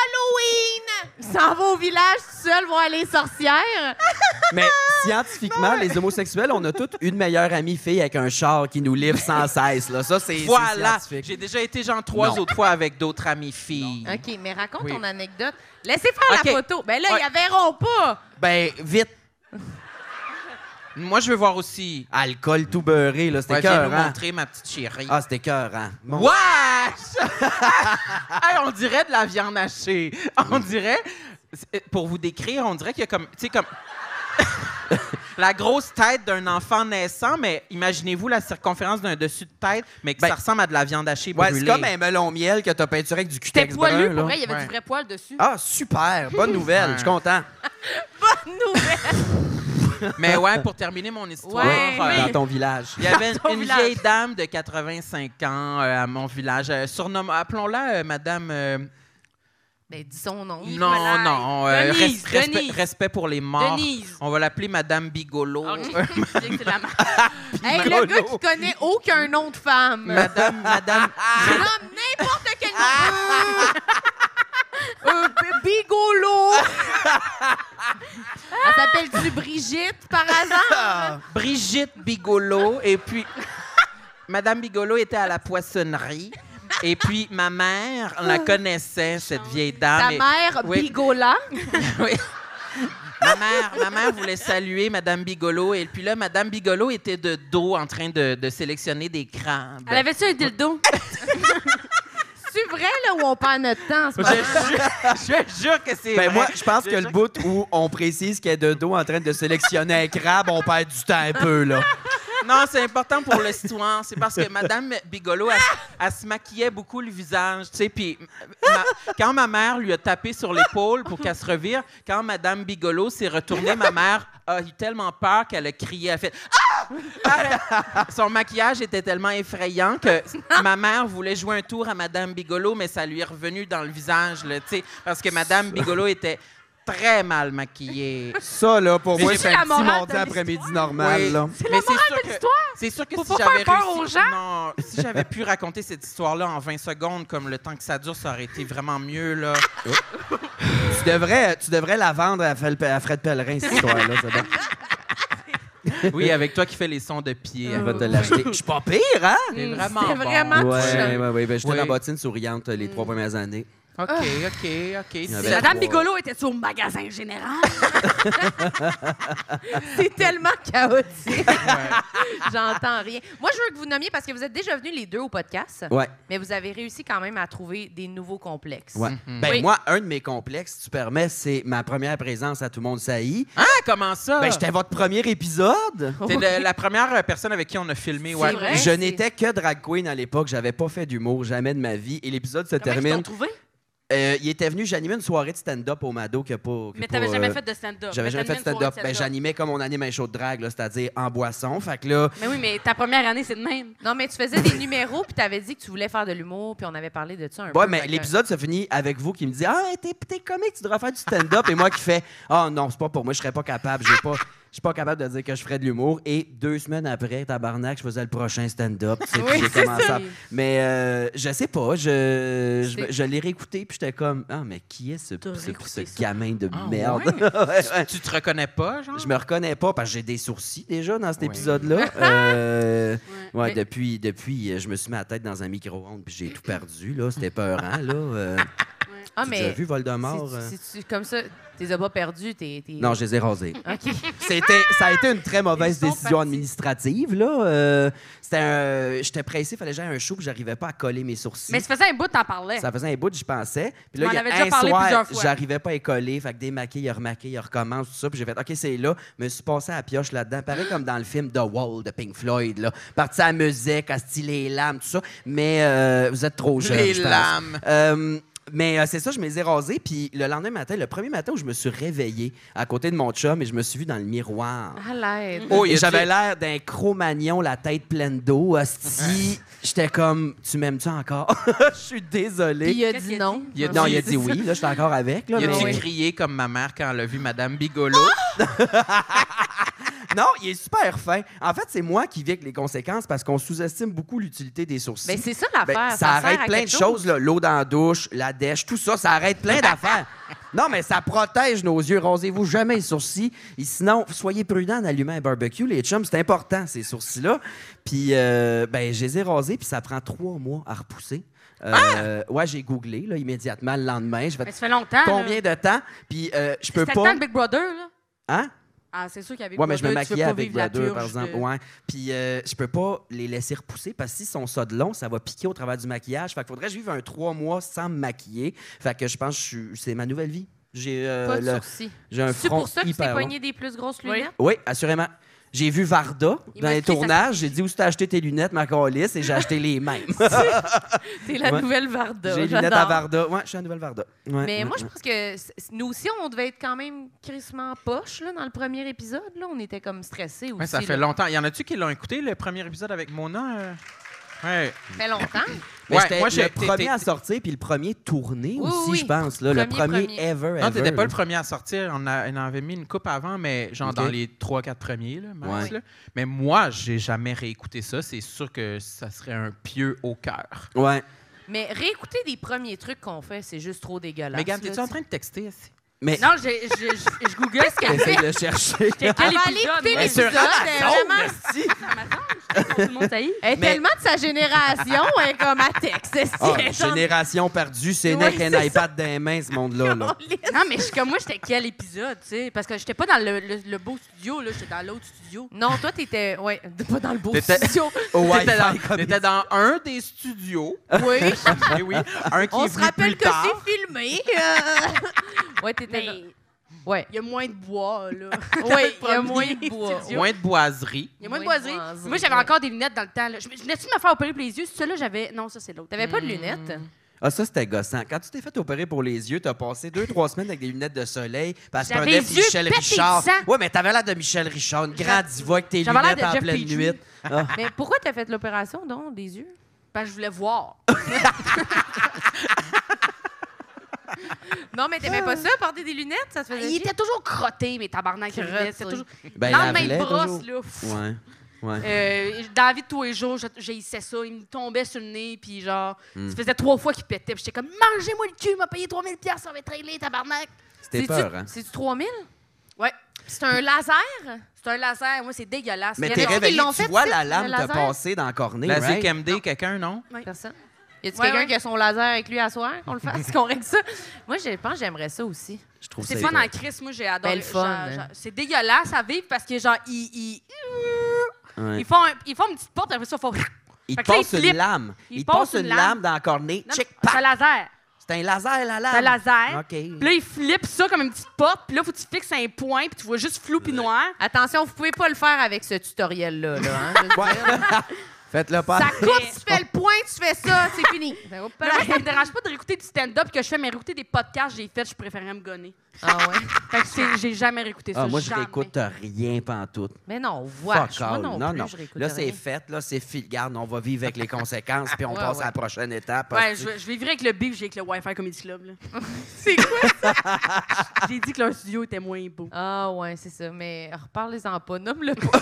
Speaker 1: J'adore l'Halloween! S'en va au village tout seul voir les sorcières.
Speaker 5: Mais scientifiquement, les homosexuels, on a toutes une meilleure amie fille avec un char qui nous livre sans cesse. Là. Ça, c'est c'est
Speaker 2: voilà. J'ai
Speaker 5: scientifique.
Speaker 2: déjà été genre trois
Speaker 5: Non.
Speaker 2: autres fois avec d'autres amies filles.
Speaker 1: OK, mais raconte
Speaker 2: Oui.
Speaker 1: ton anecdote. Laissez faire
Speaker 2: OK.
Speaker 1: la photo. Ben là,
Speaker 2: Ouais.
Speaker 1: ils la verront pas.
Speaker 5: Ben, vite,
Speaker 2: Moi, je veux voir aussi.
Speaker 1: Ah,
Speaker 5: alcool tout beurré, là. C'était
Speaker 2: Ouais, viens
Speaker 5: cœur,
Speaker 2: nous montrer ma petite chérie.
Speaker 5: Ah, c'était cœur, hein? Mon-
Speaker 2: Wesh! Hey, on dirait de la viande hachée. On dirait, c'est- euh, pour vous décrire, on dirait qu'il y a comme, tu sais, comme la grosse tête d'un enfant naissant, mais imaginez-vous la circonférence d'un dessus de tête, mais que
Speaker 5: Ben,
Speaker 2: ça ressemble à de la viande hachée
Speaker 5: Ouais, c'est
Speaker 2: brûlée.
Speaker 5: comme un melon miel que t'as peinturé avec du
Speaker 8: T'es
Speaker 5: cutex brun,
Speaker 8: poilu,
Speaker 5: là.
Speaker 8: pour vrai, il y avait
Speaker 2: Ouais.
Speaker 8: du vrai poil dessus.
Speaker 5: Ah, super! Bonne nouvelle, je suis content.
Speaker 1: Bonne nouvelle.
Speaker 2: Mais ouais, pour terminer mon histoire,
Speaker 8: Ouais,
Speaker 2: euh,
Speaker 8: oui.
Speaker 5: Dans ton village.
Speaker 2: Il y avait
Speaker 8: Dans ton
Speaker 2: une
Speaker 8: village.
Speaker 2: vieille dame de 85 ans euh, à mon village, euh, surnomme, appelons-la euh, Madame. euh,
Speaker 1: Ben, dis son nom.
Speaker 2: non,
Speaker 8: Malade.
Speaker 2: non, euh,
Speaker 8: Denise,
Speaker 2: res- respect,
Speaker 8: Denise.
Speaker 2: respect pour les morts.
Speaker 8: Denise.
Speaker 2: On va l'appeler Madame Bigolo. Euh,
Speaker 8: Ok, je disais que c'est de la marque.
Speaker 1: Hey, le gars qui connaît aucun nom de femme.
Speaker 2: Madame, Madame,
Speaker 1: Je nomme n'importe quel nom. Euh, B- Bigolo. Elle s'appelle-tu Brigitte, par
Speaker 2: Ah,
Speaker 1: hasard?
Speaker 2: Brigitte Bigolo. Et puis, Madame Bigolo était à la poissonnerie. Et puis, ma mère la connaissait, cette vieille dame.
Speaker 1: Ta
Speaker 2: Et-
Speaker 1: mère,
Speaker 2: oui.
Speaker 1: Bigola.
Speaker 2: Oui. Ma mère, ma mère voulait saluer Madame Bigolo. Et puis là, Madame Bigolo était de dos en train de, de sélectionner des crabes.
Speaker 8: Elle avait-tu un dildo?
Speaker 1: C'est vrai, là, où on perd notre temps? c'est
Speaker 2: Je
Speaker 1: pas
Speaker 2: jure, je jure que c'est
Speaker 5: Ben
Speaker 2: vrai.
Speaker 5: moi, je pense que le bout où on précise qu'elle est de dos en train de sélectionner un crabe, on perd du temps un peu, là.
Speaker 2: Non, c'est important pour l'histoire. C'est parce que Madame Bigolo, elle, elle se maquillait beaucoup le visage, tu sais. Puis ma- quand ma mère lui a tapé sur l'épaule pour qu'elle se revire, quand Madame Bigolo s'est retournée, ma mère a eu tellement peur qu'elle a crié, elle a fait ah! Son maquillage était tellement effrayant que ma mère voulait jouer un tour à Madame Bigolo, mais ça lui est revenu dans le visage, là, tu sais, parce que Madame Bigolo était très mal maquillée.
Speaker 5: Ça, là, pour
Speaker 2: Mais
Speaker 5: moi,
Speaker 2: c'est
Speaker 5: c'est
Speaker 8: la
Speaker 5: un petit
Speaker 8: morale de
Speaker 5: mardi après-midi normal,
Speaker 2: Oui.
Speaker 5: là.
Speaker 8: C'est la
Speaker 2: Mais
Speaker 8: morale
Speaker 2: sûr
Speaker 8: de
Speaker 2: que-
Speaker 8: l'histoire.
Speaker 2: C'est sûr que
Speaker 8: Faut
Speaker 2: si
Speaker 8: pas
Speaker 2: j'avais
Speaker 8: faire peur
Speaker 2: réussi-
Speaker 8: aux gens.
Speaker 2: Non, si j'avais pu raconter cette histoire-là en 20 secondes, comme le temps que ça dure, ça aurait été vraiment mieux, là.
Speaker 5: Tu devrais, tu devrais la vendre à, Fel- à Fred Pellerin, cette histoire-là. c'est bon.
Speaker 2: Oui, avec toi qui fais les sons de pied.
Speaker 5: Elle va te l'acheter. Je suis pas pire, hein?
Speaker 2: C'est
Speaker 1: Mm,
Speaker 2: vraiment
Speaker 1: c'est
Speaker 2: bon.
Speaker 1: vraiment
Speaker 5: Ouais,
Speaker 1: touchant.
Speaker 5: ouais, ouais. Ben, j'étais
Speaker 2: Oui.
Speaker 5: dans bottine souriante les trois premières années.
Speaker 2: OK, OK, OK.
Speaker 5: y avait
Speaker 2: C'est-
Speaker 8: Madame
Speaker 5: Wow.
Speaker 8: Bigolo était au magasin général.
Speaker 1: C'est tellement chaotique.
Speaker 2: ouais.
Speaker 1: J'entends rien. Moi, je veux que vous nommiez parce que vous êtes déjà venus les deux au podcast,
Speaker 5: Ouais.
Speaker 1: mais vous avez réussi quand même à trouver des nouveaux complexes.
Speaker 5: Ouais. Ben,
Speaker 8: Oui.
Speaker 5: moi, un de mes complexes, si tu permets, c'est ma première présence à Tout le monde saillit.
Speaker 2: Ah, comment ça?
Speaker 5: Ben, j'étais votre premier épisode.
Speaker 2: T'es le- la première euh, personne avec qui on a filmé, ouais.
Speaker 8: C'est vrai?
Speaker 5: Je
Speaker 1: c'est-
Speaker 5: n'étais que drag queen à l'époque. J'avais pas fait d'humour jamais de ma vie. Et l'épisode se
Speaker 8: Comment ils t'ont
Speaker 5: termine.
Speaker 8: trouvé?
Speaker 5: Euh, il était venu, j'animais une soirée de stand-up au Mado que pas. que
Speaker 8: Mais
Speaker 5: pas,
Speaker 8: t'avais jamais
Speaker 5: euh,
Speaker 8: fait de stand-up.
Speaker 5: J'avais
Speaker 8: Mais
Speaker 5: jamais
Speaker 8: t'as
Speaker 5: fait de
Speaker 8: mis une soirée
Speaker 5: stand-up. Ben, j'animais comme on anime un show de drague, là, c'est-à-dire en boisson. Fait que là,
Speaker 8: Mais oui, mais ta première année, c'est de même.
Speaker 1: Non, mais tu faisais des numéros, puis tu avais dit que tu voulais faire de l'humour, puis on avait parlé de ça un peu.
Speaker 5: ouais, mais
Speaker 1: Fait que-
Speaker 5: l'épisode se finit avec vous qui me dit Ah, t'es, t'es comique, tu devrais faire du stand-up. Et moi qui fais Ah non, c'est pas pour moi, je serais pas capable. J'ai pas, Je suis pas capable de dire que je ferais de l'humour. Et deux semaines après, tabarnak, je faisais le prochain stand-up. tu sais, puis
Speaker 1: Oui,
Speaker 5: j'ai
Speaker 1: c'est
Speaker 5: commencé
Speaker 1: ça.
Speaker 5: à- Mais euh, je sais pas. Je, je,
Speaker 1: C'est-
Speaker 5: je l'ai réécouté, puis j'étais comme, ah, mais qui est ce,
Speaker 6: T'as
Speaker 5: ce-
Speaker 6: réécouté
Speaker 5: ce
Speaker 6: ça?
Speaker 5: gamin de
Speaker 2: Ah,
Speaker 5: merde? Ouais, ouais.
Speaker 2: Tu te reconnais pas, genre?
Speaker 5: Je me reconnais pas parce que j'ai des sourcils déjà dans cet
Speaker 2: Ouais.
Speaker 5: épisode-là. Euh, ouais,
Speaker 1: Mais-
Speaker 5: depuis, depuis, euh, je me suis mis la tête dans un micro-ondes puis j'ai tout perdu. là. C'était peurant. Là. Euh,
Speaker 1: Ah,
Speaker 5: tu as
Speaker 1: mais.
Speaker 5: vu Voldemort? euh?
Speaker 1: Si, si tu- comme ça, t'es les as pas perdus, t'es. t'es-
Speaker 5: Non, je les ai rasés.
Speaker 1: OK.
Speaker 5: C'était, ça a été une très mauvaise
Speaker 1: Ils sont
Speaker 5: décision
Speaker 1: partis.
Speaker 5: administrative. Là. Euh, c'était un- j'étais pressé, il fallait que j'aille à un show puis j'arrivais pas à coller mes sourcils.
Speaker 1: Mais ça faisait un bout, t'en parlais.
Speaker 5: Ça faisait un bout, j'y pensais. Puis
Speaker 1: Tu
Speaker 5: là,
Speaker 1: m'en
Speaker 5: il y a
Speaker 1: avais
Speaker 5: un
Speaker 1: déjà parlé
Speaker 5: soir,
Speaker 1: plusieurs fois.
Speaker 5: j'arrivais pas à y coller. Fait que démaquer, il a remaqué, il recommence, tout ça. Puis j'ai fait, OK, c'est là. Me suis passé à la pioche là-dedans. Pareil comme dans le film The Wall de Pink Floyd, là. Parti à la musique, à styler les lames, tout ça. Mais euh, vous êtes trop jeune.
Speaker 2: Les
Speaker 5: je pense.
Speaker 2: lames.
Speaker 5: Euh, mais euh, c'est ça, je me les ai rasés. Puis le lendemain matin, le premier matin où je me suis réveillé à côté de mon chum et je me suis vu dans le miroir.
Speaker 1: À l'aide.
Speaker 2: Oh, il
Speaker 5: Et
Speaker 2: a
Speaker 5: j'avais
Speaker 2: dit-
Speaker 5: l'air d'un cro-magnon, la tête pleine d'eau. hostie. J'étais comme, tu m'aimes-tu encore? Je suis désolé.
Speaker 1: Puis il a
Speaker 6: Qu'est-ce
Speaker 1: dit
Speaker 6: qu'il a
Speaker 1: non.
Speaker 2: Il a dit-
Speaker 5: Non, il a dit oui, là, je suis encore avec. Là,
Speaker 2: Il a-tu
Speaker 5: mais-
Speaker 2: crié comme ma mère quand elle a vu Madame Bigolo?
Speaker 5: Non, il est super fin. En fait, c'est moi qui vis avec les conséquences parce qu'on sous-estime beaucoup l'utilité des sourcils.
Speaker 1: Ben, c'est ça l'affaire.
Speaker 5: Ben, ça,
Speaker 1: sert
Speaker 5: arrête
Speaker 1: à
Speaker 5: plein de
Speaker 1: quelque
Speaker 5: choses, là. l'eau dans la douche, la dèche, tout ça, ça arrête plein d'affaires. Non, mais ça protège nos yeux. Rasez-vous jamais les sourcils. Et sinon, soyez prudents en allumant un barbecue. Les chums, c'est important, ces sourcils-là. Puis, euh, ben, je les ai rasés, puis ça prend trois mois à repousser. Euh, Ouais, j'ai googlé là, immédiatement le lendemain. Je
Speaker 6: Mais
Speaker 5: vais
Speaker 6: ça fait longtemps.
Speaker 5: combien de temps? Puis, euh, je peux
Speaker 6: C'était le temps
Speaker 5: pas.
Speaker 6: de Big Brother, là.
Speaker 5: Hein?
Speaker 6: Ah, c'est sûr qu'il y avait
Speaker 5: Ouais, mais je me maquillais avec
Speaker 6: la
Speaker 5: la deux, par exemple. Ouais. Puis euh, je peux pas les laisser repousser parce que s'ils sont ça de long, ça va piquer au travers du maquillage. Fait qu'il faudrait que je vive un trois mois sans me maquiller. Fait que je pense que je suis- c'est ma nouvelle vie. J'ai euh,
Speaker 1: Pas
Speaker 5: le-
Speaker 1: de sourcils.
Speaker 5: j'ai un
Speaker 6: C'est
Speaker 5: front
Speaker 6: pour ça que tu t'es
Speaker 5: hyper long.
Speaker 6: pogné des plus grosses lunettes?
Speaker 5: Oui, assurément. J'ai vu Varda
Speaker 6: Il
Speaker 5: dans
Speaker 6: m'a
Speaker 5: les
Speaker 6: écrit, ça-
Speaker 5: tournages. J'ai dit où t'as acheté tes lunettes, ma calice, et j'ai acheté les mêmes.
Speaker 1: T'es la
Speaker 5: Ouais.
Speaker 1: nouvelle Varda.
Speaker 5: j'ai les lunettes à
Speaker 1: j'adore.
Speaker 5: Varda. Ouais, je suis la nouvelle Varda. Ouais, Mm,
Speaker 1: Mais
Speaker 5: ouais,
Speaker 1: moi,
Speaker 5: ouais.
Speaker 1: je pense que c- nous aussi, on devait être quand même crissement poche là, dans le premier épisode. Là. On était comme stressés aussi.
Speaker 2: Ouais, ça fait
Speaker 1: là.
Speaker 2: longtemps. Y en a-tu qui l'ont écouté, le premier épisode avec Mona? euh? Ouais.
Speaker 1: Ça fait longtemps.
Speaker 5: Mais
Speaker 2: Ouais,
Speaker 5: j'étais
Speaker 2: moi, j'ai-
Speaker 5: le
Speaker 2: t'es- t'es-
Speaker 5: premier à sortir, puis le premier tourné
Speaker 1: Oui,
Speaker 5: aussi,
Speaker 1: oui.
Speaker 5: je pense. là, le
Speaker 1: Premier,
Speaker 5: premier,
Speaker 1: premier.
Speaker 5: ever,
Speaker 2: Non, t'étais
Speaker 5: ever,
Speaker 2: pas
Speaker 5: là.
Speaker 2: le premier à sortir. On, a- on en avait mis une coupe avant, mais genre
Speaker 5: Ok.
Speaker 2: dans les 3-4 premiers, là, max,
Speaker 5: Ouais.
Speaker 2: là. Mais moi, j'ai jamais réécouté ça. C'est sûr que ça serait un pieu au cœur.
Speaker 5: Ouais.
Speaker 1: Mais réécouter des premiers trucs qu'on fait, c'est juste trop dégueulasse.
Speaker 2: Mégane,
Speaker 1: là,
Speaker 2: t'es-tu en train de texter? ici?
Speaker 5: Mais
Speaker 6: Non, j'ai- j'ai- je je googlais ce qu'elle
Speaker 5: Essaye
Speaker 6: fait.
Speaker 5: de Ah, le chercher.
Speaker 6: J'étais
Speaker 1: Elle
Speaker 6: quel
Speaker 1: va aller
Speaker 6: épisode?
Speaker 1: écouter
Speaker 6: moi?
Speaker 2: Mais
Speaker 1: l'épisode.
Speaker 2: sur
Speaker 5: Ah,
Speaker 1: elle est Vraiment,
Speaker 6: Tout le monde sait.
Speaker 1: elle est
Speaker 5: Mais-
Speaker 1: tellement de sa génération, elle est comme à texte. est-ce
Speaker 5: Ah,
Speaker 1: qu'elle est en-
Speaker 5: génération perdue, c'est
Speaker 1: Ouais,
Speaker 5: né qu'un iPad dans les mains, ce monde-là. là.
Speaker 6: Non, mais je suis comme moi, j'étais quel épisode, tu sais? Parce que j'étais pas dans le, le- le beau studio, là, j'étais dans l'autre studio.
Speaker 1: Non, toi, t'étais ouais, pas dans le beau
Speaker 2: T'étais-
Speaker 1: studio.
Speaker 5: Au Wi-Fi,
Speaker 2: T'étais dans,
Speaker 5: comme-
Speaker 2: t'étais dans un des studios.
Speaker 1: Oui.
Speaker 2: Eh oui, un qui
Speaker 1: On
Speaker 2: est
Speaker 1: se
Speaker 2: venu
Speaker 1: rappelle
Speaker 2: plus
Speaker 1: que
Speaker 2: tard.
Speaker 1: c'est filmé. euh. ouais, t'étais
Speaker 6: Mais
Speaker 1: dans- Ouais.
Speaker 6: il y a moins de bois, là.
Speaker 1: Ouais, il y a
Speaker 6: Premier
Speaker 1: moins de bois.
Speaker 6: studio.
Speaker 2: Moins de boiserie.
Speaker 6: Il y a moins de
Speaker 1: Moins de
Speaker 6: boiserie.
Speaker 1: boiserie,
Speaker 6: Moi, j'avais
Speaker 1: ouais.
Speaker 6: encore des lunettes dans le temps. Là. Je me- je venais-tu me faire opérer pour les yeux? Celui-là, j'avais. Non, ça, c'est l'autre.
Speaker 1: T'avais pas de lunettes?
Speaker 5: Ah, ça, c'était gossant. Quand tu t'es fait opérer pour les yeux, t'as passé deux, trois semaines avec des lunettes de soleil parce que
Speaker 6: J'avais
Speaker 5: t'avais
Speaker 6: les yeux
Speaker 5: Michel
Speaker 6: pétés de
Speaker 5: Richard.
Speaker 6: sang.
Speaker 5: Ouais, mais t'avais l'air de Michel Richard, une grande diva avec tes
Speaker 6: J'avais l'air
Speaker 5: lunettes
Speaker 6: de
Speaker 5: en
Speaker 6: Jeff
Speaker 5: pleine
Speaker 6: Petrie.
Speaker 5: nuit. Ah.
Speaker 1: Mais pourquoi t'as fait l'opération, donc, des yeux?
Speaker 6: Parce que Ben, je voulais voir.
Speaker 1: Ah, Non, mais t'aimais pas ça, porter des lunettes? Ça te faisait
Speaker 6: Ah, il
Speaker 1: chier?
Speaker 6: était toujours crotté, mes tabarnak. les lunettes. C'était toujours.
Speaker 5: Ben, il
Speaker 6: Lendemain,
Speaker 5: l'avalait
Speaker 6: il brosse,
Speaker 5: toujours.
Speaker 6: là. pff.
Speaker 5: Ouais. Ouais.
Speaker 6: Euh, dans la vie de tous les jours, je- j'haïssais ça. Il me tombait sur le nez, puis genre,
Speaker 5: Hmm.
Speaker 6: ça faisait trois fois qu'il pétait. Puis j'étais comme, mangez-moi le cul, il m'a payé 3000 pièces ça va être réglé, tabarnak.
Speaker 5: C'était
Speaker 1: C'est-tu-
Speaker 5: peur, hein?
Speaker 1: C'est-tu 3000?
Speaker 6: Ouais.
Speaker 1: C'est un laser?
Speaker 6: C'est un laser, moi, c'est dégueulasse.
Speaker 5: Mais
Speaker 6: Il y
Speaker 5: t'es
Speaker 6: en a-
Speaker 1: rêvé- qui
Speaker 5: réveillé,
Speaker 1: l'ont
Speaker 5: tu
Speaker 1: fait,
Speaker 5: vois
Speaker 1: ça,
Speaker 5: la
Speaker 1: le
Speaker 5: lame te
Speaker 1: laser?
Speaker 5: passer dans la cornée,
Speaker 2: La
Speaker 5: right?
Speaker 2: ZKMD, quelqu'un, non?
Speaker 1: Personne? Y a-tu
Speaker 6: Ouais,
Speaker 1: quelqu'un
Speaker 6: ouais.
Speaker 1: qui a son laser avec lui à soir? Qu'on le fasse? qu'on règle ça? Moi, je pense que j'aimerais ça aussi.
Speaker 5: Je trouve
Speaker 6: C'est
Speaker 5: ça
Speaker 6: fun
Speaker 5: drôle.
Speaker 6: en crise, moi j'ai adoré.
Speaker 1: Ben, le fun,
Speaker 6: Genre-
Speaker 1: hein.
Speaker 6: genre- C'est dégueulasse à vivre parce que genre ils, ils,
Speaker 5: Ouais.
Speaker 6: ils font un- ils font une petite porte après ça ils font
Speaker 5: Il te
Speaker 6: Fait que là, hein. il
Speaker 5: passe une
Speaker 6: flippe.
Speaker 5: lame.
Speaker 6: Il
Speaker 5: Il te passe une lame dans la cornée.
Speaker 6: Non,
Speaker 5: Check,
Speaker 6: C'est un
Speaker 5: pack.
Speaker 6: laser.
Speaker 5: C'est un laser, la lame.
Speaker 6: C'est un
Speaker 1: Hein?
Speaker 6: laser.
Speaker 5: OK.
Speaker 6: Puis là ils flippent ça comme une petite porte, puis là faut que tu fixes un point, puis tu vois juste flou puis noir.
Speaker 1: Attention, vous pouvez pas le faire avec ce tutoriel-là. Là, hein, je veux dire.
Speaker 5: Faites-le pas.
Speaker 1: oh. Ça coupe, tu fais le point, tu fais ça, c'est fini.
Speaker 6: Mais moi, ça me dérange pas de réécouté du stand-up que je fais, mais réécouter des podcasts que j'ai fait, je préférais me gonner.
Speaker 1: Ah ouais?
Speaker 6: Fait que c'est- j'ai jamais réécouté ça.
Speaker 5: Ah, moi, je
Speaker 6: jamais.
Speaker 5: réécoute rien pantoute.
Speaker 1: Mais non, voilà.
Speaker 5: Fuck
Speaker 1: Moi
Speaker 5: all.
Speaker 1: non,
Speaker 5: non,
Speaker 1: plus,
Speaker 5: non.
Speaker 1: je réécoute
Speaker 5: Là, c'est
Speaker 1: rien.
Speaker 5: fait. Là, c'est fil. Garde, on va vivre avec les conséquences, puis on
Speaker 1: Ouais,
Speaker 5: passe
Speaker 1: ouais.
Speaker 5: à la prochaine étape.
Speaker 6: Ouais,
Speaker 5: hostie.
Speaker 6: je, vais- je vais vivre avec le beef, j'ai avec le Wi-Fi Comedy Club. là.
Speaker 1: C'est quoi?
Speaker 6: J'ai dit que leur studio était moins beau.
Speaker 1: Ah ouais, c'est ça. Mais reparlez-en pas. Nomme-le pas.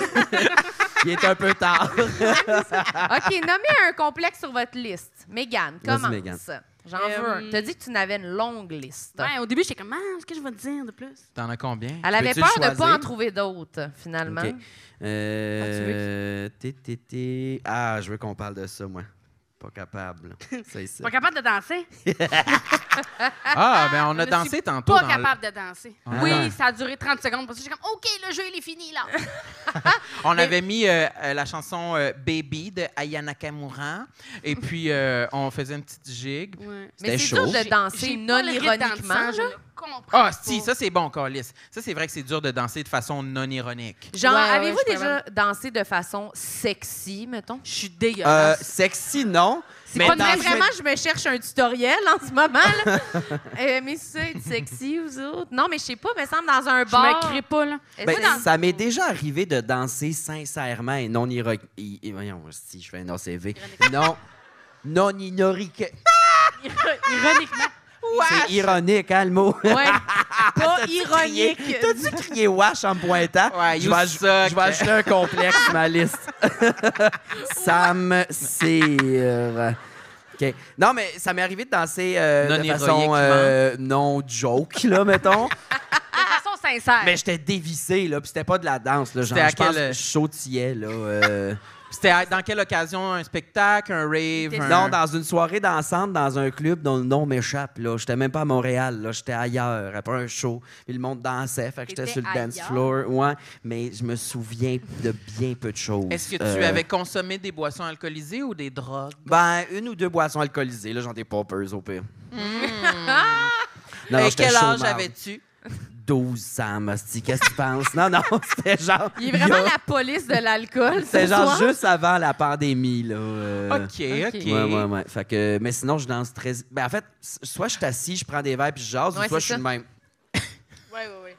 Speaker 5: Il est un peu tard.
Speaker 1: OK, nommez un complexe sur votre liste. Mégane,
Speaker 5: Vas-y,
Speaker 1: commence.
Speaker 5: Mégane.
Speaker 1: J'en
Speaker 6: Euh,
Speaker 1: veux un. T'as dit que tu n'avais une longue liste.
Speaker 6: Ouais, au début, j'étais comme, ah, ce que je vais te dire de plus?
Speaker 2: T'en as combien?
Speaker 1: Elle avait
Speaker 5: Peux-tu
Speaker 1: peur de
Speaker 5: choisir?
Speaker 1: pas en trouver d'autres, finalement. Ah,
Speaker 5: OK. Euh, t'es, t'es, t'es. Ah, je veux qu'on parle de ça, moi. Pas capable. C'est ça.
Speaker 6: Pas capable de danser?
Speaker 2: Ah, ben on
Speaker 6: Je
Speaker 2: a
Speaker 6: suis
Speaker 2: dansé tantôt
Speaker 6: Pas
Speaker 2: dans le-
Speaker 6: capable de danser.
Speaker 2: Ah.
Speaker 6: Oui, ça a duré 30 secondes. Parce que j'ai comme, OK, le jeu, il est fini, là.
Speaker 2: On avait mis euh, euh, la chanson euh, Baby de Aya Nakamura. Et puis, euh, on faisait une petite gigue.
Speaker 6: Ouais.
Speaker 1: Mais
Speaker 5: C'était
Speaker 1: c'est
Speaker 5: chaud.
Speaker 1: dur de danser
Speaker 6: pas le rythme
Speaker 1: non-ironiquement.
Speaker 6: dansant, je
Speaker 1: là.
Speaker 6: le comprends.
Speaker 2: Ah, si,
Speaker 6: pas.
Speaker 2: ça, c'est bon, Carlis. Ça, c'est vrai que c'est dur de danser de façon non ironique.
Speaker 1: Genre,
Speaker 6: Ouais, ouais,
Speaker 1: avez-vous
Speaker 6: je peux
Speaker 1: déjà dansé de façon sexy, mettons?
Speaker 6: Je suis
Speaker 5: Euh,
Speaker 6: dégueulasse.
Speaker 5: sexy, non.
Speaker 1: C'est pas de
Speaker 5: dans-
Speaker 1: même, vraiment, je me cherche un tutoriel en ce moment. Là. Euh, mais ça, être sexy, vous autres? Non, mais je sais pas, me semble dans un
Speaker 6: je me
Speaker 1: bar.
Speaker 6: crée pas, là.
Speaker 1: Est-ce
Speaker 5: Ben,
Speaker 1: que dans-
Speaker 5: ça m'est déjà arrivé de danser sincèrement et non ironique. Voyons, si je fais un OCV. Non. Non ironique.
Speaker 6: Ironiquement.
Speaker 5: C'est ironique, hein, le mot.
Speaker 1: Ouais. pas
Speaker 5: Crier.
Speaker 1: ironique.
Speaker 5: T'as-tu crié wash en me pointant?
Speaker 2: Ouais,
Speaker 5: je
Speaker 2: you
Speaker 5: vais, aj-
Speaker 2: suck.
Speaker 5: je vais ajouter un complexe, ma liste. Sam Cyr. OK. Non, mais ça m'est arrivé de danser euh, de
Speaker 2: Non
Speaker 5: façon euh, non joke, là, mettons.
Speaker 6: De façon sincère.
Speaker 5: mais j'étais dévissé, là, puis c'était pas de la danse, là. Genre,
Speaker 2: C'était à
Speaker 5: je pense
Speaker 2: quel-
Speaker 5: que je sautillais, là. euh.
Speaker 2: C'était à- dans quelle occasion? Un spectacle, un rave? un-
Speaker 5: non, dans une soirée dansante, dans un club dont le nom m'échappe, là. J'étais même pas à Montréal, là. J'étais ailleurs, après un show. Puis le monde dansait, fait que j'étais sur
Speaker 6: T'étais
Speaker 5: le dance
Speaker 6: ailleurs?
Speaker 5: floor. Ouais, mais je me souviens de bien peu de choses.
Speaker 2: Est-ce que tu
Speaker 5: Euh,
Speaker 2: avais consommé des boissons alcoolisées ou des drogues?
Speaker 5: Ben, une ou deux boissons alcoolisées, là. J'en ai pas peur, au pire. non, non,
Speaker 2: Hmm. Et
Speaker 5: j'étais
Speaker 2: quel
Speaker 5: chaud,
Speaker 2: âge
Speaker 5: marde.
Speaker 2: avais-tu?
Speaker 5: 12 ans, Masti. Qu'est-ce que tu penses? Non, non, c'était genre.
Speaker 1: Il est vraiment
Speaker 5: yo.
Speaker 1: la police de l'alcool.
Speaker 5: C'était
Speaker 1: ce
Speaker 5: genre
Speaker 1: soir.
Speaker 5: juste avant la pandémie, là. euh.
Speaker 2: OK, OK.
Speaker 5: Ouais, ouais, ouais. Fait que, mais sinon, je danse très. Ben, en fait, s- soit je suis assis, je prends des verres puis je jase,
Speaker 1: Ouais,
Speaker 5: ou
Speaker 1: c'est
Speaker 5: soit je suis
Speaker 1: ça.
Speaker 5: de même.
Speaker 6: Ouais, ouais, ouais.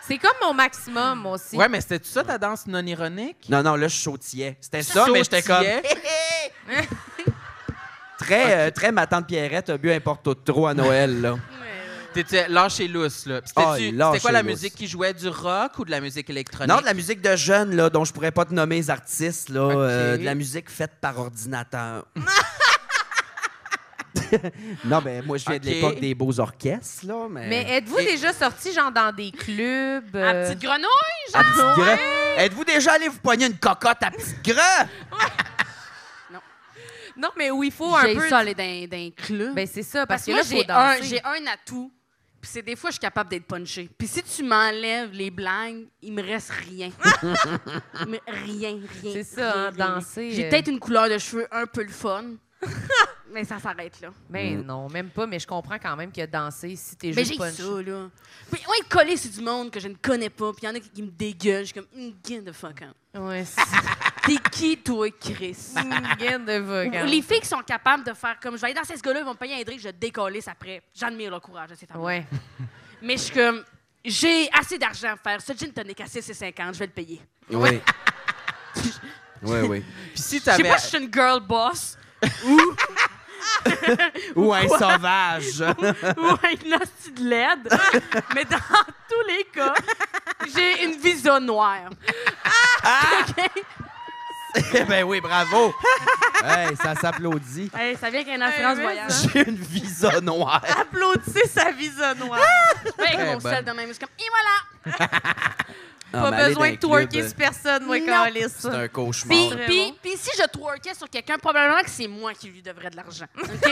Speaker 1: C'est comme mon maximum moi aussi.
Speaker 2: Ouais, mais c'était-tu ça ta danse non ironique?
Speaker 5: Non, non, là, je sautillais. C'était ça, mais j'étais comme.
Speaker 2: Sautillais?
Speaker 5: Très, euh, très, ma tante Pierrette a bu un porto de trop à Noël, là.
Speaker 2: T'étais lâché lousse, là. Puis
Speaker 5: Ah,
Speaker 2: c'était-tu-
Speaker 5: lâché
Speaker 2: C'était quoi la
Speaker 5: lousse.
Speaker 2: musique qui jouait? Du rock ou de la musique électronique?
Speaker 5: non, de la musique de jeunes, là, dont je pourrais pas te nommer les artistes, là. euh,
Speaker 2: Ok.
Speaker 5: de la musique faite par ordinateur. non, ben, moi, je viens de
Speaker 2: Ok.
Speaker 5: l'époque des beaux orchestres, là, mais.
Speaker 1: Mais
Speaker 6: euh,
Speaker 1: êtes-vous déjà sorti genre dans des clubs
Speaker 6: La
Speaker 1: euh,
Speaker 6: petite grenouille, genre.
Speaker 2: Ah,
Speaker 5: À Petite Grès. Êtes-vous déjà allé vous pogner une cocotte à petite grès?
Speaker 1: Non, mais où il faut un
Speaker 6: J'ai
Speaker 1: peu
Speaker 6: ça aller dans, dans un club.
Speaker 1: Ben c'est ça parce,
Speaker 6: parce,
Speaker 1: que
Speaker 6: que,
Speaker 1: là faut
Speaker 6: moi, j'ai un,
Speaker 1: danser.
Speaker 6: j'ai un atout. Puis c'est des fois, je suis capable d'être punchée. Puis si tu m'enlèves les blagues, il me reste rien. Il me- rien, rien.
Speaker 1: C'est ça,
Speaker 6: rien,
Speaker 1: hein,
Speaker 6: rien, rien.
Speaker 1: danser,
Speaker 6: J'ai
Speaker 1: euh.
Speaker 6: peut-être une couleur de cheveux un peu le fun. mais ça s'arrête là.
Speaker 1: Ben non, même pas mais je comprends quand même que danser si t'es
Speaker 6: Mm. Mais
Speaker 1: juste
Speaker 6: j'ai
Speaker 1: punch.
Speaker 6: ça, là. Puis on est collé sur du monde que je ne connais pas. Puis il y en a qui qui me dégueulent. Je suis comme, mm, get the fuck out.
Speaker 1: Ouais,
Speaker 6: T'es qui, toi, Chris?
Speaker 1: Bah, gain de
Speaker 6: Ou
Speaker 1: vacances.
Speaker 6: Les filles qui sont capables de faire comme je vais aller dans ces gars-là, ils vont me payer un drink, je décollisse après. J'admire leur courage de ces femmes.
Speaker 1: hein. Ouais.
Speaker 6: Mais je suis comme j'ai assez d'argent à faire. Ce gin tonic à 6,50, je vais le payer.
Speaker 5: Oui. oui, oui.
Speaker 2: Puis si
Speaker 6: Je sais
Speaker 2: t'avais...
Speaker 6: pas si je suis une girl boss
Speaker 5: Ou un sauvage.
Speaker 6: ou un hostie de LED, mais dans tous les cas, j'ai une visa noire. OK?
Speaker 5: ben oui, bravo. Hey, ça s'applaudit.
Speaker 6: Hey, ça vient qu'un
Speaker 1: Euh,
Speaker 6: assurance voyage.
Speaker 5: J'ai une visa noire.
Speaker 1: Applaudissez sa visa noire.
Speaker 6: Je paye avec mon
Speaker 2: bonne.
Speaker 6: sel de même. Je suis comme, et voilà!
Speaker 1: Pas besoin de twerker sur personne, moi,
Speaker 6: Non.
Speaker 1: Calis.
Speaker 5: C'est un cauchemar.
Speaker 6: Puis,
Speaker 1: Vraiment.
Speaker 6: puis, puis si je twerkais sur quelqu'un, probablement que c'est moi qui lui devrais de l'argent. OK?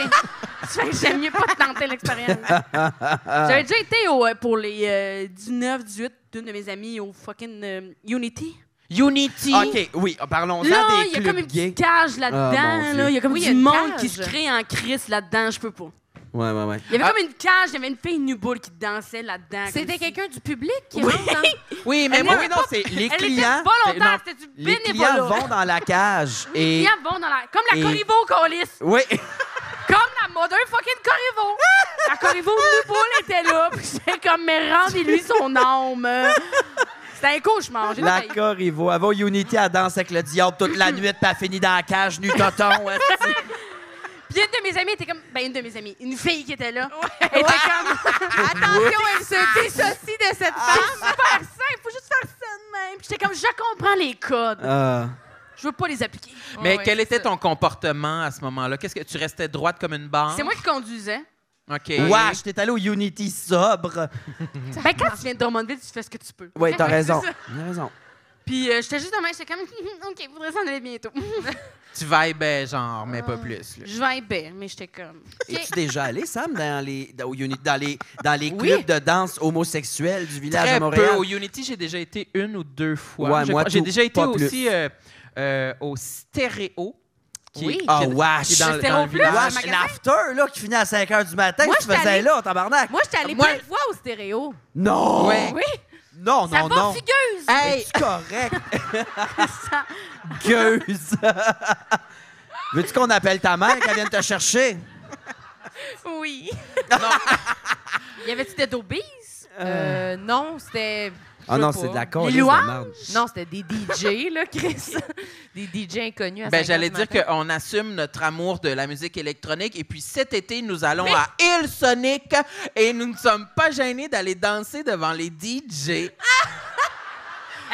Speaker 6: Ça fait que J'aime mieux pas tenter l'expérience. J'avais déjà été au, euh, pour les euh, 19, 18 d'une de mes amies au fucking euh, Unity.
Speaker 2: Unity?
Speaker 5: OK, oui, parlons-en
Speaker 6: Là,
Speaker 5: des
Speaker 6: il y a
Speaker 5: clubs
Speaker 6: comme une
Speaker 5: gays.
Speaker 6: petite cage
Speaker 5: Ah,
Speaker 6: là-dedans.
Speaker 5: mon Dieu.
Speaker 6: là. Il y a comme
Speaker 1: Oui, il y a
Speaker 6: du
Speaker 1: une
Speaker 6: monde
Speaker 1: cage.
Speaker 6: qui se crée en crise là-dedans. Je peux pas.
Speaker 5: Ouais, ouais, ouais.
Speaker 6: Il y avait comme une cage, il y avait une fille nuboule qui dansait là-dedans.
Speaker 1: C'était
Speaker 6: comme si-
Speaker 1: quelqu'un du public qui rentre dans-
Speaker 2: Oui, mais
Speaker 6: Elle
Speaker 2: moi...
Speaker 6: est-
Speaker 5: oui, non, c'est les
Speaker 6: Elle
Speaker 5: clients.
Speaker 6: était volontaire,
Speaker 5: c'est- non,
Speaker 6: c'était du
Speaker 5: les
Speaker 6: bénévolat.
Speaker 5: clients vont dans la cage
Speaker 6: Les
Speaker 5: et
Speaker 6: clients vont dans la... Comme la
Speaker 5: Et-
Speaker 6: Corriveau qu'on lisse.
Speaker 5: oui,
Speaker 6: Comme la motherfucking Corriveau. La Corriveau de boule était là, puis j'étais comme, mais rendez-lui son âme. C'était un cauchemar. J'ai
Speaker 5: La
Speaker 6: failli.
Speaker 5: Corriveau, elle va au Unity, elle danse avec le diable toute la nuit, puis elle finit dans la cage, nu
Speaker 2: Ah,
Speaker 5: toton. esti.
Speaker 6: Puis une de mes amies était comme. Ben, une de mes amies, une fille qui était là. Elle était comme.
Speaker 1: Attention, elle se dissocie de cette femme.
Speaker 6: C'est super simple, faut juste faire ça de même. Puis j'étais comme, je comprends les codes.
Speaker 5: Ah.
Speaker 6: Je veux pas les appliquer.
Speaker 2: Mais
Speaker 1: Ouais, ouais,
Speaker 2: quel
Speaker 1: c'est
Speaker 2: était
Speaker 1: ça.
Speaker 2: ton comportement à ce moment-là? Qu'est-ce que tu restais droite comme une barre?
Speaker 6: C'est moi qui conduisais.
Speaker 2: OK.
Speaker 5: Wesh, t'es allé au Unity sobre.
Speaker 6: Ben, quand tu viens de Drummondville, tu fais ce que tu peux.
Speaker 5: Oui, t'as
Speaker 6: Ouais,
Speaker 5: raison.
Speaker 6: c'est ça.
Speaker 5: T'as raison.
Speaker 6: Puis euh, j'étais juste demain, j'étais comme, OK, faudrait s'en aller bientôt.
Speaker 2: Tu vibes, genre, mais
Speaker 6: Ah.
Speaker 2: pas plus. là.
Speaker 6: je vais belle, mais j'étais comme. OK.
Speaker 5: Es-tu déjà allé, Sam, dans les, dans, au Unity, dans les, dans les
Speaker 2: Oui.
Speaker 5: clubs de danse homosexuels du village
Speaker 2: Très
Speaker 5: à Montréal?
Speaker 2: peu. Au Unity, j'ai déjà été une ou deux fois.
Speaker 5: Ouais,
Speaker 2: Je
Speaker 5: moi
Speaker 2: crois- J'ai
Speaker 5: tout,
Speaker 2: déjà été
Speaker 5: pas
Speaker 2: aussi euh, euh, au stéréo. Qui
Speaker 6: Oui.
Speaker 5: Ah,
Speaker 2: qui est-
Speaker 5: wesh.
Speaker 2: qui est dans, le- dans le
Speaker 6: Stéréo Plus,
Speaker 2: village.
Speaker 6: le
Speaker 5: Wesh, l'after, là, qui finit à 5 h du matin,
Speaker 1: Moi,
Speaker 5: tu
Speaker 1: j'étais
Speaker 5: faisais
Speaker 1: allée-
Speaker 5: là, tabarnak?
Speaker 1: Moi, j'étais allée
Speaker 2: Moi-
Speaker 1: plein de fois au stéréo.
Speaker 5: Non!
Speaker 2: Ouais.
Speaker 1: Oui,
Speaker 5: Non,
Speaker 6: ça
Speaker 5: non,
Speaker 6: va,
Speaker 5: non.
Speaker 6: figueuse!
Speaker 2: Hey,
Speaker 5: Es-tu correct? Gueuse! Veux-tu qu'on appelle ta mère qu'elle vienne te chercher?
Speaker 1: oui.
Speaker 6: Y avait-tu des dobies?
Speaker 1: Euh, non, c'était. je
Speaker 5: Ah
Speaker 1: sais
Speaker 5: non,
Speaker 1: pas.
Speaker 5: c'est de la con.
Speaker 6: Les louanges?
Speaker 1: Non, c'était des DJ, là, Chris. des DJ inconnus à
Speaker 2: Ben,
Speaker 1: 5
Speaker 2: j'allais
Speaker 1: du
Speaker 2: dire
Speaker 1: matin.
Speaker 2: qu'on assume notre amour de la musique électronique. Et puis cet été, nous allons à Hill Sonic et nous ne sommes pas gênés d'aller danser devant les DJ.
Speaker 6: Ah!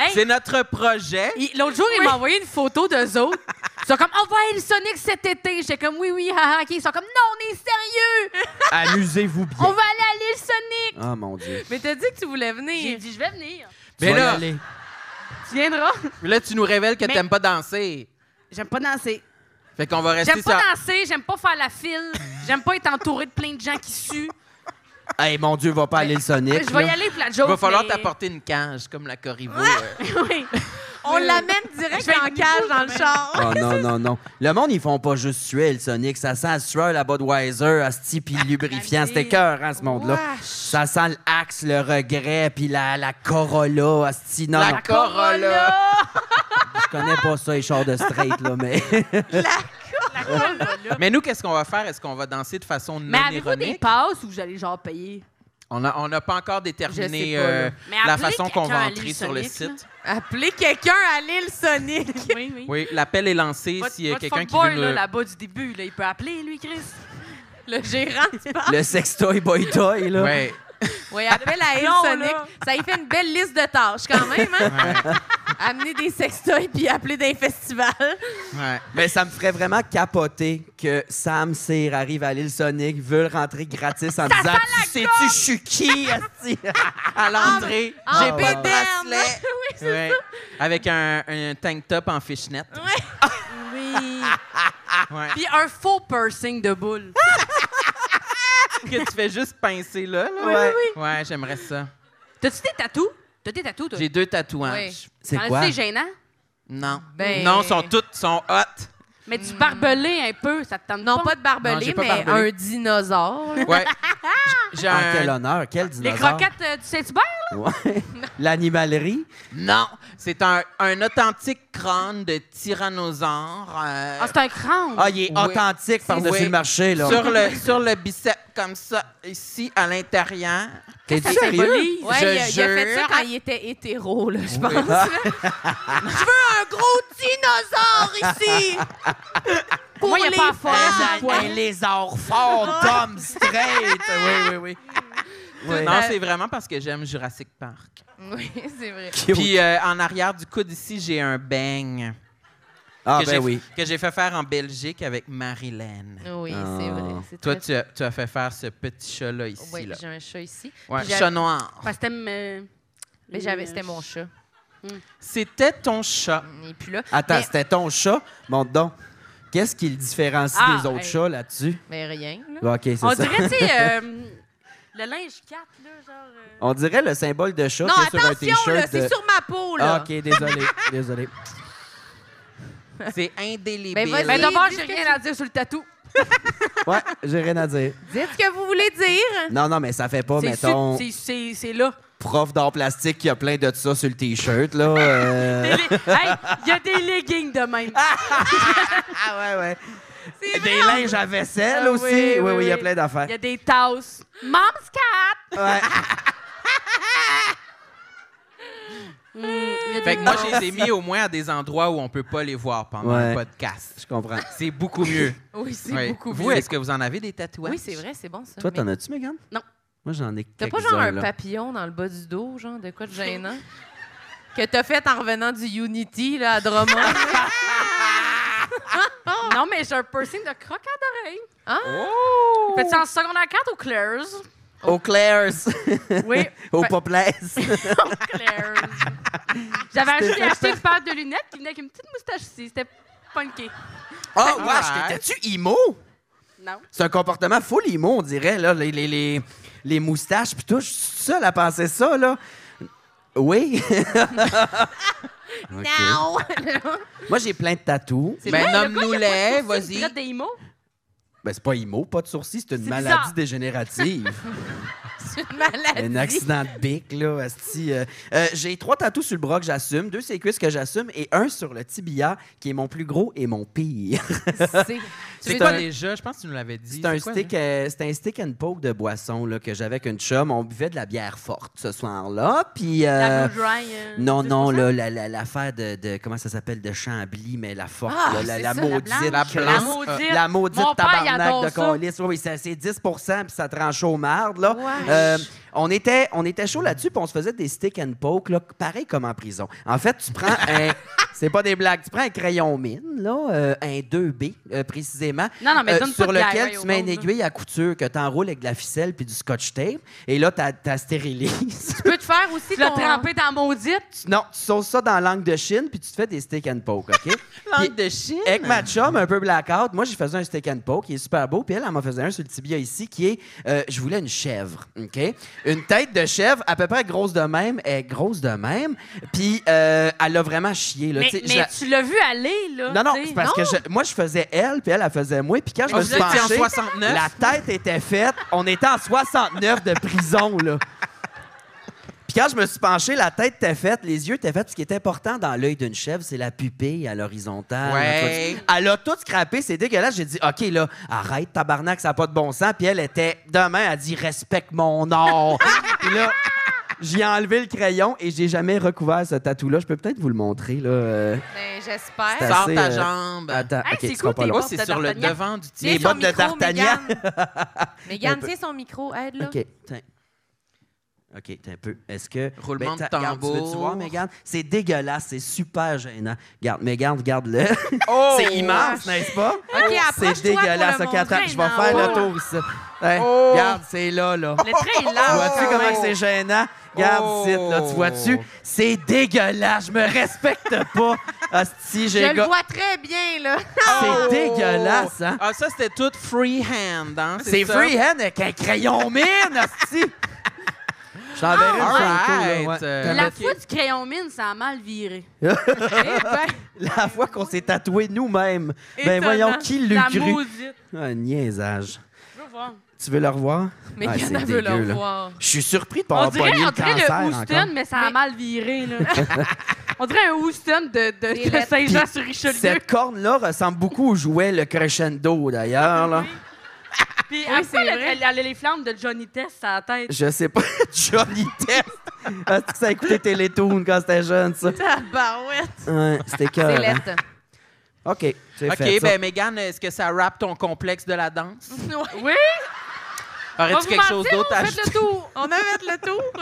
Speaker 6: Hey.
Speaker 2: C'est notre projet.
Speaker 6: Il- L'autre jour, il m'a envoyé une photo d'eux autres. Ils sont comme, on va aller le Sonic cet été. J'étais comme, oui, oui, haha, ok. Ils sont comme, non, on est sérieux.
Speaker 5: Amusez-vous bien.
Speaker 6: On va aller à l'île Sonic.
Speaker 5: Oh mon Dieu.
Speaker 1: Mais t'as dit que tu voulais
Speaker 6: J'ai
Speaker 1: venir.
Speaker 6: dit, je vais venir.
Speaker 5: Tu
Speaker 2: Mais
Speaker 5: vas y
Speaker 2: là-
Speaker 5: aller.
Speaker 6: Tu viendras?
Speaker 2: Là, tu nous révèles que
Speaker 6: Mais-
Speaker 2: t'aimes pas danser.
Speaker 6: J'aime pas danser.
Speaker 2: Fait qu'on va rester
Speaker 6: J'aime
Speaker 2: sur...
Speaker 6: pas danser, j'aime pas faire la file, j'aime pas être entouré de plein de gens qui suent.
Speaker 5: Hey, mon Dieu, va pas aller le Sonic.
Speaker 6: Je vais y
Speaker 5: là.
Speaker 6: aller pour la
Speaker 2: Il
Speaker 6: joke.
Speaker 2: va falloir
Speaker 6: mais- Ah!
Speaker 2: t'apporter une cage, comme la Corriveau. euh.
Speaker 6: oui.
Speaker 1: On l'amène direct
Speaker 6: Je vais
Speaker 1: en
Speaker 6: être
Speaker 1: cage dans le
Speaker 6: même.
Speaker 1: char.
Speaker 5: Oh non, non, non. Le monde, ils font pas juste suer le Sonic. Ça sent la sueur, la Budweiser, Asti, puis le lubrifiant. C'était cœur, hein, ce monde-là.
Speaker 1: Wesh.
Speaker 5: Ça sent l'axe, le regret, puis la, la Corolla, Asti. Non,
Speaker 2: La
Speaker 5: non,
Speaker 2: Corolla.
Speaker 5: je connais pas ça, les chars de straight, là, mais.
Speaker 2: Mais nous, qu'est-ce qu'on va faire? Est-ce qu'on va danser de façon non
Speaker 6: Mais avez-vous des
Speaker 2: ironique?
Speaker 6: passes ou j'allais genre payer?
Speaker 2: On n'a on n'a pas encore
Speaker 1: Je sais
Speaker 2: déterminé
Speaker 1: pas, là.
Speaker 2: euh,
Speaker 6: Mais
Speaker 2: la
Speaker 6: appelez
Speaker 2: façon qu'on
Speaker 6: quelqu'un à
Speaker 2: va entrer
Speaker 6: l'île
Speaker 2: sur le
Speaker 6: Sonic, là.
Speaker 2: site.
Speaker 1: Appeler quelqu'un à l'île Sonic.
Speaker 6: Oui, oui.
Speaker 2: Oui, l'appel est lancé
Speaker 6: Votre-
Speaker 2: s'il y a
Speaker 6: votre
Speaker 2: quelqu'un qui
Speaker 6: fuckboy,
Speaker 2: veut
Speaker 6: là,
Speaker 2: nous...
Speaker 6: là-bas du début, là, il peut appeler, lui, Chris.
Speaker 1: Le gérant, tu parles.
Speaker 5: Le sextoy boy toy, là.
Speaker 2: Ouais.
Speaker 1: Oui, appelle à l'île
Speaker 6: Non,
Speaker 1: Sonic.
Speaker 6: là.
Speaker 1: Ça y fait une belle liste de tâches quand même. Hein? Amener des sextoys puis appeler d'un festival.
Speaker 2: Ouais.
Speaker 5: Mais ça me ferait vraiment capoter que Sam Cyr arrive à l'île Sonic, veut le rentrer gratis en disant Tu sais-tu, je suis qui, Asti?
Speaker 2: À l'entrée,
Speaker 1: Ah,
Speaker 2: j'ai
Speaker 1: en
Speaker 2: pas de
Speaker 1: bédaine.
Speaker 2: bracelet. Ouais. Avec un, un tank top en fishnet.
Speaker 6: Oui. Ah.
Speaker 2: Ouais.
Speaker 6: Puis un faux piercing de boule.
Speaker 2: que tu fais juste pincer là. là.
Speaker 5: Oui, oui,
Speaker 2: Ouais, j'aimerais ça.
Speaker 6: T'as-tu des tatous? T'as des tatous, toi?
Speaker 2: J'ai deux tatouages.
Speaker 5: C'est
Speaker 6: T'en as-tu
Speaker 5: quoi?
Speaker 6: des gênants?
Speaker 2: Non.
Speaker 1: Ben-
Speaker 2: Non, sont toutes sont hot.
Speaker 6: Mais du barbelé un peu, ça te tente
Speaker 1: Non, pas
Speaker 6: pas?
Speaker 1: de
Speaker 2: Non,
Speaker 1: barbelé,
Speaker 2: j'ai pas
Speaker 1: mais
Speaker 2: barbelé.
Speaker 1: un dinosaure. là.
Speaker 2: Ouais. J'ai
Speaker 5: Ah,
Speaker 2: un-
Speaker 5: quel honneur, quel
Speaker 6: Les
Speaker 5: dinosaure.
Speaker 6: croquettes euh, du Saint-Hubert?
Speaker 5: Ouais. L'animalerie.
Speaker 2: Non, c'est un, un authentique crâne de tyrannosaure. euh,
Speaker 6: Ah, c'est un crâne.
Speaker 5: Ah, il est
Speaker 2: Oui.
Speaker 5: authentique par-dessus
Speaker 2: Oui.
Speaker 5: le marché, là.
Speaker 2: sur le sur le biceps comme ça ici à l'intérieur.
Speaker 5: T'es-tu
Speaker 6: Ça
Speaker 5: sérieux?
Speaker 6: symbolise.
Speaker 1: Ouais,
Speaker 2: Je
Speaker 1: il, a, il a fait ça
Speaker 2: jure.
Speaker 1: quand il était hétéro, là, je pense.
Speaker 5: Ah.
Speaker 1: Un gros dinosaure ici! Pour
Speaker 6: Moi, il y a
Speaker 1: les
Speaker 6: pas à faire,
Speaker 1: femmes.
Speaker 6: c'est le poil.
Speaker 5: Un lézard fort d'homme straight. Oui, oui, oui. Oui.
Speaker 1: Euh,
Speaker 2: Non, c'est vraiment parce que j'aime Jurassic Park.
Speaker 1: Oui, c'est vrai.
Speaker 2: Puis euh, en arrière du coude ici, j'ai un bang
Speaker 5: ah,
Speaker 2: que j'ai
Speaker 5: ben oui.
Speaker 2: que j'ai fait faire en Belgique avec Marilyn.
Speaker 1: Oui, c'est
Speaker 5: Ah.
Speaker 1: vrai. C'est
Speaker 2: Toi,
Speaker 1: très-
Speaker 2: tu as, tu as fait faire ce petit chat-là ici.
Speaker 1: Oui,
Speaker 2: là.
Speaker 1: j'ai un chat ici.
Speaker 2: Ouais,
Speaker 1: Puis j'avais-
Speaker 2: chat noir.
Speaker 6: Parce que t'aimes, euh,
Speaker 1: Mais j'avais, c'était mon chat.
Speaker 2: C'était ton chat.
Speaker 1: Et puis là,
Speaker 5: Attends,
Speaker 1: mais-
Speaker 5: c'était ton chat. Montre donc. Qu'est-ce qui le différencie
Speaker 6: Ah,
Speaker 5: des autres
Speaker 6: hey.
Speaker 5: chats là-dessus?
Speaker 1: mais rien. là.
Speaker 5: Bon, OK, c'est
Speaker 6: On
Speaker 5: ça.
Speaker 6: dirait, tu sais, euh, le linge 4, là, genre... euh,
Speaker 5: On dirait le symbole de chat
Speaker 1: Non,
Speaker 5: qui est sur un
Speaker 1: attention, là,
Speaker 5: t-shirt.
Speaker 1: c'est
Speaker 5: de-
Speaker 1: sur ma peau, là.
Speaker 5: Ah, OK, désolé. désolé.
Speaker 2: C'est indélébile.
Speaker 1: Ben, vas-y.
Speaker 6: Ben
Speaker 1: Oui,
Speaker 6: d'abord,
Speaker 1: dis
Speaker 6: j'ai
Speaker 1: ce que
Speaker 6: rien à dire sur le tatou.
Speaker 5: Ah, Ouais, j'ai rien à dire.
Speaker 1: Dites ce que vous voulez dire.
Speaker 5: Non, non, mais ça fait pas,
Speaker 6: C'est
Speaker 5: mettons,
Speaker 6: su- c'est- C'est c'est là.
Speaker 5: prof d'art plastique qui a plein de ça sur le t-shirt, là.
Speaker 6: Des
Speaker 5: euh.
Speaker 6: le- hey, il y a des leggings de même.
Speaker 5: Ah, ouais, ouais.
Speaker 6: C'est
Speaker 5: Des
Speaker 6: vrai,
Speaker 5: linges à vaisselle
Speaker 6: Ah oui,
Speaker 5: aussi. Oui, oui,
Speaker 6: oui,
Speaker 5: il y a
Speaker 6: oui.
Speaker 5: plein d'affaires.
Speaker 6: Il y a des tasses. Mom's cat!
Speaker 5: Ouais.
Speaker 6: Mm, il y a
Speaker 2: Fait
Speaker 6: des
Speaker 2: que moi,
Speaker 6: tasses.
Speaker 2: je les ai mis au moins à des endroits où on peut pas les voir pendant
Speaker 5: Ouais.
Speaker 2: le podcast.
Speaker 5: Je comprends.
Speaker 2: C'est beaucoup mieux.
Speaker 1: Oui, c'est
Speaker 2: Ouais.
Speaker 1: beaucoup
Speaker 2: Vous,
Speaker 1: mieux.
Speaker 2: est-ce que vous en avez des tatouages?
Speaker 1: Oui, c'est vrai, c'est bon ça.
Speaker 5: Toi,
Speaker 1: Mais
Speaker 5: t'en as-tu, Megan?
Speaker 6: Non.
Speaker 5: Moi, j'en ai
Speaker 1: T'as
Speaker 5: quelques
Speaker 1: pas genre un papillon dans le bas du dos, genre de quoi de gênant? que t'as fait en revenant du Unity là, à Drummond?
Speaker 6: Non, mais j'ai un piercing de croc à d'oreille.
Speaker 5: Oh!
Speaker 6: Fais-tu en secondaire 4 au Claire's?
Speaker 5: Au Claire's.
Speaker 6: Oui.
Speaker 5: Au
Speaker 6: Fait-
Speaker 5: Poplaise.
Speaker 6: au Claire's. J'avais acheté, acheté une paire de lunettes qui venait avec une petite moustache ici. C'était punky.
Speaker 5: Oh,
Speaker 2: Ouais.
Speaker 5: wesh, t'étais-tu emo?
Speaker 6: Non.
Speaker 5: C'est un comportement full emo, on dirait, là. Les, les, les, les moustaches, pis tout. Je suis seule à penser ça, là. Oui. Non! Moi, j'ai plein de tatous.
Speaker 1: C'est
Speaker 2: Ben,
Speaker 1: vrai,
Speaker 6: Le
Speaker 5: Eh,
Speaker 6: gars, il a pas
Speaker 2: nomme-nous-les,
Speaker 6: de sourcils, il
Speaker 2: vas-y.
Speaker 6: traite des imos.
Speaker 5: Ben, c'est pas emo, pas de sourcils, c'est une
Speaker 6: C'est
Speaker 5: maladie
Speaker 6: bizarre.
Speaker 5: dégénérative.
Speaker 1: c'est une maladie.
Speaker 5: un accident de bic, là, asti. Euh, euh, j'ai trois tatous sur le bras que j'assume, deux sur les cuisses que j'assume et un sur le tibia qui est mon plus gros et mon pire.
Speaker 1: C'est-
Speaker 2: C'est
Speaker 1: tu
Speaker 2: quoi
Speaker 1: veux-
Speaker 2: déjà? Je pense que tu nous l'avais dit.
Speaker 5: C'est un,
Speaker 2: quoi,
Speaker 5: stick, euh, c'est un stick and poke de boisson là, que j'avais avec une chum. On buvait de la bière forte ce soir-là. Puis. euh,
Speaker 6: La Blue Dry. euh,
Speaker 5: non, non,
Speaker 6: 2%.
Speaker 5: là, la- la- l'affaire de, de- Comment ça s'appelle De Chambly, mais la forte,
Speaker 1: Ah,
Speaker 5: là,
Speaker 1: c'est
Speaker 5: la, la
Speaker 1: ça, la
Speaker 5: maudite.
Speaker 6: blanche.
Speaker 2: La
Speaker 5: crise.
Speaker 2: blanche.
Speaker 6: maudite.
Speaker 5: La maudite
Speaker 6: Mon père, il adore
Speaker 5: tabarnak de
Speaker 6: ça.
Speaker 5: colis. Oui, oui, c'est c'est 10 puis ça te rend chaud au marde. Là.
Speaker 1: Wesh.
Speaker 5: Euh, on, était, on était chaud là-dessus, puis on se faisait des stick and poke, là, pareil comme en prison. En fait, tu prends un... C'est pas des blagues. Tu prends un crayon mine, là, euh, un 2B, euh, précisément,
Speaker 6: Non, non, mais donne pas
Speaker 5: Euh, sur
Speaker 6: de la
Speaker 5: lequel
Speaker 6: raille
Speaker 5: tu mets
Speaker 6: au
Speaker 5: une
Speaker 6: monde, là.
Speaker 5: aiguille à couture que tu enroules avec de la ficelle puis du scotch tape, et là, tu stérilises.
Speaker 1: Tu peux te faire aussi
Speaker 6: Tu l'as
Speaker 1: ton-
Speaker 6: trempé dans maudite.
Speaker 5: Non, tu sauces ça dans l'angle de Chine, puis tu te fais des steak and poke, OK? Puis,
Speaker 2: Langue de chien.
Speaker 5: Avec ma chum, un peu blackout, moi, j'ai faisais un steak and poke qui est super beau, puis elle, elle m'en faisait un sur le tibia ici qui est euh, je voulais une chèvre, OK? Une tête de chèvre, à peu près grosse de même, elle est grosse de même, puis euh, elle a vraiment chié, là.
Speaker 6: Mais,
Speaker 5: Euh, tu sais,
Speaker 6: mais
Speaker 5: je la-
Speaker 6: tu l'as vu aller, là.
Speaker 5: Non, non,
Speaker 6: tu sais. Oh,
Speaker 5: c'est parce que je- moi, je faisais elle, puis elle, elle faisait moi, puis quand je
Speaker 2: Ah,
Speaker 5: me
Speaker 2: vous
Speaker 5: suis
Speaker 2: étiez en
Speaker 5: penché,
Speaker 2: 69?
Speaker 5: la tête était faite, on était en 69 de prison, là. Puis quand je me suis penché, la tête était faite, les yeux étaient faits. puis Ce qui est important dans l'œil d'une chèvre, c'est la pupille à l'horizontale.
Speaker 2: Ouais.
Speaker 5: Elle a tout scrappé, c'est dégueulasse. J'ai dit, OK, là, arrête, tabarnak, ça n'a pas de bon sens. Puis elle était, demain, elle dit, respecte mon or. Puis là, j'ai enlevé le crayon et j'ai jamais recouvert ce tatou-là. Je peux peut-être vous le montrer, là. euh,
Speaker 1: Ben, j'espère.
Speaker 5: C'est
Speaker 2: Sors
Speaker 5: assez,
Speaker 2: ta
Speaker 5: euh,
Speaker 2: jambe.
Speaker 5: Attends,
Speaker 6: Hey,
Speaker 5: OK,
Speaker 6: c'est
Speaker 5: tu
Speaker 6: cool,
Speaker 5: seras pas
Speaker 6: tes
Speaker 5: long.
Speaker 2: Moi,
Speaker 6: bottes
Speaker 2: c'est
Speaker 6: de
Speaker 2: sur le
Speaker 6: D'Artagnan.
Speaker 2: devant du
Speaker 1: Tiens
Speaker 5: les
Speaker 2: tien.
Speaker 1: son
Speaker 5: bottes de
Speaker 1: micro,
Speaker 5: D'Artagnan.
Speaker 1: Mégane. Mégane,
Speaker 5: Un peu.
Speaker 1: tiens son micro, aide-là.
Speaker 5: OK. tiens. OK, t'as un peu. Est-ce que.
Speaker 2: Roulement de
Speaker 5: Ben, t'as- regarde, tu veux-tu voir,
Speaker 2: tambour.
Speaker 5: Mégane? C'est dégueulasse, c'est super gênant. Regarde, Mégane, regarde-le.
Speaker 2: Oh!
Speaker 5: c'est immense, n'est-ce pas?
Speaker 1: approche-toi
Speaker 5: c'est dégueulasse.
Speaker 1: pour le
Speaker 5: OK, attends,
Speaker 1: montrer,
Speaker 5: je vais faire
Speaker 1: non.
Speaker 5: le tour ici. Hein,
Speaker 2: Oh!
Speaker 5: Regarde, c'est là, là.
Speaker 6: Le trait est
Speaker 5: Tu
Speaker 6: large.
Speaker 5: Vois-tu
Speaker 6: quand
Speaker 5: comment
Speaker 6: même.
Speaker 5: que c'est gênant? Regarde
Speaker 2: Oh!
Speaker 5: ici, là, tu vois-tu? C'est dégueulasse, je me respecte pas. Hostie,
Speaker 1: Je
Speaker 5: j'ai
Speaker 1: le
Speaker 5: gars.
Speaker 1: vois très bien, là.
Speaker 5: C'est dégueulasse, hein?
Speaker 2: Oh! Ah, ça, c'était tout freehand, hein?
Speaker 5: C'est
Speaker 2: ça?
Speaker 5: freehand avec un crayon mine, hostie! Je t'enverrai une
Speaker 2: Alright.
Speaker 5: photo, là, ouais.
Speaker 2: Euh,
Speaker 6: La
Speaker 2: Ok.
Speaker 6: fois du crayon mine, ça a mal viré.
Speaker 5: La fois qu'on s'est tatoué nous-mêmes. Ben
Speaker 6: Étonnant.
Speaker 5: voyons, qui l'eût
Speaker 6: La
Speaker 5: cru?
Speaker 6: maudite.
Speaker 5: Un niaisage.
Speaker 6: Je veux voir.
Speaker 5: Tu veux le revoir? Ah,
Speaker 1: Mégane,
Speaker 5: c'est
Speaker 1: elle veut
Speaker 5: dégueu,
Speaker 1: le
Speaker 5: là.
Speaker 1: voir.
Speaker 5: Je suis surpris de pas
Speaker 6: On
Speaker 5: avoir
Speaker 6: dirait,
Speaker 5: pogné
Speaker 6: on
Speaker 5: le
Speaker 6: dirait
Speaker 5: cancer
Speaker 6: le
Speaker 5: encore.
Speaker 6: Houston, mais ça a mal viré. Là. on dirait un Houston de,
Speaker 1: Des
Speaker 6: de, de
Speaker 1: lettres.
Speaker 6: Saint-Jean-sur-Richelieu.
Speaker 5: Cette corne-là ressemble beaucoup au jouet Le Crescendo, d'ailleurs. là.
Speaker 6: Puis
Speaker 1: Oui, c'est
Speaker 6: après, elle,
Speaker 1: vrai.
Speaker 6: elle- elle a les flammes de Johnny Test à la tête.
Speaker 5: Je sais pas. Johnny Test. Est-ce que ça écoutait Télétoon quand c'était jeune, ça?
Speaker 1: Tabarouette.
Speaker 5: Ouais, c'était
Speaker 1: C'est
Speaker 5: cœur.
Speaker 1: lettre.
Speaker 5: OK, c'est fait.
Speaker 2: OK,
Speaker 5: ça.
Speaker 2: ben, Mégane, est-ce que ça rappe ton complexe de la danse?
Speaker 6: Oui,
Speaker 2: Aurais-tu quelque chose d'autre à
Speaker 6: Faites
Speaker 2: ajouter?
Speaker 6: le tour.
Speaker 1: On a fait le tour.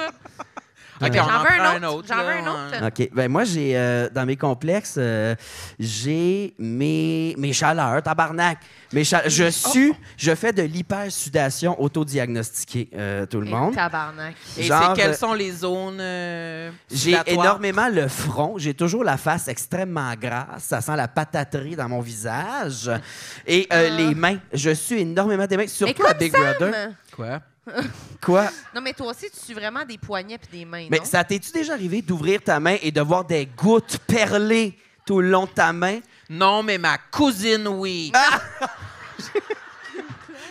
Speaker 2: OK, on en
Speaker 1: J'en veux
Speaker 2: prend
Speaker 1: un autre. J'en
Speaker 2: là,
Speaker 1: veux un autre.
Speaker 2: hein.
Speaker 5: OK. Ben moi, j'ai euh, dans mes complexes, euh, j'ai mes, mes chaleurs, tabarnak. Mes cha- je
Speaker 1: Oh.
Speaker 5: sue, je fais de l'hypersudation autodiagnostiquée, euh, tout le
Speaker 1: Et
Speaker 5: monde.
Speaker 1: Tabarnak.
Speaker 2: Et
Speaker 5: Genre,
Speaker 2: c'est quelles
Speaker 5: euh,
Speaker 2: sont les zones euh,
Speaker 5: J'ai
Speaker 2: dilatoires?
Speaker 5: énormément le front. J'ai toujours la face extrêmement grasse. Ça sent la pataterie dans mon visage. Et euh, les mains. Je sue énormément des mains. Surtout à
Speaker 1: Ah. comme
Speaker 5: Big
Speaker 1: Sam.
Speaker 5: Brother.
Speaker 2: Quoi?
Speaker 5: Quoi?
Speaker 1: Non, mais toi aussi, tu suis vraiment des poignets puis des mains.
Speaker 5: Mais
Speaker 1: non?
Speaker 5: ça t'es-tu déjà arrivé d'ouvrir ta main et de voir des gouttes perler tout le long de ta main?
Speaker 2: Non, mais ma cousine, oui.
Speaker 5: Ah!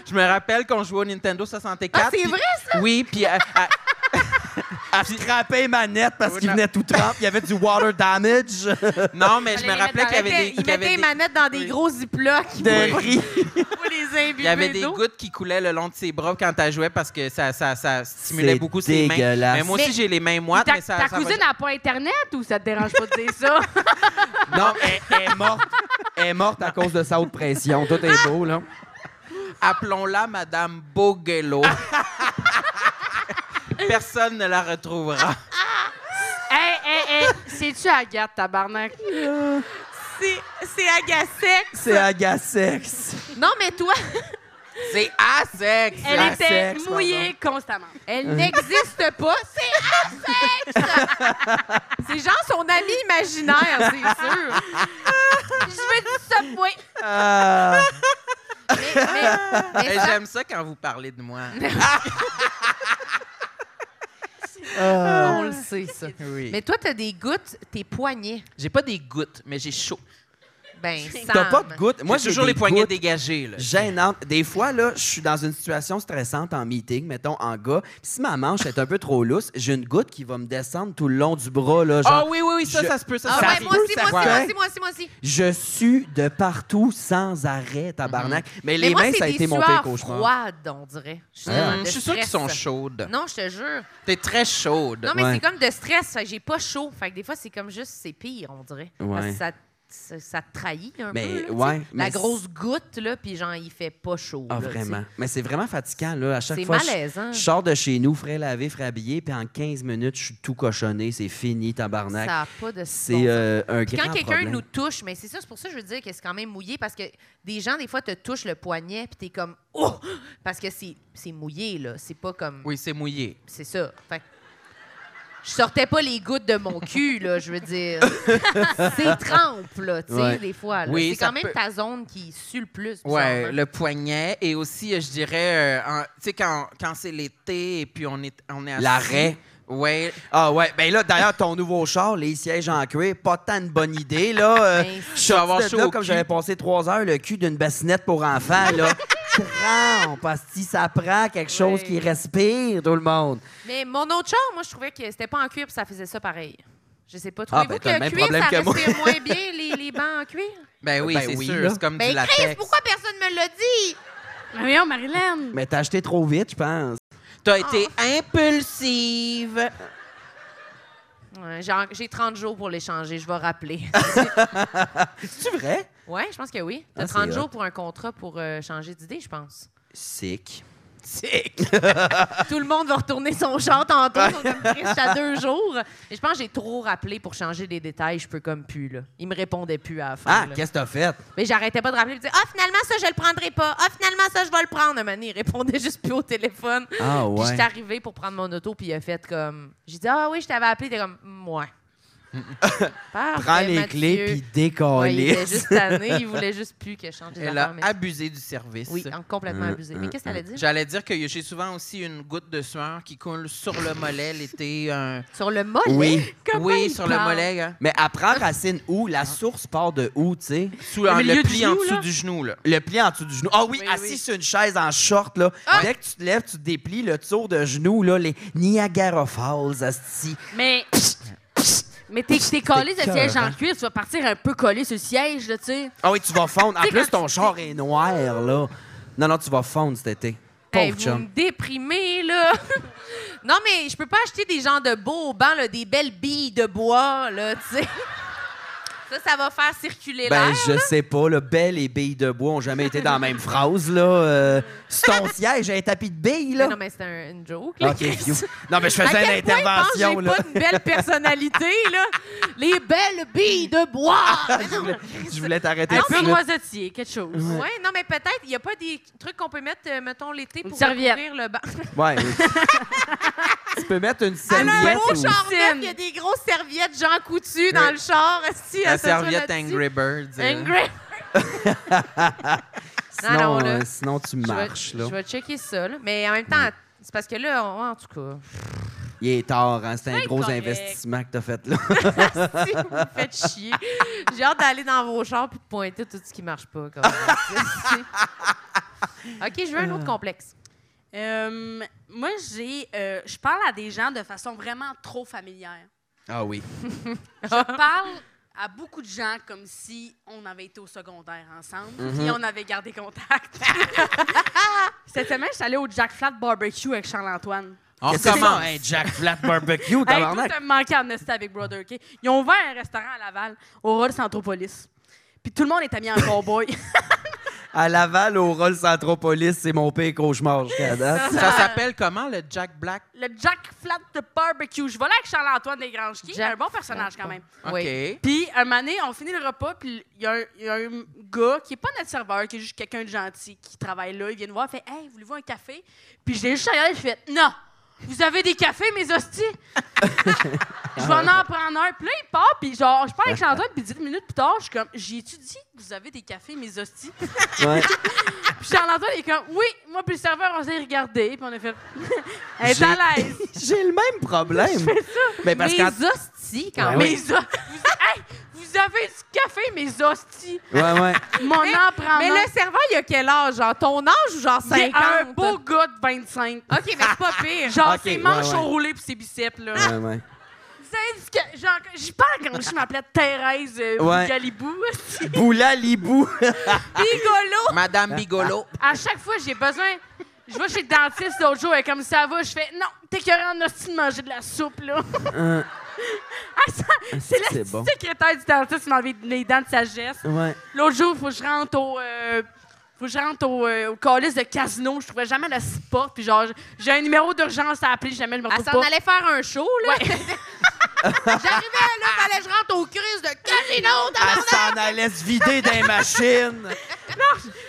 Speaker 2: Je me rappelle quand on jouait au Nintendo 64.
Speaker 1: Ah, c'est
Speaker 2: puis-
Speaker 1: vrai,
Speaker 2: Oui, puis elle, elle-
Speaker 5: à scraper ma nette parce qu'il venait tout trempe. Il y avait du water damage,
Speaker 2: Non, mais je me
Speaker 6: Fallait les
Speaker 2: rappelais qu'il y avait des,
Speaker 1: Il
Speaker 2: qu'il y avait
Speaker 1: mettait les
Speaker 2: des-
Speaker 1: manettes dans des
Speaker 2: Oui.
Speaker 1: gros ziplocs.
Speaker 5: de riz.
Speaker 1: pour les imbiber
Speaker 2: il y avait des
Speaker 1: d'eau.
Speaker 2: gouttes qui coulaient le long de ses bras quand elle jouait parce que ça, ça, ça stimulait
Speaker 5: C'est
Speaker 2: beaucoup ses mains.
Speaker 5: dégueulasse.
Speaker 2: Mais moi aussi,
Speaker 6: Mais-
Speaker 2: j'ai les mains moites.
Speaker 6: ta
Speaker 2: mais ça,
Speaker 6: ta
Speaker 2: ça va-
Speaker 6: cousine n'a pas Internet ou ça te dérange pas de dire ça?
Speaker 5: Non, elle, elle est morte. Elle est morte à cause de sa haute pression. Tout est beau, là.
Speaker 2: Appelons-la Madame Boguello. Personne ne la retrouvera.
Speaker 6: Hé, hé, hé, c'est-tu Agathe, tabarnak?
Speaker 1: C'est- C'est agacex.
Speaker 5: C'est agacex.
Speaker 1: Non, mais toi,
Speaker 2: C'est Asex.
Speaker 6: Elle
Speaker 5: Ah,
Speaker 6: était
Speaker 5: sexe,
Speaker 6: mouillée constamment.
Speaker 5: Euh.
Speaker 1: elle n'existe pas. C'est agacex. C'est genre son ami imaginaire, c'est sûr.
Speaker 6: Je veux du subway.
Speaker 5: Ah.
Speaker 2: Hey, J'aime ça quand vous parlez de moi.
Speaker 5: Euh.
Speaker 1: On le sait, ça.
Speaker 2: Oui.
Speaker 1: Mais toi, t'as des gouttes, tes poignets.
Speaker 2: J'ai pas des gouttes, mais j'ai chaud.
Speaker 1: Ben, ça.
Speaker 5: T'as pas de gouttes. Moi,
Speaker 2: Moi,
Speaker 5: j'ai
Speaker 2: j'ai toujours
Speaker 5: des
Speaker 2: les poignets
Speaker 5: gouttes
Speaker 2: dégagés. Là.
Speaker 5: gênantes. Des fois, là, je suis dans une situation stressante en meeting, mettons, en gars. Puis si ma manche est un peu trop lousse, j'ai une goutte qui va me descendre tout le long du bras, là. Genre,
Speaker 2: Ah oui, oui, oui, ça,
Speaker 5: Je-
Speaker 2: ça se peut. Ça,
Speaker 1: Ah,
Speaker 2: ça
Speaker 1: ouais,
Speaker 2: arrive.
Speaker 1: moi aussi,
Speaker 2: Ça-
Speaker 1: moi aussi,
Speaker 5: Ouais.
Speaker 1: moi aussi, moi aussi, moi aussi.
Speaker 5: je sue de partout sans arrêt, tabarnak. Mais
Speaker 1: Mm-hmm.
Speaker 5: les
Speaker 1: mais moi,
Speaker 5: mains,
Speaker 1: c'est
Speaker 5: ça a
Speaker 1: des
Speaker 5: été mon
Speaker 1: sueurs
Speaker 5: pire cauchemar.
Speaker 1: froides, on dirait. Je suis
Speaker 5: Ah.
Speaker 1: de
Speaker 2: Hum, Je suis sûre qu'ils
Speaker 1: stress.
Speaker 2: sont chaudes.
Speaker 1: Non, je te jure.
Speaker 2: T'es très chaude.
Speaker 1: Non, mais
Speaker 5: Ben, Ouais.
Speaker 1: c'est comme de stress. Fait que j'ai pas chaud. Fait que des fois, c'est comme juste, c'est pire, on dirait. Parce
Speaker 5: Ouais.
Speaker 1: que ça, ça, ça te trahit un
Speaker 5: Mais,
Speaker 1: peu. là,
Speaker 5: ouais,
Speaker 1: tu sais.
Speaker 5: mais
Speaker 1: La
Speaker 5: c'est-
Speaker 1: grosse goutte, là, puis genre, il fait pas chaud.
Speaker 5: Ah,
Speaker 1: là,
Speaker 5: vraiment.
Speaker 1: tu
Speaker 5: Mais c'est vraiment fatigant, là. À chaque
Speaker 1: C'est
Speaker 5: fois, je-
Speaker 1: malaisant.
Speaker 5: je sors de chez nous, frais lavé, frais habillé, puis en 15 minutes, je suis tout cochonné. C'est fini,
Speaker 1: sais.
Speaker 5: tabarnak.
Speaker 1: Ça a pas de
Speaker 5: C'est
Speaker 1: bon sens.
Speaker 5: euh, un
Speaker 1: Puis
Speaker 5: grand
Speaker 1: quand quelqu'un
Speaker 5: problème.
Speaker 1: nous touche, mais c'est ça, c'est pour ça que je veux dire que c'est quand même mouillé parce que des gens, des fois, te touchent le poignet puis t'es comme Oh! Parce que c'est c'est mouillé, là. C'est pas comme.
Speaker 2: Oui, c'est mouillé.
Speaker 1: C'est ça. Fait que je sortais pas les gouttes de mon cul, là, je veux dire. c'est trempe, là, tu sais,
Speaker 5: Ouais.
Speaker 1: des fois. là.
Speaker 2: Oui,
Speaker 1: c'est quand
Speaker 2: ça
Speaker 1: même
Speaker 2: peut-
Speaker 1: ta zone qui sue le plus.
Speaker 2: Ouais,
Speaker 1: bizarrement.
Speaker 2: le poignet. Et aussi, euh, je dirais, euh, en- tu sais, quand, quand c'est l'été et puis on est, on est assis.
Speaker 5: L'arrêt.
Speaker 2: Ouais.
Speaker 5: Ah ouais, ben là, d'ailleurs, ton nouveau char, les sièges en cuir, pas tant de bonne idée, là. Euh,
Speaker 1: Ben,
Speaker 5: je suis sorti
Speaker 2: avoir
Speaker 5: de
Speaker 2: chaud
Speaker 5: là,
Speaker 2: au
Speaker 5: comme
Speaker 2: cul.
Speaker 5: j'avais passé trois heures le cul d'une bassinette pour enfants, là. Prends, parce que ça prend quelque chose qui respire, tout le monde.
Speaker 1: Mais mon autre char, moi, je trouvais que c'était pas en cuir puis ça faisait ça pareil. Je sais pas,
Speaker 5: Ah,
Speaker 1: trouvez-vous
Speaker 5: ben,
Speaker 1: que
Speaker 5: t'as le
Speaker 1: le
Speaker 5: même
Speaker 1: cuir,
Speaker 5: problème
Speaker 1: ça
Speaker 5: que moi.
Speaker 1: respire moins bien les, les bancs en cuir?
Speaker 2: Ben oui,
Speaker 5: Ben
Speaker 2: c'est
Speaker 5: oui, là.
Speaker 2: sûr. C'est comme du
Speaker 1: Ben, Chris,
Speaker 2: latex.
Speaker 1: pourquoi personne me l'a dit?
Speaker 6: Mais voyons, Marilyn.
Speaker 5: Mais t'as acheté trop vite, je pense.
Speaker 2: T'as été
Speaker 1: Ah.
Speaker 2: impulsive.
Speaker 1: Ouais, j'ai en- J'ai 30 jours pour les changer, je vais rappeler.
Speaker 5: C'est vrai?
Speaker 1: oui, je pense que oui. T'as
Speaker 5: Ah, c'est
Speaker 1: 30
Speaker 5: hot.
Speaker 1: jours pour un contrat pour euh, changer d'idée, je pense.
Speaker 5: Sick.
Speaker 1: Tout le monde va retourner son char tantôt. Ils sont comme Chris, à deux jours. Et je pense que j'ai trop rappelé pour changer les détails. Je peux comme plus, là. Ils me répondaient plus à la fin.
Speaker 5: Ah,
Speaker 1: là.
Speaker 5: qu'est-ce que t'as fait?
Speaker 1: Mais j'arrêtais pas de rappeler et de dire Ah, finalement, ça, je le prendrai pas. Ah, finalement, ça, je vais le prendre. Un moment donné, ils répondaient juste plus au téléphone.
Speaker 5: Ah
Speaker 1: Puis
Speaker 5: ouais.
Speaker 1: j'étais arrivée pour prendre mon auto, puis il a fait comme. J'ai dit Ah oui, je t'avais appelé. T'es comme Moi.
Speaker 5: Prends les clés puis
Speaker 1: Ouais, il
Speaker 5: décolle.
Speaker 1: était juste tanné, il voulait juste plus que je change les
Speaker 2: Elle
Speaker 1: affaires.
Speaker 2: a
Speaker 1: mais-
Speaker 2: abusé du service.
Speaker 1: Oui, en- complètement
Speaker 5: Hum,
Speaker 1: abusé. Mais
Speaker 5: hum,
Speaker 1: qu'est-ce que t'allais dire?
Speaker 2: J'allais dire que j'ai souvent aussi une goutte de sueur qui coule sur le mollet l'été. un-
Speaker 1: Sur le mollet?
Speaker 5: Oui.
Speaker 2: Oui, sur le mollet, hein.
Speaker 5: Mais elle prend racine où? La source part de où, tu sais?
Speaker 2: sous, en-
Speaker 6: milieu
Speaker 2: le
Speaker 6: du
Speaker 2: pli en
Speaker 6: genou,
Speaker 2: dessous
Speaker 6: là.
Speaker 2: du genou. Là.
Speaker 5: Le pli en dessous du genou. Ah oui,
Speaker 6: Oui,
Speaker 5: assis
Speaker 6: oui.
Speaker 5: sur une chaise en short, là. Dès que tu te lèves, tu te déplies le tour de genou, là, les Niagara Falls, asti.
Speaker 6: Mais. Mais t'es, t'es collé sur le
Speaker 5: écœurant.
Speaker 6: siège en cuir, tu vas partir un peu collé sur le siège, là, tu sais.
Speaker 5: Ah oui, tu vas fondre. En
Speaker 6: T'sais,
Speaker 5: plus,
Speaker 6: quand
Speaker 5: ton char est noir, là. Non, non, tu vas fondre cet été.
Speaker 1: Hey,
Speaker 5: Pauvre
Speaker 1: vous me
Speaker 5: chum.
Speaker 1: déprimez, là! non, mais je peux pas acheter des gens de beaux bancs, là, des belles billes de bois, là, tu sais. ça, ça va faire circuler
Speaker 5: Ben,
Speaker 1: l'air.
Speaker 5: je sais pas, là, Belle et Billes de bois ont jamais été dans la même phrase, là. Euh, c'est ton siège, un tapis de billes,
Speaker 1: Mais
Speaker 5: là.
Speaker 1: Non, mais c'est un, une joke, là,
Speaker 5: Ok,
Speaker 1: Chris.
Speaker 5: phew. Non, mais je
Speaker 1: À
Speaker 5: faisais
Speaker 1: quel point
Speaker 5: l'intervention,
Speaker 1: je pense que
Speaker 5: là.
Speaker 1: j'ai pas une belle personnalité, là? Les belles billes de bois! Mais
Speaker 5: Je
Speaker 1: non,
Speaker 5: voulais- Je voulais t'arrêter
Speaker 6: Un
Speaker 5: tout de
Speaker 6: peu
Speaker 5: suite.
Speaker 6: noisetier, quelque chose.
Speaker 1: ouais, non, mais peut-être, il y a pas des trucs qu'on peut mettre, euh, mettons, l'été pour
Speaker 6: serviette.
Speaker 1: recouvrir le banc.
Speaker 5: Ouais. tu peux mettre une
Speaker 1: À un
Speaker 5: serviette
Speaker 1: beau
Speaker 5: ou-
Speaker 1: char neuf, il y a des grosses serviettes Jean Coutu dans
Speaker 2: Oui.
Speaker 1: le char. esti,
Speaker 2: La
Speaker 1: elle s'assoit
Speaker 2: serviette
Speaker 1: là-dessus.
Speaker 2: Angry Birds. euh.
Speaker 1: Angry.
Speaker 5: sinon,
Speaker 1: non, là.
Speaker 5: euh, sinon tu
Speaker 1: Je vais-
Speaker 5: marches.
Speaker 1: Je
Speaker 5: Là.
Speaker 1: vais checker ça, là. Mais en même temps, c'est parce que là, on- en tout cas,
Speaker 5: Il est tard, hein? c'est un gros
Speaker 6: correct.
Speaker 5: investissement que t'as fait là.
Speaker 1: si vous me faites chier, j'ai hâte d'aller dans vos chars puis de pointer tout ce qui marche pas. comme- OK, je veux un autre complexe.
Speaker 6: Euh, moi, j'ai, euh, je parle à des gens de façon vraiment trop familière.
Speaker 5: Ah oui.
Speaker 6: Je parle à beaucoup de gens comme si on avait été au secondaire ensemble et on avait gardé contact. Cette semaine, je suis allée au Jack Flat Barbecue avec Charles-Antoine.
Speaker 2: On
Speaker 5: Qu'est-ce que c'est ça,
Speaker 2: recommence.
Speaker 5: un Jack Flat Barbecue,
Speaker 6: Hey, tout
Speaker 5: tabarnak?
Speaker 6: me manquait en esti avec Brother, OK? Ils ont ouvert un restaurant à Laval, au Roll Centropolis. Puis tout le monde est habillé en cowboy.
Speaker 5: À Laval, au Rolls Centropolis, c'est mon pire cauchemar jusqu'à date.
Speaker 2: Ça s'appelle comment, le Jack Black?
Speaker 6: le Jack Flat de Barbecue. Je volais avec Charles-Antoine Desgranges, qui est
Speaker 1: Jack
Speaker 6: un bon personnage quand même.
Speaker 2: OK.
Speaker 6: Puis, un moment donné, on finit le repas, puis il y, a un- il y a un gars qui est pas notre serveur, qui est juste quelqu'un de gentil, qui travaille là. Il vient nous voir, il fait Hey, voulez-vous un café Puis, j'ai juste regardé, je fais Non, vous avez des cafés, mes hosties Je vais en, en prendre un. Puis là, il part, puis genre, je parle avec Charles-Antoine, puis 10 minutes plus tard, je suis comme J'ai-tu dit que vous avez des cafés, mes hosties
Speaker 5: Ouais.
Speaker 6: Puis, Charles-Antoine, il est comme Oui, moi, puis le serveur, on s'est regardé, puis on a fait Elle est
Speaker 5: J'ai-
Speaker 6: à l'aise.
Speaker 5: J'ai le même problème. Mais parce
Speaker 1: Mes
Speaker 5: qu'en
Speaker 1: hosties, quand
Speaker 5: Ouais,
Speaker 1: même.
Speaker 6: Mes os- vous, hey, vous avez du café, mes hosties.
Speaker 5: Ouais, ouais.
Speaker 6: Mon en prend
Speaker 1: Mais
Speaker 6: un.
Speaker 1: le serveur, il a quel âge? Genre ton âge ou genre 50?
Speaker 6: c'est un beau gars de 25.
Speaker 1: OK, mais c'est pas pire.
Speaker 6: Genre,
Speaker 5: Ok,
Speaker 6: ses manches
Speaker 5: ouais, ouais.
Speaker 6: sont roulées pis ses biceps, là.
Speaker 5: Ouais, ouais.
Speaker 6: Vous savez du ca- genre, j'y parle comme si je m'appelais Thérèse euh, ou
Speaker 5: Ouais.
Speaker 6: Galibou.
Speaker 5: Boulalibou.
Speaker 6: Rigolo!
Speaker 2: Madame Bigolo.
Speaker 6: À chaque fois, j'ai besoin... Je vais chez le dentiste l'autre jour, et comme ça va, je fais « Non, t'es curieux en hostie de manger de la soupe, là.
Speaker 5: Euh,
Speaker 6: Ah, ça, C'est la
Speaker 5: c'est bon.
Speaker 6: secrétaire du dentiste qui m'a enlevé les dents de sagesse.
Speaker 5: Ouais.
Speaker 6: L'autre jour, faut que je rentre au. euh, faut que je rentre au, euh, au calice de casino. Je trouvais jamais la spot. Puis genre, j'ai un numéro d'urgence à appeler, jamais je me
Speaker 1: Elle
Speaker 6: retrouve
Speaker 1: s'en
Speaker 6: pas.
Speaker 1: Ah, allait faire un show, là.
Speaker 6: Ouais.
Speaker 1: J'arrivais, là, fallait que je rentre au crise de casino,
Speaker 5: Elle
Speaker 1: tabarnak!
Speaker 5: s'en allait se vider des machines.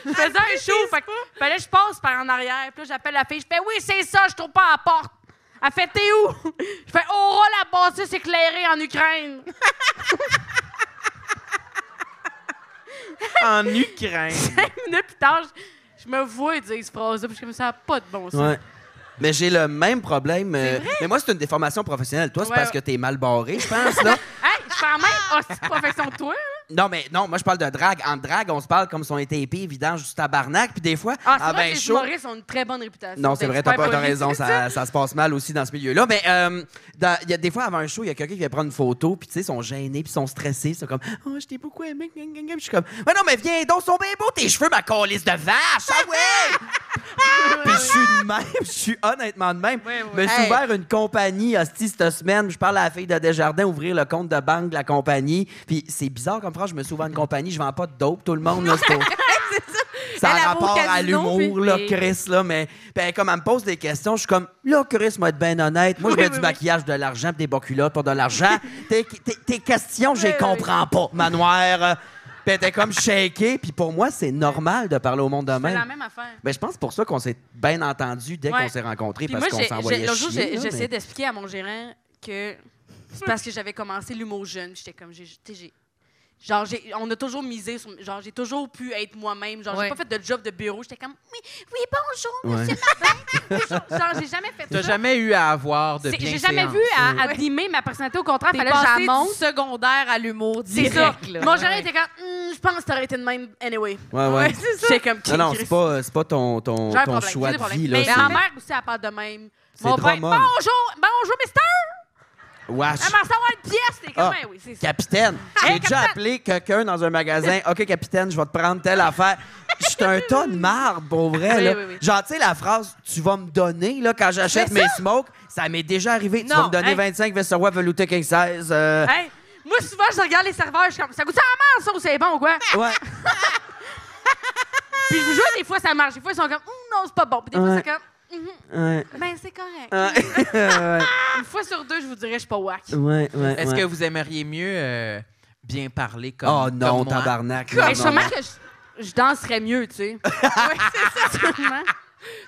Speaker 6: Je faisais un show. Fait que fallait que je passe par en arrière. Puis là, j'appelle la fille. Je fais, oui, c'est ça, je trouve pas à la porte. Elle fait, t'es où? Je fais, oh, la bâtisse éclairée en Ukraine.
Speaker 2: En Ukraine.
Speaker 6: Cinq minutes plus tard, je, je me vois dire cette phrase-là. Puis je me ça a pas de bon sens.
Speaker 5: Ouais. Mais j'ai le même problème. euh, mais moi, c'est une déformation professionnelle. Toi, c'est
Speaker 6: Ouais,
Speaker 5: parce que
Speaker 6: ouais.
Speaker 5: t'es mal barré, je pense, là.
Speaker 6: Hey, je fais en même aussi perfection que toi. là.
Speaker 5: Non, mais non, moi, je parle de drague. En drague, on se parle comme si on était épais, évident, juste tabarnak. Puis des fois,
Speaker 6: Ah, c'est
Speaker 5: ah,
Speaker 6: vrai
Speaker 5: ben
Speaker 6: que les
Speaker 5: chaud.
Speaker 6: humoristes ont une très bonne réputation. Ben,
Speaker 5: Non, c'est vrai, t'as pas
Speaker 6: d'experts
Speaker 5: t'as
Speaker 6: polis.
Speaker 5: raison, ça, ça se passe mal aussi dans ce milieu-là. Mais euh, dans- il y a des fois, avant un show, il y a quelqu'un qui vient prendre une photo, puis tu sais, ils sont gênés, puis ils sont stressés, ils sont comme « Oh, je t'ai beaucoup aimé, gang, gang, gang. Puis je suis comme « Mais non, mais viens donc, ils sont bien beaux tes cheveux, ma colisse de vache, ah ouais! » Puis je suis de même, je suis honnêtement de même. Je me suis
Speaker 2: Hey.
Speaker 5: ouvert une compagnie, hostie, cette semaine, je parle à la fille de Desjardins, ouvrir le compte de banque de la compagnie, puis c'est bizarre comme franchement, je me suis ouvert une compagnie, je vends pas de dope, tout le monde, là, c'est au- ça
Speaker 1: Elle, elle
Speaker 5: a
Speaker 1: va au
Speaker 5: rapport à
Speaker 1: casino,
Speaker 5: l'humour,
Speaker 1: puis-
Speaker 5: là, Chris, là, mais ben, comme elle me pose des questions, je suis comme, là, Chris, moi, être bien honnête, moi, je
Speaker 6: Oui,
Speaker 5: mets
Speaker 6: oui,
Speaker 5: du
Speaker 6: oui.
Speaker 5: maquillage, de l'argent, pis des bas culottes pour de l'argent. tes, tes- tes questions, je les
Speaker 6: Ben Oui, oui.
Speaker 5: comprends pas, manoir. Euh, Puis elle était comme shakée, puis pour moi, c'est normal de parler au monde de
Speaker 6: Je fais la
Speaker 5: même.
Speaker 6: même affaire.
Speaker 5: Ben, je pense que pour ça qu'on s'est bien entendu dès
Speaker 6: Ouais.
Speaker 5: qu'on s'est rencontrés,
Speaker 6: Puis
Speaker 5: parce
Speaker 6: moi,
Speaker 5: qu'on
Speaker 6: j'ai- j'ai-
Speaker 5: s'envoyait
Speaker 6: l'autre jour,
Speaker 5: chier.
Speaker 6: j'ai-
Speaker 5: là,
Speaker 6: j'essayais
Speaker 5: mais-
Speaker 6: d'expliquer à mon gérant que c'est parce que j'avais commencé l'humour jeune. J'étais comme, j'ai- tu sais, j'ai- Genre, j'ai- on a toujours misé sur. Genre, j'ai toujours pu être moi-même. Genre,
Speaker 1: Ouais.
Speaker 6: j'ai pas fait de job de bureau. J'étais comme, oui, oui, bonjour,
Speaker 5: Ouais.
Speaker 6: monsieur Martin. Bonjour. Genre, j'ai jamais fait
Speaker 2: T'as
Speaker 6: ça.
Speaker 2: jamais eu à avoir de
Speaker 6: C'est-
Speaker 2: bien
Speaker 6: J'ai jamais vu à abîmer ma personnalité. Au contraire,
Speaker 1: T'es
Speaker 6: fallait que
Speaker 1: passé
Speaker 6: j'en monte.
Speaker 1: du secondaire à l'humour
Speaker 6: C'est
Speaker 1: direct,
Speaker 6: ça.
Speaker 1: là.
Speaker 6: Mon gérant était comme, Hum, je pense que t'aurais été de même anyway.
Speaker 5: Ouais, ouais.
Speaker 6: c'est ça. J'étais comme,
Speaker 5: Non, non,
Speaker 6: Christ.
Speaker 5: c'est pas, c'est pas ton, ton,
Speaker 6: J'ai un
Speaker 5: ton
Speaker 6: problème,
Speaker 5: choix
Speaker 6: j'ai des
Speaker 5: de
Speaker 6: problèmes.
Speaker 5: vie. Là,
Speaker 6: Mais
Speaker 5: c'est-
Speaker 6: ma mère aussi, elle parle de même.
Speaker 5: C'est
Speaker 6: Mon père,
Speaker 5: Drummond.
Speaker 6: bonjour, bonjour, mister.
Speaker 5: Wesh.
Speaker 6: Elle m'en savoir une pièce, t'es comme,
Speaker 5: Ah.
Speaker 6: Ben oui, c'est ça.
Speaker 5: Capitaine, j'ai
Speaker 6: Hey,
Speaker 5: déjà
Speaker 6: capitaine!
Speaker 5: appelé quelqu'un dans un magasin. OK, capitaine, je vais te prendre telle affaire. Je suis un tas de marde, pour vrai.
Speaker 6: Oui,
Speaker 5: là.
Speaker 6: oui, oui.
Speaker 5: Genre, tu sais, la phrase Tu vas me donner, là, quand j'achète mes smokes, ça m'est déjà arrivé. tu
Speaker 6: Non,
Speaker 5: vas me donner
Speaker 6: hey.
Speaker 5: 25 Vesterrois velouté King 16. euh,
Speaker 6: Hey, moi, souvent, je regarde les serveurs, je suis comme, ça goûte ça à la merde, ça, ou c'est bon, ou quoi?
Speaker 5: Ouais.
Speaker 6: Puis je vous jure, des fois, ça marche. Des fois, ils sont comme, Hum, non, c'est pas bon. Puis des fois,
Speaker 5: Ouais.
Speaker 6: c'est comme, Mhm,
Speaker 5: Ouais.
Speaker 6: ben c'est correct.
Speaker 5: ouais.
Speaker 6: Une fois sur deux, je vous dirais, je suis pas whack.
Speaker 5: Ouais, ouais.
Speaker 2: Est-ce
Speaker 5: ouais.
Speaker 2: que vous aimeriez mieux euh, bien parler comme
Speaker 5: Oh non,
Speaker 2: comme moi?
Speaker 5: tabarnak. non,
Speaker 6: Mais
Speaker 5: non,
Speaker 6: sûrement
Speaker 5: non.
Speaker 6: que je, je danserais mieux, tu sais.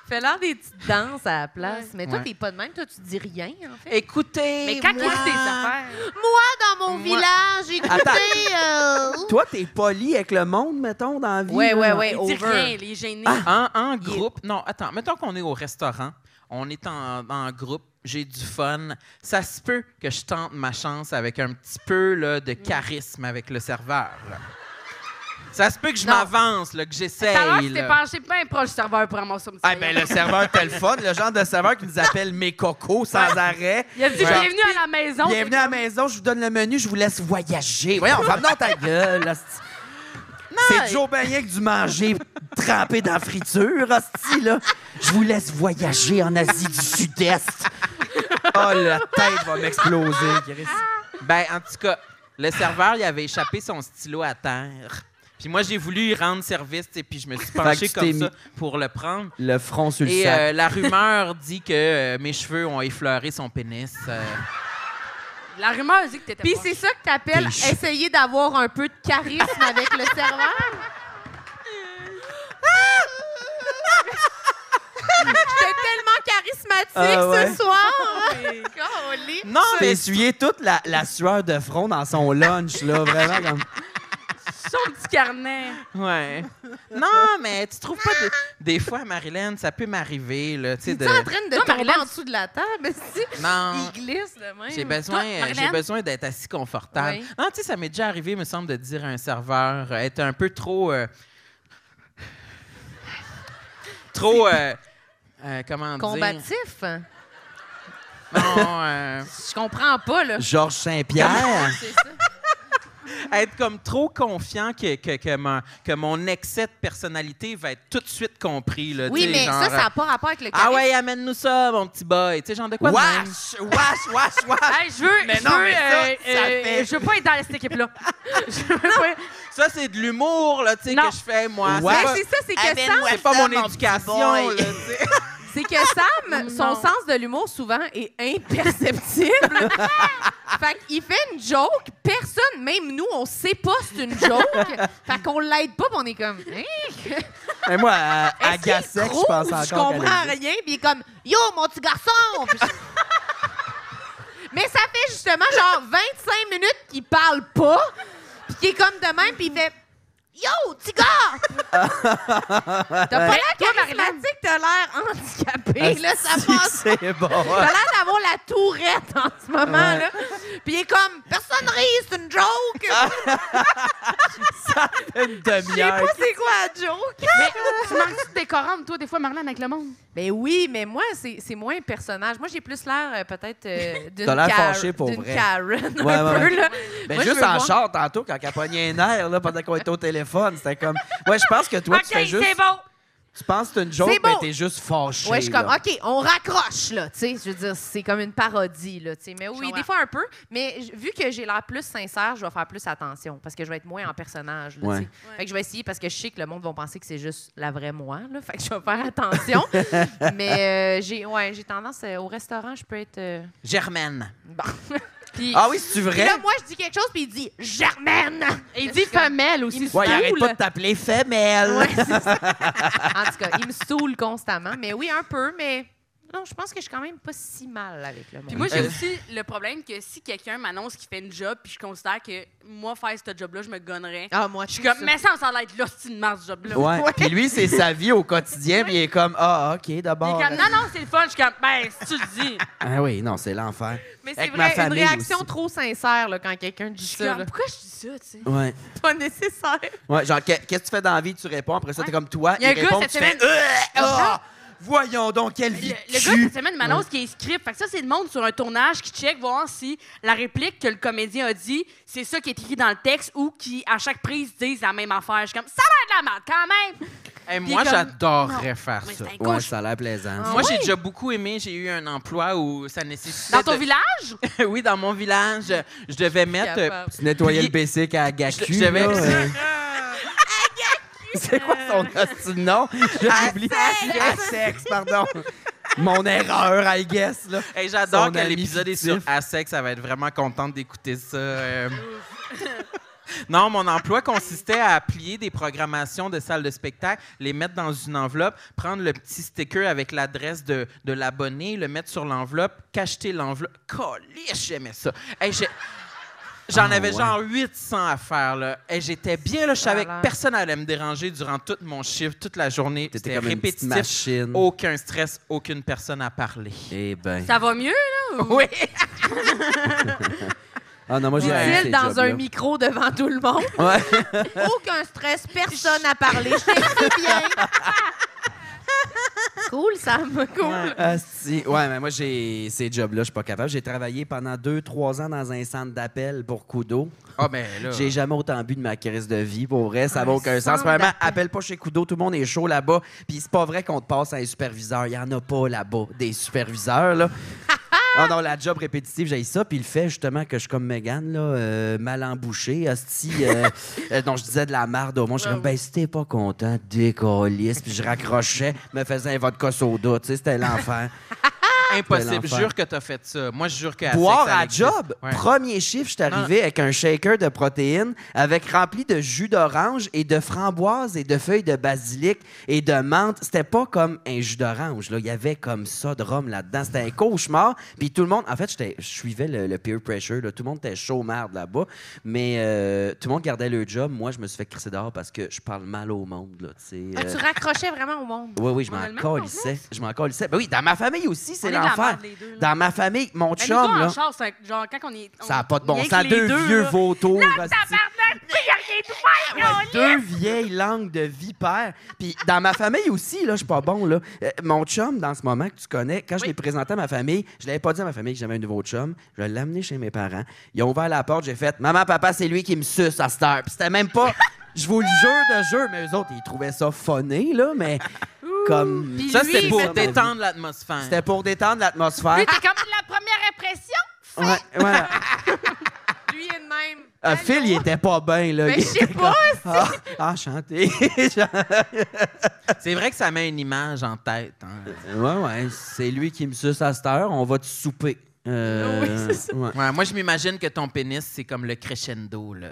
Speaker 1: Fais leur des petites danses à la place. Mais toi,
Speaker 2: Ouais.
Speaker 1: t'es pas de même. Toi, tu dis rien, en fait.
Speaker 2: Écoutez,
Speaker 6: Mais quand
Speaker 2: moi-
Speaker 6: ils tes affaires,
Speaker 1: Moi, dans mon
Speaker 2: Moi-
Speaker 1: village, écoutez... euh,
Speaker 5: Toi, t'es poli avec le monde, mettons, dans la vie.
Speaker 1: Ouais,
Speaker 5: là.
Speaker 1: ouais, ouais,
Speaker 6: il dit
Speaker 1: over.
Speaker 6: rien, il est gêné.
Speaker 2: En, en groupe. Non, attends. Mettons qu'on est au restaurant. On est en, en groupe. J'ai du fun. Ça se peut que je
Speaker 6: Mm.
Speaker 2: tente ma chance avec un petit peu là, de charisme avec le serveur. là. Ça se peut que je
Speaker 1: Non.
Speaker 2: m'avance, là, que j'essaye.
Speaker 6: Tout à l'heure, tu t'es
Speaker 2: là.
Speaker 6: penché bien proche du serveur pour ramasser mon
Speaker 2: Ah ben le serveur téléphone, le genre de serveur qui nous appelle mes cocos sans arrêt.
Speaker 6: Il a dit
Speaker 2: Genre,
Speaker 6: bienvenue à la maison.
Speaker 5: Bienvenue à la maison, je vous donne le menu, je vous laisse voyager. Voyons, ferme donc ta gueule, hostie. C'est Joe Bagnac du manger trempé dans la friture, hostie, là. Je vous laisse voyager en Asie du Sud-Est. Oh, la tête va m'exploser, Chris.
Speaker 2: Ben en tout cas, le serveur il avait échappé son stylo à terre. Puis moi j'ai voulu y rendre service et puis je me suis
Speaker 5: Fait que
Speaker 2: penché
Speaker 5: tu
Speaker 2: comme
Speaker 5: t'es
Speaker 2: ça
Speaker 5: mis-
Speaker 2: pour le prendre.
Speaker 5: Le front sur le
Speaker 2: Et
Speaker 5: sac.
Speaker 2: euh, la rumeur dit que euh, mes cheveux ont effleuré son pénis. euh.
Speaker 6: La rumeur dit que t'étais
Speaker 1: Puis
Speaker 6: proche.
Speaker 1: c'est ça que t'appelles
Speaker 5: T'es chou-
Speaker 1: essayer d'avoir un peu de charisme avec le serveur? J'étais tellement charismatique
Speaker 5: Ah ouais.
Speaker 1: ce soir! Golly.
Speaker 2: Non,
Speaker 5: T'as
Speaker 2: mais
Speaker 5: essuyé toute la, la sueur de front dans son lunch, là, vraiment. Comme...
Speaker 6: son petit carnet.
Speaker 2: ouais. Non, mais tu trouves pas de- des fois Marilyn, ça peut m'arriver là, tu sais de
Speaker 1: T'es en train de
Speaker 6: Non,
Speaker 1: tomber
Speaker 6: Marilyn,
Speaker 1: en dessous de la table? si?
Speaker 2: Non.
Speaker 1: Il glisse de même.
Speaker 2: J'ai besoin,
Speaker 6: Toi,
Speaker 2: euh,
Speaker 6: Marilyn?
Speaker 2: j'ai besoin d'être assis confortable.
Speaker 1: Oui.
Speaker 2: Ah, tu sais, ça m'est déjà arrivé, me semble, de dire à un serveur, euh, être un peu trop, euh, trop, euh, euh, comment dire,
Speaker 1: Combatif?
Speaker 2: non, euh,
Speaker 1: Je comprends pas, là.
Speaker 5: Georges Saint-Pierre.
Speaker 1: C'est ça.
Speaker 2: être comme trop confiant que que, que, mon, que mon excès de personnalité va être tout de suite compris là. tu
Speaker 1: Oui,
Speaker 2: sais,
Speaker 1: mais
Speaker 2: genre,
Speaker 1: ça, ça n'a pas rapport avec le
Speaker 2: Ah
Speaker 1: charisme.
Speaker 2: ouais, amène-nous ça, mon petit boy. Tu sais, genre de quoi de même.
Speaker 5: Wesh, wesh, wesh, wesh.
Speaker 6: Hey, je veux,
Speaker 5: Mais
Speaker 6: je
Speaker 5: non,
Speaker 6: veux,
Speaker 5: mais ça,
Speaker 6: euh,
Speaker 5: ça
Speaker 6: euh,
Speaker 5: fait-
Speaker 6: je veux pas être dans cette équipe-là. je veux pas.
Speaker 2: Ça, c'est de l'humour là, tu sais,
Speaker 6: Non.
Speaker 2: que je fais moi.
Speaker 5: Ouais.
Speaker 2: C'est
Speaker 1: Mais
Speaker 2: pas-
Speaker 1: Ben, c'est ça, c'est que Sam,
Speaker 2: C'est pas mon éducation. là, tu sais.
Speaker 1: c'est que Sam, son
Speaker 6: Non.
Speaker 1: sens de l'humour souvent est imperceptible. fait qu'il fait une joke, personne, même nous, on sait pas c'est une joke. fait qu'on l'aide pas, puis on est comme Hein?
Speaker 5: Mais moi, à, à
Speaker 1: Est-ce qu'il est
Speaker 5: Gassec, je
Speaker 1: gros
Speaker 5: pense
Speaker 1: ou
Speaker 5: encore.
Speaker 1: Je comprends
Speaker 5: qu'elle est-
Speaker 1: rien, puis il est comme Yo, mon petit garçon! Puis je- Mais ça fait justement genre 25 minutes qu'il parle pas, puis qu'il est comme de même, puis il fait Yo, petit gars! T'as pas l'air charismatique, t'as l'air handicapé, là, ça
Speaker 5: Asti,
Speaker 1: passe.
Speaker 5: C'est bon.
Speaker 1: T'as l'air d'avoir la tourette en ce moment, là. Puis il est comme Personne rit, c'est une joke!
Speaker 5: Ah, Une
Speaker 1: Je sais
Speaker 5: demi-heure.
Speaker 1: pas c'est quoi la joke!
Speaker 6: Mais tu manques-tu de décorante, toi, des fois, Marlène, avec le monde?
Speaker 1: Ben oui, mais moi, c'est c'est moins un personnage. Moi, j'ai plus l'air euh, peut-être euh, d'une
Speaker 5: T'as l'air
Speaker 1: Car-
Speaker 5: fâchée pour
Speaker 1: d'une
Speaker 5: vrai.
Speaker 1: Karen, un
Speaker 5: Ouais, ouais,
Speaker 1: peu,
Speaker 5: ouais.
Speaker 1: là.
Speaker 5: Ben,
Speaker 1: Moi, je
Speaker 5: juste
Speaker 1: veux
Speaker 5: en
Speaker 1: voir-
Speaker 5: char tantôt, quand elle pognait un air, là, pendant qu'on était au téléphone, c'était comme. Ouais, je pense que toi,
Speaker 6: OK,
Speaker 5: tu fais juste.
Speaker 6: c'est bon!
Speaker 5: Tu penses que c'est une joke,
Speaker 1: C'est
Speaker 5: mais
Speaker 1: beau.
Speaker 5: t'es juste fâché.
Speaker 1: Ouais, je suis comme, ah,
Speaker 5: là.
Speaker 1: OK, on raccroche, là, tu sais. Je veux dire, c'est comme une parodie, là, tu sais. Mais oui,
Speaker 6: comprends.
Speaker 1: des fois un peu. Mais j- vu que j'ai l'air plus sincère, je vais faire plus attention parce que je vais être moins en personnage, là,
Speaker 5: Ouais.
Speaker 1: tu sais. Fait que je vais essayer parce que je sais que le monde va penser que c'est juste la vraie moi, là. Fait que je vais faire attention. mais euh, j'ai ouais, j'ai tendance, euh, au restaurant, je peux être... euh,
Speaker 2: Germaine.
Speaker 1: bon. Puis-
Speaker 5: Ah oui, c'est
Speaker 1: Puis
Speaker 5: vrai?
Speaker 1: là, moi, je dis quelque chose, puis il dit « Germaine! »
Speaker 6: Et il dit femelle aussi.
Speaker 5: Ouais, il
Speaker 6: c'est
Speaker 5: arrête
Speaker 6: cool.
Speaker 5: pas de t'appeler femelle.
Speaker 1: Ouais, c'est ça. en tout cas, il me saoule constamment. Mais oui, un peu, mais non, je pense que je suis quand même pas si mal avec le monde.
Speaker 6: Puis moi, j'ai
Speaker 2: Euh.
Speaker 6: aussi le problème que si quelqu'un m'annonce qu'il fait une job, puis je considère que moi, faire ce job-là, je me gonnerais.
Speaker 1: ah, moi,
Speaker 6: Je suis comme, mais ça, on s'en l'air de l'hostie de merde, ce job-là.
Speaker 5: Ouais. Puis lui, c'est sa vie au quotidien, puis il est comme Ah, OK,
Speaker 6: Il est
Speaker 5: d'abord.
Speaker 6: comme, non, non, c'est le fun. Je suis comme, ben, si tu le dis.
Speaker 5: Ah oui, non, c'est l'enfer.
Speaker 1: Mais c'est
Speaker 5: avec ma
Speaker 1: vrai, une
Speaker 5: famille
Speaker 1: réaction
Speaker 5: aussi.
Speaker 1: trop sincère là, quand quelqu'un dit
Speaker 6: Je suis
Speaker 1: ça.
Speaker 6: comme,
Speaker 1: là.
Speaker 6: pourquoi je dis ça, tu sais?
Speaker 5: Ouais.
Speaker 1: Pas nécessaire.
Speaker 5: Ouais, genre, qu'est- qu'est-ce que tu fais dans la vie? Tu réponds, après ça, t'es comme toi.
Speaker 6: Il y a un gars
Speaker 5: répond,
Speaker 6: cette
Speaker 5: tu fais,
Speaker 6: semaine-
Speaker 5: Euh, ah, voyons donc, quelle
Speaker 6: Le,
Speaker 5: vie.
Speaker 6: le gars, cette semaine, m'annonce qu'il est script. Fait que ça, c'est le monde sur un tournage qui check, voir si la réplique que le comédien a dit, c'est ça qui est écrit dans le texte ou qui, à chaque prise, disent la même affaire. Je suis comme, ça a l'air de la merde quand même.
Speaker 2: Hey,
Speaker 6: Puis
Speaker 2: moi,
Speaker 6: comme-
Speaker 2: j'adorerais faire
Speaker 6: Mais
Speaker 2: ça.
Speaker 6: c'est un con.
Speaker 5: Ouais, ça a l'air plaisant.
Speaker 2: Moi, j'ai déjà beaucoup aimé. J'ai eu un emploi où ça nécessitait.
Speaker 6: Dans ton
Speaker 2: de-
Speaker 6: village?
Speaker 2: oui, dans mon village. Je devais mettre. euh,
Speaker 1: Capable.
Speaker 5: Tu nettoyais
Speaker 2: Puis-
Speaker 5: le basic à Gacu.
Speaker 2: Je- je devais-
Speaker 5: là, euh. C'est quoi son
Speaker 2: euh,
Speaker 5: hostile nom? J'ai oublié. À sexe, pardon. Mon erreur, I guess. Là.
Speaker 2: hey, J'adore
Speaker 5: Son
Speaker 2: que
Speaker 5: ami
Speaker 2: l'épisode est sur
Speaker 5: fictif.
Speaker 2: Assex. Ça va être vraiment contente d'écouter ça. euh. Non, mon emploi consistait à plier des programmations de salles de spectacle, les mettre dans une enveloppe, prendre le petit sticker avec l'adresse de, de l'abonné, le mettre sur l'enveloppe, cacheter l'enveloppe. Coliche, j'aimais ça. Hey, j'ai- J'en
Speaker 5: Ah,
Speaker 2: avais
Speaker 5: ouais.
Speaker 2: genre 800 à faire. Là. Et j'étais bien. Là, je savais
Speaker 1: a l'air.
Speaker 2: que personne n'allait me déranger durant tout mon chiffre, toute la journée.
Speaker 5: T'étais
Speaker 2: C'était
Speaker 5: comme une petite
Speaker 2: répétitif.
Speaker 5: machine.
Speaker 2: Aucun stress, aucune personne à parler.
Speaker 5: Eh ben.
Speaker 6: Ça va mieux, là? ou-
Speaker 2: Oui.
Speaker 5: Ah non, moi, j'ai arrêté
Speaker 1: Dit-il
Speaker 5: ces
Speaker 1: dans un
Speaker 5: jobs-là.
Speaker 1: micro devant tout le monde.
Speaker 5: Ouais.
Speaker 1: Aucun stress, personne à parler. Je t'explique bien. cool, Sam, cool.
Speaker 5: Asti. Ouais, mais moi, j'ai ces jobs-là, je suis pas capable. J'ai travaillé pendant deux, trois ans dans un centre d'appel pour Coudo.
Speaker 2: Ah, ben là. Ah,
Speaker 5: J'ai jamais autant bu de ma crise de vie. Pour vrai, ça n'a aucun sens.
Speaker 1: centre
Speaker 5: Premièrement,
Speaker 1: d'appel.
Speaker 5: appelle pas chez Coudo, tout le monde est chaud là-bas. Puis c'est pas vrai qu'on te passe à un superviseur. Il y en a pas là-bas, des superviseurs, là. Ah non, la job répétitive, j'ai ça. Puis le fait, justement, que je suis comme Megan, là, euh, mal embouché, hostie, euh, euh, dont je disais de la marde au moins. Je suis comme, ben, si t'es pas content, décolisse. Puis je raccrochais, me faisais un vodka soda. Tu sais, c'était l'enfer.
Speaker 2: Impossible.
Speaker 5: l'enfer.
Speaker 2: Jure que t'as fait ça. Moi, je jure que.
Speaker 5: Ah, Boire
Speaker 2: sexe, ça
Speaker 5: à
Speaker 2: existe.
Speaker 5: job.
Speaker 2: Ouais.
Speaker 5: Premier chiffre, je suis arrivé avec un shaker de protéines avec rempli de jus d'orange et de framboises et de feuilles de basilic et de menthe. C'était pas comme un jus d'orange. là. Il y avait comme ça de rhum là-dedans. C'était un cauchemar. Puis tout le monde, en fait, j'étais- je suivais le, le peer pressure. là. Tout le monde était chaud marde là-bas. Mais euh, tout le monde gardait le job. Moi, je me suis fait crisser dehors parce que je parle mal au monde. Là, tu sais,
Speaker 1: Ah, tu
Speaker 5: euh.
Speaker 1: raccrochais vraiment au monde.
Speaker 5: Oui, oui, je m'en
Speaker 6: Moralement,
Speaker 5: colissais. Je m'en colissais. Ben oui, dans ma famille aussi,
Speaker 6: On
Speaker 5: c'est
Speaker 6: est de la
Speaker 5: l'enfer.
Speaker 6: merde, les deux, là.
Speaker 5: Dans ma famille, mon
Speaker 6: Mais
Speaker 5: chum,
Speaker 6: Ben, nous, en
Speaker 5: là.
Speaker 6: char, c'est un- genre, quand on est. on-
Speaker 5: Ça n'a pas de bon
Speaker 6: rien que
Speaker 5: sens.
Speaker 6: les
Speaker 5: Deux vieux
Speaker 6: là.
Speaker 5: vautours. hostie.
Speaker 8: Tabarnak, il n'y a rien d'ouvert, là,
Speaker 5: Ah, Deux vieilles langues de vipère. Puis dans ma famille aussi, là, je suis pas bon, là. Euh, mon chum, dans ce moment que tu connais, quand je l'ai présenté à ma famille, je l'avais pas dit à ma famille que j'avais un nouveau chum. Je l'ai amené chez mes parents. Ils ont ouvert la porte, j'ai fait « Maman, papa, c'est lui qui me suce à cette heure. » Puis c'était même pas... Je vous le jure de jeu, mais eux autres, ils trouvaient ça funny, là, mais comme...
Speaker 1: Puis
Speaker 2: Ça,
Speaker 1: lui,
Speaker 2: c'était
Speaker 1: il
Speaker 2: pour
Speaker 1: mettait-
Speaker 2: détendre l'atmosphère.
Speaker 5: C'était pour détendre l'atmosphère.
Speaker 1: Ah.
Speaker 6: Lui, t'es comme la première impression.
Speaker 5: Ouais, voilà.
Speaker 1: Lui, il est de même.
Speaker 5: Euh, Phil, il était pas bien, là.
Speaker 1: Mais
Speaker 5: Il
Speaker 1: Ben, je sais
Speaker 5: était
Speaker 1: pas,
Speaker 5: comme, Ah, enchanté.
Speaker 2: C'est vrai que ça met une image en tête. hein.
Speaker 5: Ouais, ouais, c'est lui qui me suce à cette heure, on va te souper. Euh,
Speaker 1: Oui, c'est ça.
Speaker 5: Ouais.
Speaker 2: Ouais, moi, je m'imagine que ton pénis, c'est comme le crescendo. Là.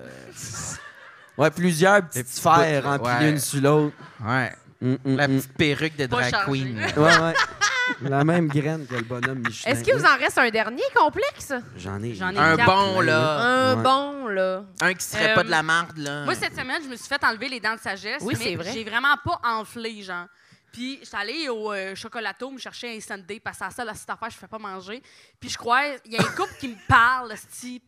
Speaker 5: Ouais, plusieurs
Speaker 2: Les
Speaker 5: petites
Speaker 2: petits
Speaker 5: fers
Speaker 2: bouts, là.
Speaker 5: empilées
Speaker 2: Ouais.
Speaker 5: une sur l'autre.
Speaker 2: Ouais.
Speaker 5: Hum, hum,
Speaker 2: La
Speaker 5: hum.
Speaker 2: petite perruque de
Speaker 6: Pas
Speaker 2: drag
Speaker 6: chargée.
Speaker 2: queen. là.
Speaker 5: Ouais, ouais. La même graine que le bonhomme Michelin.
Speaker 1: Est-ce qu'il vous en reste un dernier complexe?
Speaker 5: J'en ai.
Speaker 6: J'en ai
Speaker 2: Un
Speaker 6: quatre.
Speaker 2: bon, là.
Speaker 1: Un
Speaker 5: Ah, Ouais.
Speaker 1: bon, là.
Speaker 2: Un qui serait
Speaker 6: Euh,
Speaker 2: pas de la marde, là.
Speaker 6: Moi, cette semaine, je me suis fait enlever les dents de sagesse.
Speaker 1: Oui,
Speaker 6: mais
Speaker 1: c'est vrai.
Speaker 6: J'ai vraiment pas enflé, genre. Puis, j'étais allée au euh, chocolato me chercher un sundae, parce que à ça, la petite affaire, je fais pas manger. Puis, je crois, il y a un couple qui me parle, sti,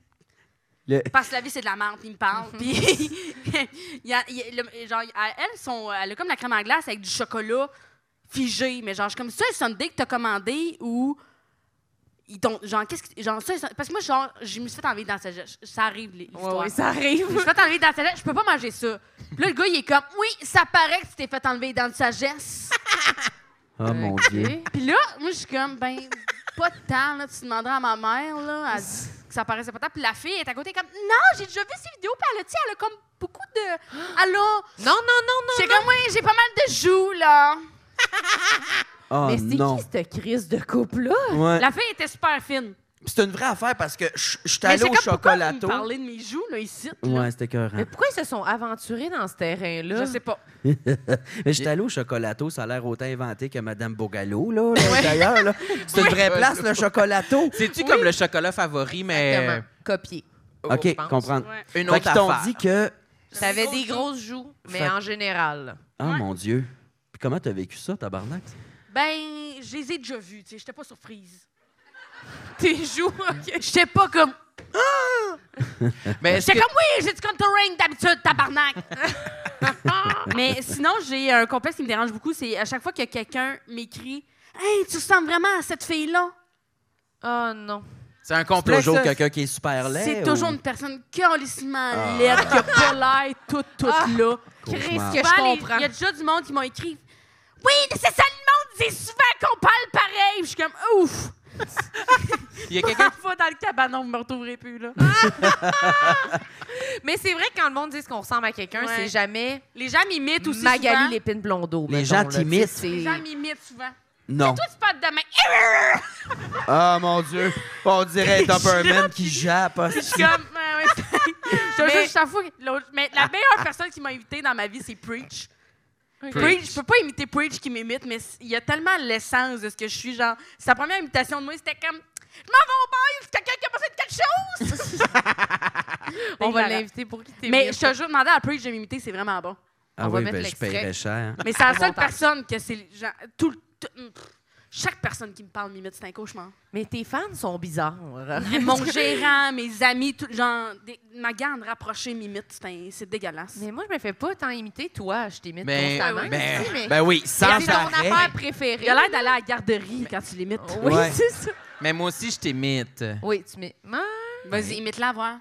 Speaker 5: Le-
Speaker 6: Parce que la vie, c'est de la merde, puis il me parle. Puis, il y a- il y a le- genre, à- elle, son- elle a comme la crème à glace avec du chocolat figé. Mais genre, je suis comme ça, un sundae que t'as commandé ou. Ils t'ont, genre, qu'est-ce que. Genre, ça, un sundae- parce que moi, genre, je me suis fait enlever dans sa Ça arrive, les
Speaker 1: Oui,
Speaker 6: histoires.
Speaker 1: ça arrive.
Speaker 6: Je me suis fait enlever les dents de sagesse. Je peux pas manger ça. Puis là, le gars, il est comme, oui, ça paraît que tu t'es fait enlever les dents de sagesse.
Speaker 5: Oh mon
Speaker 1: Euh,
Speaker 5: Dieu.
Speaker 6: Puis là, moi, je suis comme, ben, pas de temps, là. Tu demanderas à ma mère, là. Elle dit que ça paraissait pas de temps. Puis la fille est à côté, comme, non, j'ai déjà vu ces vidéos. Puis elle a, tu sais, elle a comme beaucoup de. Elle a.
Speaker 1: Non, non, non, non.
Speaker 6: J'ai comme, oui, j'ai pas mal de joues, là.
Speaker 5: Oh
Speaker 1: Mais c'est
Speaker 5: non.
Speaker 1: qui cette crise de couple-là?
Speaker 5: Ouais.
Speaker 6: La fille était super fine.
Speaker 5: C'est une vraie affaire parce que je je suis
Speaker 6: Mais c'est
Speaker 5: allé au
Speaker 6: comme pourquoi vous me
Speaker 5: chocolato.
Speaker 6: parlez de mes joues, là, ici. là?
Speaker 5: Ouais, c'était cœur.
Speaker 1: Mais pourquoi ils se sont aventurés dans ce terrain-là?
Speaker 6: Je sais pas.
Speaker 5: Mais j'étais allé au chocolato, ça a l'air autant inventé que Madame Bogalo, là, là, d'ailleurs. là. C'est une vraie place, le chocolato.
Speaker 2: C'est-tu comme le chocolat favori, mais
Speaker 1: Exactement. Copier.
Speaker 5: OK,
Speaker 1: Oh, pense.
Speaker 5: comprendre.
Speaker 6: Ouais.
Speaker 2: une
Speaker 5: Fait
Speaker 2: autre
Speaker 5: qu'ils t'ont
Speaker 2: affaire?
Speaker 5: dit que
Speaker 1: T'avais des grosses joues, mais
Speaker 5: Fait-
Speaker 1: en général.
Speaker 5: Ah,
Speaker 6: Ouais.
Speaker 5: mon Dieu. Puis comment t'as vécu ça, tabarnak?
Speaker 6: Ben, je les ai déjà vues, tu sais. J'étais pas surprise.
Speaker 1: Tes joues, OK.
Speaker 6: J'étais pas comme. ah!
Speaker 2: Mais est-ce
Speaker 6: J'étais
Speaker 2: que-
Speaker 6: comme oui, j'ai du contouring d'habitude, tabarnak. Mais sinon, j'ai un complexe qui me dérange beaucoup, c'est à chaque fois que quelqu'un m'écrit Hey, tu ressembles vraiment à cette fille-là.
Speaker 1: Oh non.
Speaker 2: c'est un
Speaker 5: C'est
Speaker 2: complexe?
Speaker 5: toujours
Speaker 2: ça?
Speaker 5: quelqu'un qui est super laid.
Speaker 6: C'est
Speaker 5: ou-
Speaker 6: toujours une personne calissement
Speaker 2: Ah.
Speaker 6: laide, qui a pas l'air toute, toute là.
Speaker 5: Cauchemar.
Speaker 1: Christ,
Speaker 6: Ben,
Speaker 1: que je
Speaker 6: les-
Speaker 1: comprends.
Speaker 6: Il y a déjà du monde qui m'a écrit Oui, c'est ça le monde dit souvent qu'on parle pareil. Je suis comme Ouf,
Speaker 2: Il y a quelqu'un.
Speaker 6: va dans le cabanon, vous me retrouverez plus là.
Speaker 1: Mais c'est vrai que quand le monde dit ce qu'on ressemble à quelqu'un,
Speaker 6: Ouais.
Speaker 1: c'est jamais
Speaker 6: Les gens m'imitent aussi. souvent.
Speaker 1: Magali l'épine blondeau.
Speaker 5: Les
Speaker 1: mettons,
Speaker 5: gens
Speaker 1: là,
Speaker 5: t'imitent.
Speaker 1: tu sais,
Speaker 6: Les gens
Speaker 1: c'est-
Speaker 6: m'imitent souvent.
Speaker 5: Non.
Speaker 6: Toi, tu parles de demain.
Speaker 5: Ah, mon Dieu. On dirait un Tupperman qui jappe.
Speaker 6: Je suis comme. euh, ouais, ouais. Je te
Speaker 1: Mais-
Speaker 6: jure, je t'en fous. L'autre- Mais la meilleure personne qui m'a invité dans ma vie, c'est Preach. Preach. Je peux pas imiter Preach qui m'imite, mais c- il y a tellement l'essence de ce que je suis. Genre, sa première imitation de moi, c'était comme. Je m'en vais au bail, c'est quelqu'un qui a besoin de quelque chose.
Speaker 1: On va
Speaker 6: Ignorant.
Speaker 1: l'inviter pour qu'il t'imite.
Speaker 6: Mais je te jure, demander à Preach de m'imiter, c'est vraiment bon.
Speaker 5: Ah
Speaker 1: On va
Speaker 5: oui,
Speaker 1: mettre
Speaker 5: ben, je
Speaker 1: l'extrait.
Speaker 5: paierais cher.
Speaker 6: Mais c'est la seule
Speaker 1: Montage.
Speaker 6: personne que c'est. Genre, tout le. tout- mm, pff. Chaque personne qui me parle m'imite, c'est un cauchemar.
Speaker 1: Mais tes fans sont bizarres.
Speaker 6: Mon gérant, mes amis, tout, genre, des- ma garde rapprochée m'imite, c'est un- c'est dégueulasse.
Speaker 1: Mais moi, je me fais pas tant imiter. Toi, je t'imite
Speaker 2: Mais,
Speaker 6: ah
Speaker 1: constamment.
Speaker 2: mais-
Speaker 1: Tu sais, mais
Speaker 5: Ben oui, sans
Speaker 1: c'est ton
Speaker 5: arrêt.
Speaker 1: affaire préférée.
Speaker 6: Il a l'air d'aller à la garderie quand tu l'imites.
Speaker 1: Oui,
Speaker 5: Ouais.
Speaker 1: c'est ça.
Speaker 2: Mais moi aussi, je t'imite.
Speaker 1: Oui, tu mets. Ah,
Speaker 6: Vas-y, imite-la, voir.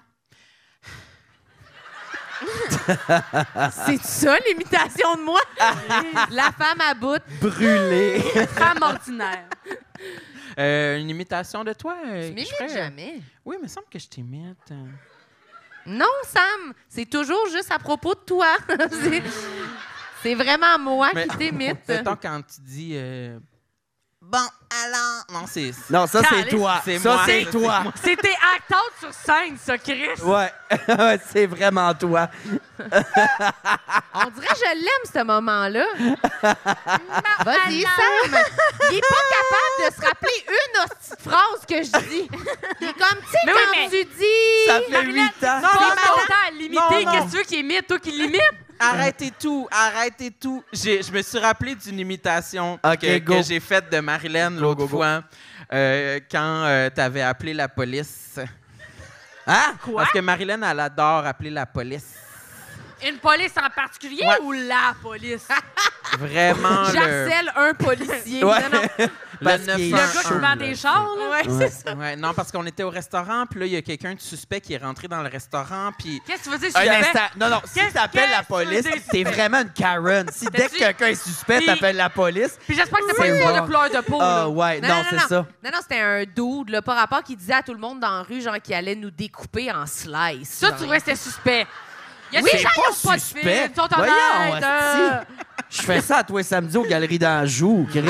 Speaker 1: C'est ça l'imitation de moi? La femme à bout.
Speaker 5: Brûlé.
Speaker 6: Femme ordinaire.
Speaker 2: Euh, une imitation de toi.
Speaker 1: Tu
Speaker 2: euh, que je
Speaker 1: m'imites
Speaker 2: ferais.
Speaker 1: jamais.
Speaker 2: Oui, mais il me semble que je t'imite. euh.
Speaker 1: Non, Sam, c'est toujours juste à propos de toi. C'est- c'est vraiment moi
Speaker 2: Mais-
Speaker 1: qui t'imite.
Speaker 2: Mettons quand tu dis. euh, Bon, alors. Non, c'est.
Speaker 5: Non, ça, c'est
Speaker 6: Caliste.
Speaker 5: toi.
Speaker 2: C'est
Speaker 5: ça,
Speaker 2: moi.
Speaker 5: c'est
Speaker 2: Ça,
Speaker 5: toi.
Speaker 6: C'était acteur sur scène, ça, Chris.
Speaker 5: Ouais, Ouais, c'est vraiment toi.
Speaker 1: On dirait que je l'aime, ce moment-là. Vas-y, Sam. Il est pas capable de se rappeler une hostie de phrase que je dis. Il est comme, tu sais,
Speaker 6: Mais oui,
Speaker 1: quand
Speaker 6: mais-
Speaker 1: tu dis...
Speaker 5: Ça fait huit ans.
Speaker 6: C'est
Speaker 2: non, non.
Speaker 6: important à l'imiter.
Speaker 2: Non, non.
Speaker 6: Qu'est-ce que tu veux qu'il imite? Toi qui l'imites?
Speaker 2: Arrêtez tout, arrêtez tout. J'ai- je me suis rappelé d'une imitation
Speaker 5: Ok,
Speaker 2: que- que,
Speaker 5: go.
Speaker 2: j'ai faite de Marilyn l'autre
Speaker 5: go, go.
Speaker 2: fois euh, quand euh, t'avais appelé la police.
Speaker 5: Hein?
Speaker 2: Parce que Marilyn, elle adore appeler la police.
Speaker 6: Une police en particulier
Speaker 2: Ouais.
Speaker 6: ou la police?
Speaker 2: Vraiment. le,
Speaker 1: J'harcèle un policier.
Speaker 5: Ouais.
Speaker 1: Non, non.
Speaker 2: le
Speaker 5: Parce qu'il est
Speaker 6: Le gars qui
Speaker 2: 911.
Speaker 6: vend des chars, là?
Speaker 5: Ouais.
Speaker 2: Ouais, non, parce qu'on était au restaurant, puis là, il y a quelqu'un de suspect qui est rentré dans le restaurant, puis.
Speaker 6: Qu'est-ce que tu veux dire?
Speaker 5: Un
Speaker 6: suspect?
Speaker 5: instant. Non, non, si
Speaker 6: Qu'est-ce-
Speaker 5: t'appelles la
Speaker 6: qu'est-ce que
Speaker 5: police,
Speaker 6: tu veux dire,
Speaker 5: t'es
Speaker 6: suspect?
Speaker 5: vraiment une Karen. Si dès que
Speaker 6: T'as-tu-
Speaker 5: quelqu'un est suspect,
Speaker 6: Puis-
Speaker 5: t'appelles la police.
Speaker 6: Puis j'espère que c'est pas
Speaker 5: C'est
Speaker 6: une fois
Speaker 5: bon.
Speaker 6: de couleur de peau,
Speaker 5: Ah
Speaker 6: Oh, là.
Speaker 5: ouais, non, c'est ça.
Speaker 1: Non, non, c'était un dude, là, par rapport, qui disait à tout le monde dans la rue, genre, qu'il allait nous découper en slice.
Speaker 6: Ça,
Speaker 1: genre.
Speaker 6: tu vois, c'était suspect. Il y a
Speaker 5: Oui,
Speaker 6: des gens qui
Speaker 5: c'est
Speaker 6: n'ont
Speaker 5: pas
Speaker 6: pas de
Speaker 5: suspect.
Speaker 6: fils, ils sont en
Speaker 5: Voyons,
Speaker 6: aide, euh,
Speaker 5: Je fais ça à toi samedi aux Galeries d'Anjou, Chris.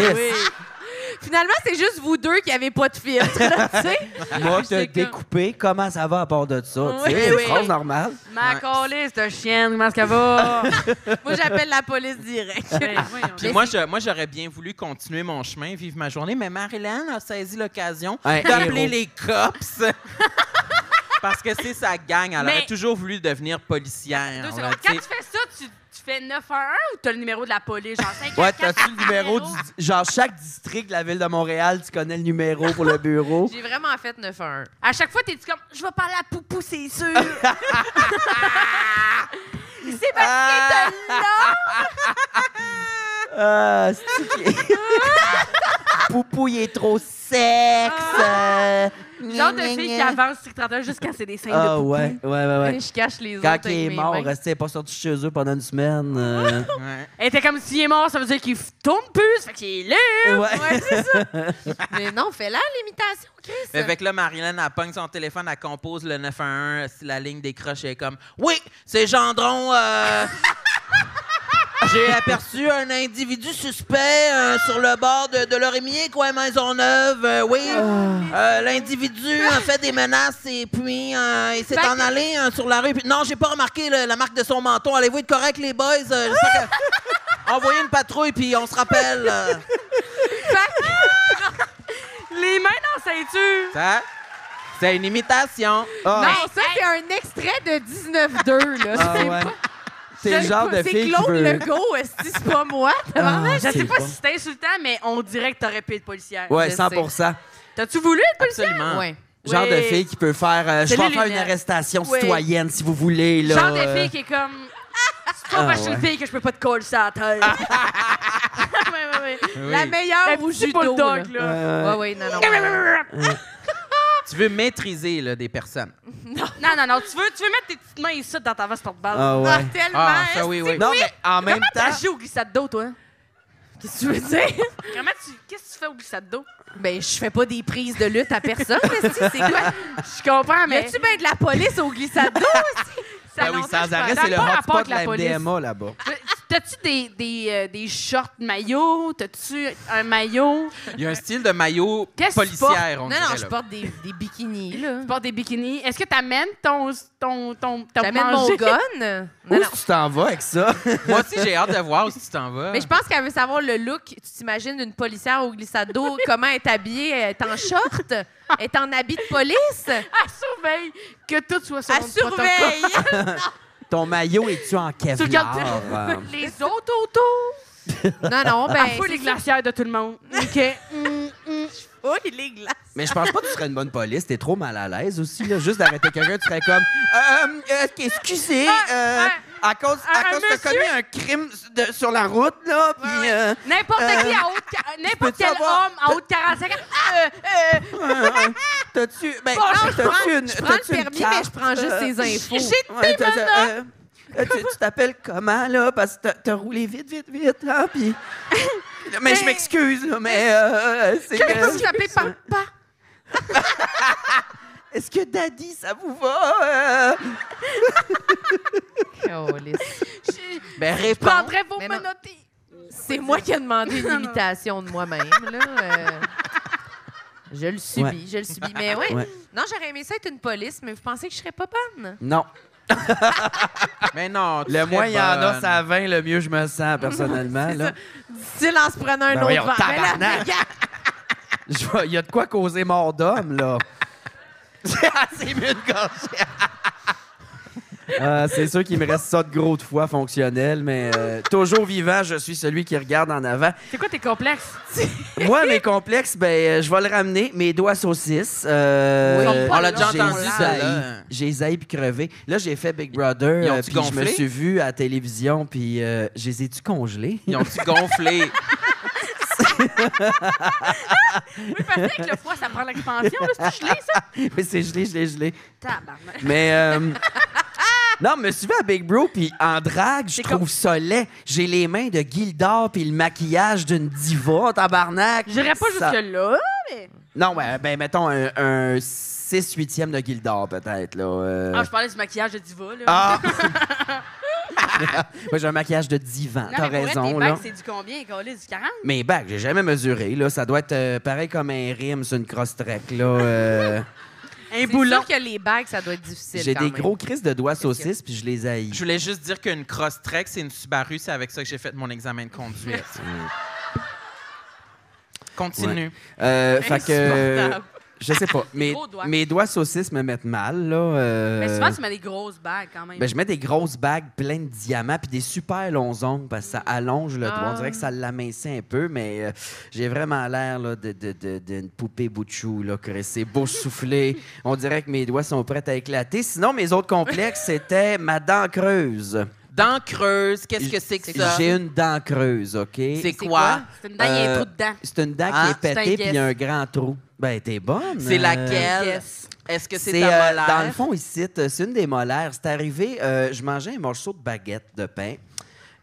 Speaker 1: Finalement, c'est juste vous deux qui avez pas de filtre, là, tu sais.
Speaker 5: Moi,
Speaker 6: sais
Speaker 5: te
Speaker 6: que-
Speaker 5: découper, comment ça va à part de ça?
Speaker 6: Oui,
Speaker 5: tu sais,
Speaker 6: oui.
Speaker 5: une phrase normale.
Speaker 6: Ma
Speaker 2: Ouais.
Speaker 6: calisse de chienne, comment est-ce qu'elle va?
Speaker 1: Moi, j'appelle la police direct.
Speaker 6: Ben, voyons.
Speaker 2: Puis moi, je- moi, j'aurais bien voulu continuer mon chemin, vivre ma journée, mais Marilyn a saisi l'occasion
Speaker 5: Un
Speaker 2: d'appeler
Speaker 5: héros.
Speaker 2: les cops. Parce que c'est sa gang. Elle
Speaker 6: Mais-
Speaker 2: aurait toujours voulu devenir policière.
Speaker 6: Deux
Speaker 2: là,
Speaker 6: secondes.
Speaker 2: tu
Speaker 6: Quand
Speaker 2: sais.
Speaker 6: tu fais ça, tu, tu fais 911 ou t'as le numéro de la police? Genre 5
Speaker 5: Ouais, t'as-tu le numéro du. Genre, chaque district de la ville de Montréal, tu connais le numéro pour le bureau.
Speaker 1: J'ai vraiment fait 9-1.
Speaker 6: À chaque fois, t'es-tu comme, je vais parler à Poupou, c'est sûr. c'est pas
Speaker 5: Ah, ah, c'est qui- Poupou, il est trop sexe. euh,
Speaker 6: Genre de
Speaker 5: gna, gna,
Speaker 6: fille qui
Speaker 5: gna.
Speaker 6: avance sur 31 juste quand c'est des scènes de
Speaker 5: Ah,
Speaker 6: Poupou.
Speaker 5: ouais, ouais, ouais, ouais.
Speaker 1: Je cache les
Speaker 5: Quand
Speaker 1: autres.
Speaker 5: il est
Speaker 1: avec mes
Speaker 5: mort,
Speaker 1: mains.
Speaker 5: restait pas sorti de chez eux pendant une semaine. euh,
Speaker 2: Ouais.
Speaker 6: Elle était comme, s'il est mort, ça veut dire qu'il f- tourne plus, fait qu'il est libre.
Speaker 1: Ouais, c'est ça.
Speaker 5: hein.
Speaker 1: Mais non, fais-la l'imitation, Chris.
Speaker 2: Fait que là, Marilyn, elle pogne son téléphone, elle compose le 911, si la ligne décroche, elle est comme « Oui, c'est Gendron, euh, j'ai aperçu un individu suspect euh, sur le bord de, de Lorimier, quoi, Maisonneuve, euh, oui. Euh, L'individu a fait des menaces et puis euh, il s'est
Speaker 6: Fait
Speaker 2: en
Speaker 6: que-
Speaker 2: allé euh, sur la rue. Puis- non, j'ai pas remarqué le- la marque de son menton. Allez-vous être correct, les boys? Euh, j'espère que- Envoyez une patrouille, puis on se rappelle. euh.
Speaker 6: Les mains dans la ceinture.
Speaker 2: Ça, c'est une imitation.
Speaker 5: ah,
Speaker 1: Non, ça, c'est un extrait de 19-2, là.
Speaker 5: ah,
Speaker 1: C'est
Speaker 5: ouais.
Speaker 1: pas-
Speaker 5: C'est le genre de
Speaker 1: C'est
Speaker 5: fille qui
Speaker 1: Claude
Speaker 5: veut...
Speaker 1: Legault, est-ce que c'est pas moi?
Speaker 5: Ah,
Speaker 6: Je sais
Speaker 5: c'est
Speaker 6: pas
Speaker 5: bon.
Speaker 6: si c'était insultant, mais on dirait que t'aurais pu être policière.
Speaker 5: Ouais,
Speaker 1: Je
Speaker 5: 100
Speaker 6: T'as-tu voulu être policière?
Speaker 5: Ah.
Speaker 2: Absolument.
Speaker 1: Ouais.
Speaker 5: Genre de
Speaker 6: Oui.
Speaker 5: fille qui peut faire. euh, je
Speaker 6: C'est
Speaker 5: vais
Speaker 6: les
Speaker 5: faire une
Speaker 6: lunettes.
Speaker 5: arrestation
Speaker 6: Oui.
Speaker 5: citoyenne si vous voulez. Là,
Speaker 6: Genre de
Speaker 5: euh,
Speaker 6: fille qui est comme. C'est pas
Speaker 5: Ah,
Speaker 6: parce que je suis une
Speaker 5: ouais. Ah.
Speaker 6: fille que je peux pas te coller ça à la tête. ouais, ouais, ouais.
Speaker 1: La
Speaker 6: Un
Speaker 1: meilleure ou
Speaker 6: petit
Speaker 1: judo,
Speaker 6: bulldog,
Speaker 1: là.
Speaker 6: là.
Speaker 5: euh,
Speaker 1: Ouais, ouais, non, non.
Speaker 2: Tu veux maîtriser là, des personnes.
Speaker 6: Non, non, non. Tu veux, tu veux mettre tes petites mains ici dans ta veste porte-balle.
Speaker 5: Ah ouais.
Speaker 1: Ah, tellement.
Speaker 2: Ah,
Speaker 1: est-ce
Speaker 2: ça oui, oui.
Speaker 5: Non, mais en même
Speaker 6: T'as
Speaker 5: temps.
Speaker 6: joué au glissade d'eau, toi?
Speaker 1: Qu'est-ce que tu veux dire?
Speaker 6: Comment tu. Qu'est-ce que tu fais au glissade d'eau?
Speaker 1: Ben, je fais pas des prises de lutte à
Speaker 6: Ah,
Speaker 1: personne, est-ce que c'est quoi?
Speaker 6: Je comprends,
Speaker 1: Y
Speaker 6: mais.
Speaker 1: a-tu bien de la police au glissade d'eau?
Speaker 5: Ben oui, sans arrêt,
Speaker 6: Ça
Speaker 5: c'est le
Speaker 6: n'a pas rapport
Speaker 5: hotspot de la
Speaker 6: avec la
Speaker 5: MDMA là-bas.
Speaker 6: T'as-tu des, des, euh, des shorts maillot? T'as-tu un maillot?
Speaker 2: Il y a un style de maillot
Speaker 6: Qu'est-ce que tu
Speaker 2: policière, on
Speaker 1: Non,
Speaker 2: dirait.
Speaker 1: non,
Speaker 2: là.
Speaker 1: je porte des, des bikinis, là.
Speaker 6: Tu portes des bikinis? Est-ce que t'amènes ton. ton. ton. ton
Speaker 1: J'amène mon
Speaker 6: manger?
Speaker 1: gun.
Speaker 5: Où
Speaker 1: Non, non.
Speaker 5: est-ce que tu t'en vas avec ça?
Speaker 2: Moi aussi, j'ai hâte de voir où tu t'en vas.
Speaker 1: Mais je pense qu'elle veut savoir le look. Tu t'imagines une policière au glissade d'eau, comment elle est habillée? Elle est en short? Elle est en habit de police?
Speaker 6: Elle surveille que tout soit sur
Speaker 1: Elle surveille!
Speaker 5: Ton maillot est-tu en
Speaker 6: Tu regardes
Speaker 5: Kevlar? euh?
Speaker 6: les autres autour.
Speaker 1: Non, non, ben.
Speaker 6: Fouille
Speaker 1: c'est
Speaker 6: les
Speaker 1: ça.
Speaker 6: glacières de tout le monde. OK.
Speaker 1: Fouille les glaces.
Speaker 5: Mais je pense pas que tu serais une bonne police. T'es trop mal à l'aise aussi. Là. Juste d'arrêter quelqu'un, tu serais comme Euh, euh, Excusez, euh, à cause, à cause que t'as
Speaker 6: un Ah, monsieur-
Speaker 5: commis un crime de- sur la route, là. Puis, euh,
Speaker 6: N'importe
Speaker 5: Euh,
Speaker 6: qui à haute ca- n'importe
Speaker 5: peux-tu
Speaker 6: quel
Speaker 5: avoir-
Speaker 6: homme à haut de 45 ans. Euh, euh,
Speaker 5: euh, euh, t'as-tu. Ben,
Speaker 6: Bon, je
Speaker 5: t'as-tu
Speaker 1: prends-
Speaker 5: une.
Speaker 1: je prends le
Speaker 5: t'as-tu une
Speaker 1: permis, mais je
Speaker 5: carte,
Speaker 1: prends juste
Speaker 5: euh,
Speaker 1: ses infos.
Speaker 5: Ouais, t'as- t'as- euh, euh, tu tu t'appelles comment, là? Parce que t'as- t'as roulé vite, vite, vite, hein? Puis. Puis là, Mais je m'excuse, là, mais euh, c'est
Speaker 1: Je
Speaker 5: que-
Speaker 1: pense que je l'appelais papa.
Speaker 5: Est-ce que Daddy, ça vous va? Euh, Ben,
Speaker 6: je prendrais vos
Speaker 1: Ah, Mais non.
Speaker 6: menottés.
Speaker 1: C'est moi qui ai demandé une imitation de moi-même, là. euh. Je le subis,
Speaker 5: Ouais.
Speaker 1: je le subis. Mais oui.
Speaker 5: euh, Ouais.
Speaker 1: Non, j'aurais aimé ça être une police, mais vous pensez que je serais pas bonne?
Speaker 5: Non.
Speaker 2: Mais non, tu
Speaker 5: Le
Speaker 2: serais
Speaker 5: moins il y en a,
Speaker 2: bonne.
Speaker 5: ça à 20, le mieux je me sens personnellement. là.
Speaker 1: Difficile en se prenant un
Speaker 5: Ben
Speaker 1: autre
Speaker 5: voyons,
Speaker 1: verre. Mais là,
Speaker 5: tabarnak! Je vois- Il y a de quoi causer mort d'homme, là. c'est mieux de gorgée. Euh, c'est sûr qu'il me reste ça de gros de foi fonctionnel, mais euh, toujours vivant, je suis celui qui regarde en avant.
Speaker 6: C'est quoi tes complexes?
Speaker 5: Moi, mes complexes, ben, euh, je vais le ramener. Mes doigts saucisses. euh,
Speaker 6: Oui. Ils sont pas
Speaker 2: On l'a déjà
Speaker 5: j'ai
Speaker 2: entendu,
Speaker 5: zaï-
Speaker 2: celle-là.
Speaker 5: J'ai zaï puis crevé. Là, j'ai fait Big Brother,
Speaker 2: Ils ont-tu
Speaker 5: euh, puis je me
Speaker 2: gonflé?
Speaker 5: suis vu à la télévision, puis euh, je les ai-tu congelés?
Speaker 2: Ils ont-tu gonflé?
Speaker 6: Oui, parce que avec le froid, ça prend l'expansion. là. C'est gelé, ça?
Speaker 5: Mais c'est gelé, gelé, gelé.
Speaker 6: Tabarnak.
Speaker 5: Mais... euh, Non, je me suis vu à Big Bro, puis en drague, je trouve ça laid. J'ai les mains de Gildor, puis le maquillage d'une diva, tabarnak.
Speaker 6: J'irais pas
Speaker 5: Ça-
Speaker 6: jusque-là.
Speaker 5: Non, ouais, ben, mettons un, un 6-8e de Gildor, peut-être, là. euh.
Speaker 6: Ah, je parlais du maquillage de diva, là.
Speaker 5: Ah! Moi, j'ai un maquillage de divan.
Speaker 6: Non,
Speaker 5: T'as
Speaker 6: mais pour vrai,
Speaker 5: raison,
Speaker 6: tes bagues,
Speaker 5: là. Euh,
Speaker 6: c'est du combien, collé Du 40?
Speaker 5: Mes bagues, j'ai jamais mesuré, là. Ça doit être euh, pareil comme un rime sur une cross-track, là. euh.
Speaker 6: Un
Speaker 1: C'est
Speaker 6: boulon.
Speaker 1: sûr que les bagues, ça doit être difficile.
Speaker 5: j'ai
Speaker 1: quand
Speaker 5: des
Speaker 1: même.
Speaker 5: gros crises de doigts saucisses, puis je les haïs.
Speaker 2: Je voulais juste dire qu'une cross-track, c'est une Subaru. C'est avec ça que j'ai fait mon examen de conduite.
Speaker 5: Mm.
Speaker 2: Continue.
Speaker 5: Euh, fait que... euh,
Speaker 6: Insupportable.
Speaker 5: Je sais pas. Mes,
Speaker 6: Gros doigts.
Speaker 5: mes doigts saucisses me mettent mal, là. euh.
Speaker 6: Mais souvent, tu mets des grosses bagues quand même.
Speaker 5: Ben, je mets des grosses bagues pleines de diamants puis des super longs ongles parce que ça allonge le doigt. On dirait que ça l'amincit un peu, mais euh, j'ai vraiment l'air là, de, de- de- d'une poupée bout de chou, là, que c'est beau soufflé. On dirait que mes doigts sont prêts à éclater. Sinon, mes autres complexes, c'était ma dent creuse.
Speaker 2: Dent creuse, qu'est-ce que c'est que ça?
Speaker 5: J'ai une dent creuse, OK?
Speaker 2: C'est quoi?
Speaker 6: C'est une dent, il y a un
Speaker 5: Euh,
Speaker 6: trou dedans.
Speaker 5: C'est une dent
Speaker 2: Ah,
Speaker 5: qui est
Speaker 6: c'est un
Speaker 5: pétée puis il y a un
Speaker 6: guess.
Speaker 5: grand trou. Ben, t'es bonne.
Speaker 2: C'est
Speaker 5: euh.
Speaker 2: laquelle?
Speaker 6: Yes.
Speaker 2: Est-ce que c'est
Speaker 5: C'est
Speaker 2: ta
Speaker 5: euh,
Speaker 2: molaire?
Speaker 5: dans le fond ici, t- euh, c'est une des molaires. C'est arrivé, euh, je mangeais un morceau de baguette de pain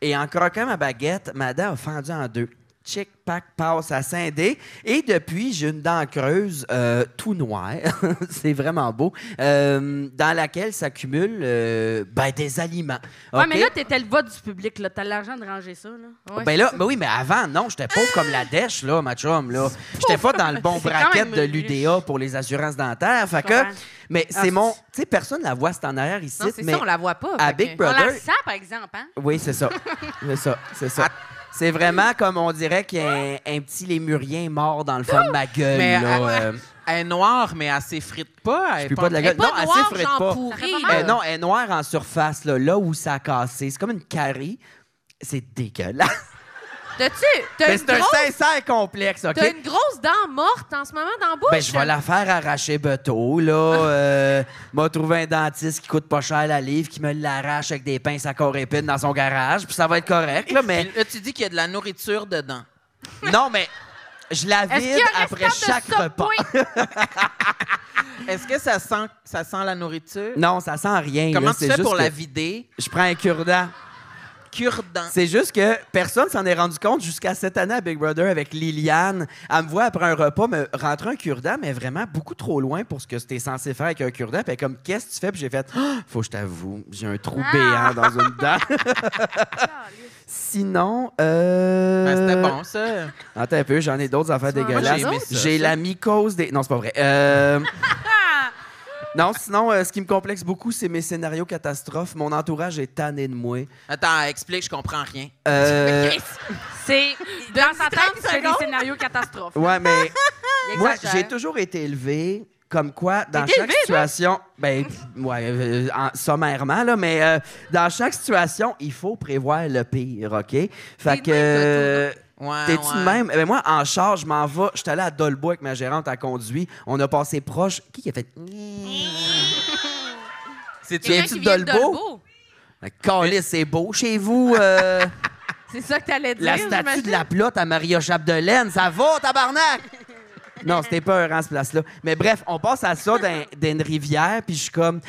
Speaker 5: et en croquant ma baguette, ma dent a fendu en deux. Chick, pack, passe à scindé. Et depuis, j'ai une dent creuse euh, tout noire. c'est vraiment beau. euh, dans laquelle s'accumulent euh, ben, des aliments.
Speaker 6: Ouais,
Speaker 5: OK?
Speaker 6: mais là, t'étais le vote du public, là. T'as l'argent de ranger ça, là.
Speaker 1: Ouais,
Speaker 5: ben là, ben oui, mais avant, non, j'étais pauvre comme la dèche, là, ma chum, là. J'étais pas dans le bon
Speaker 6: C'est quand
Speaker 5: bracket
Speaker 6: même
Speaker 5: de l'UDA pour les assurances dentaires. Fait
Speaker 6: Je
Speaker 5: que,
Speaker 6: comprends.
Speaker 5: mais
Speaker 6: Ah,
Speaker 5: c'est mon. Tu sais, personne la voit, c'est en arrière ici.
Speaker 1: Non, c'est
Speaker 5: mais
Speaker 1: ça, on la voit pas.
Speaker 5: à
Speaker 1: fait
Speaker 5: Big
Speaker 1: que-
Speaker 6: On la
Speaker 5: Brother.
Speaker 6: sent, par exemple, hein?
Speaker 5: Oui, c'est ça. C'est ça, c'est ça. C'est vraiment comme on dirait qu'il y a un, un petit lémurien mort dans le fond de ma gueule,
Speaker 2: Mais
Speaker 5: là.
Speaker 2: elle-
Speaker 5: euh,
Speaker 2: Elle est noire, mais elle s'effrite pas.
Speaker 5: je
Speaker 2: Elle
Speaker 5: pue
Speaker 2: est
Speaker 5: pas de la gueule.
Speaker 1: Elle est pas
Speaker 5: non, elle
Speaker 1: noire,
Speaker 5: s'effrite
Speaker 1: genre
Speaker 5: pas.
Speaker 1: pourrie,
Speaker 6: Ça fait
Speaker 1: là.
Speaker 5: Euh, non, elle est noire en surface, là, là où ça a cassé. C'est comme une carie. C'est dégueulasse.
Speaker 1: T'as-tu? T'as
Speaker 5: Mais
Speaker 1: une,
Speaker 5: c'est un
Speaker 1: grosse-
Speaker 5: sincère complexe, OK?
Speaker 1: t'as une grosse dent morte en ce moment dans la bouche?
Speaker 5: Ben, je vais la faire arracher Beto, là.
Speaker 6: Ah.
Speaker 5: Euh, m'a trouvé un dentiste qui coûte pas cher la livre, qui me l'arrache avec des pinces à corps épine dans son garage, puis ça va être correct, là, mais...
Speaker 2: Puis Là, tu dis qu'il y a de la nourriture dedans.
Speaker 5: non, mais je la
Speaker 6: Est-ce qu'il y
Speaker 5: vide
Speaker 6: a un
Speaker 5: après
Speaker 6: restant de
Speaker 5: chaque
Speaker 6: Subway?
Speaker 5: repas.
Speaker 2: Est-ce que ça sent, ça sent la nourriture?
Speaker 5: Non, ça sent rien,
Speaker 2: Comment
Speaker 5: là,
Speaker 2: tu
Speaker 5: c'est
Speaker 2: fais
Speaker 5: juste
Speaker 2: pour
Speaker 5: que
Speaker 2: la vider?
Speaker 5: Je prends un cure-dent.
Speaker 2: Cure-dent.
Speaker 5: C'est juste que personne s'en est rendu compte jusqu'à cette année à Big Brother avec Liliane. Elle me voit après un repas me rentrer un cure-dent, mais vraiment beaucoup trop loin pour ce que c'était censé faire avec un cure-dent. Puis elle est comme, qu'est-ce que tu fais? Puis j'ai fait, Ah, faut que je t'avoue, j'ai un
Speaker 2: Ah!
Speaker 5: trou béant dans une dent. Sinon, euh...
Speaker 2: Ben, C'était bon, ça.
Speaker 5: Attends un peu, j'en ai d'autres affaires
Speaker 1: Moi,
Speaker 5: dégueulasses.
Speaker 2: j'ai aimé ça,
Speaker 5: J'ai
Speaker 2: ça.
Speaker 5: la mycose des... Non, c'est pas vrai. Euh, Non, sinon, euh, ce qui me complexe beaucoup, c'est mes scénarios catastrophes. Mon entourage est tanné de moi.
Speaker 2: Attends, explique, je comprends rien.
Speaker 5: Euh,
Speaker 6: C'est. Dans sa
Speaker 1: 30
Speaker 6: tête, c'est des
Speaker 1: secondes.
Speaker 6: scénarios catastrophes.
Speaker 5: Ouais, mais
Speaker 6: Il
Speaker 5: moi,
Speaker 6: exagère.
Speaker 5: j'ai toujours été élevé comme quoi, dans
Speaker 1: T'es
Speaker 5: chaque
Speaker 1: élevé,
Speaker 5: situation, ben, ouais, euh, en- sommairement, là, mais euh, dans chaque situation, il faut prévoir le pire, OK? Fait
Speaker 1: de même,
Speaker 5: que.
Speaker 1: toi,
Speaker 5: euh,
Speaker 2: Ouais,
Speaker 5: T'es-tu de
Speaker 2: Ah, ouais.
Speaker 5: même? Eh ben, moi, en charge, je m'en vais. Je suis allé à Dolbois avec ma gérante à conduit. On a passé proche. Qui qui a fait.
Speaker 2: C'est-tu-
Speaker 5: Viens-tu
Speaker 6: Quelqu'un qui
Speaker 5: de
Speaker 6: vient de
Speaker 5: Dolbeau?
Speaker 6: Dolbeau?
Speaker 5: Calais, c'est beau. Chez vous, euh,
Speaker 1: C'est ça que t'allais dire.
Speaker 5: la statue
Speaker 1: j'imagine?
Speaker 5: de la plotte à Maria Chapdelaine, ça va, tabarnak! non, c'était pas un rang, ce place-là. Mais bref, on passe à ça d'un- d'une rivière, puis je suis comme.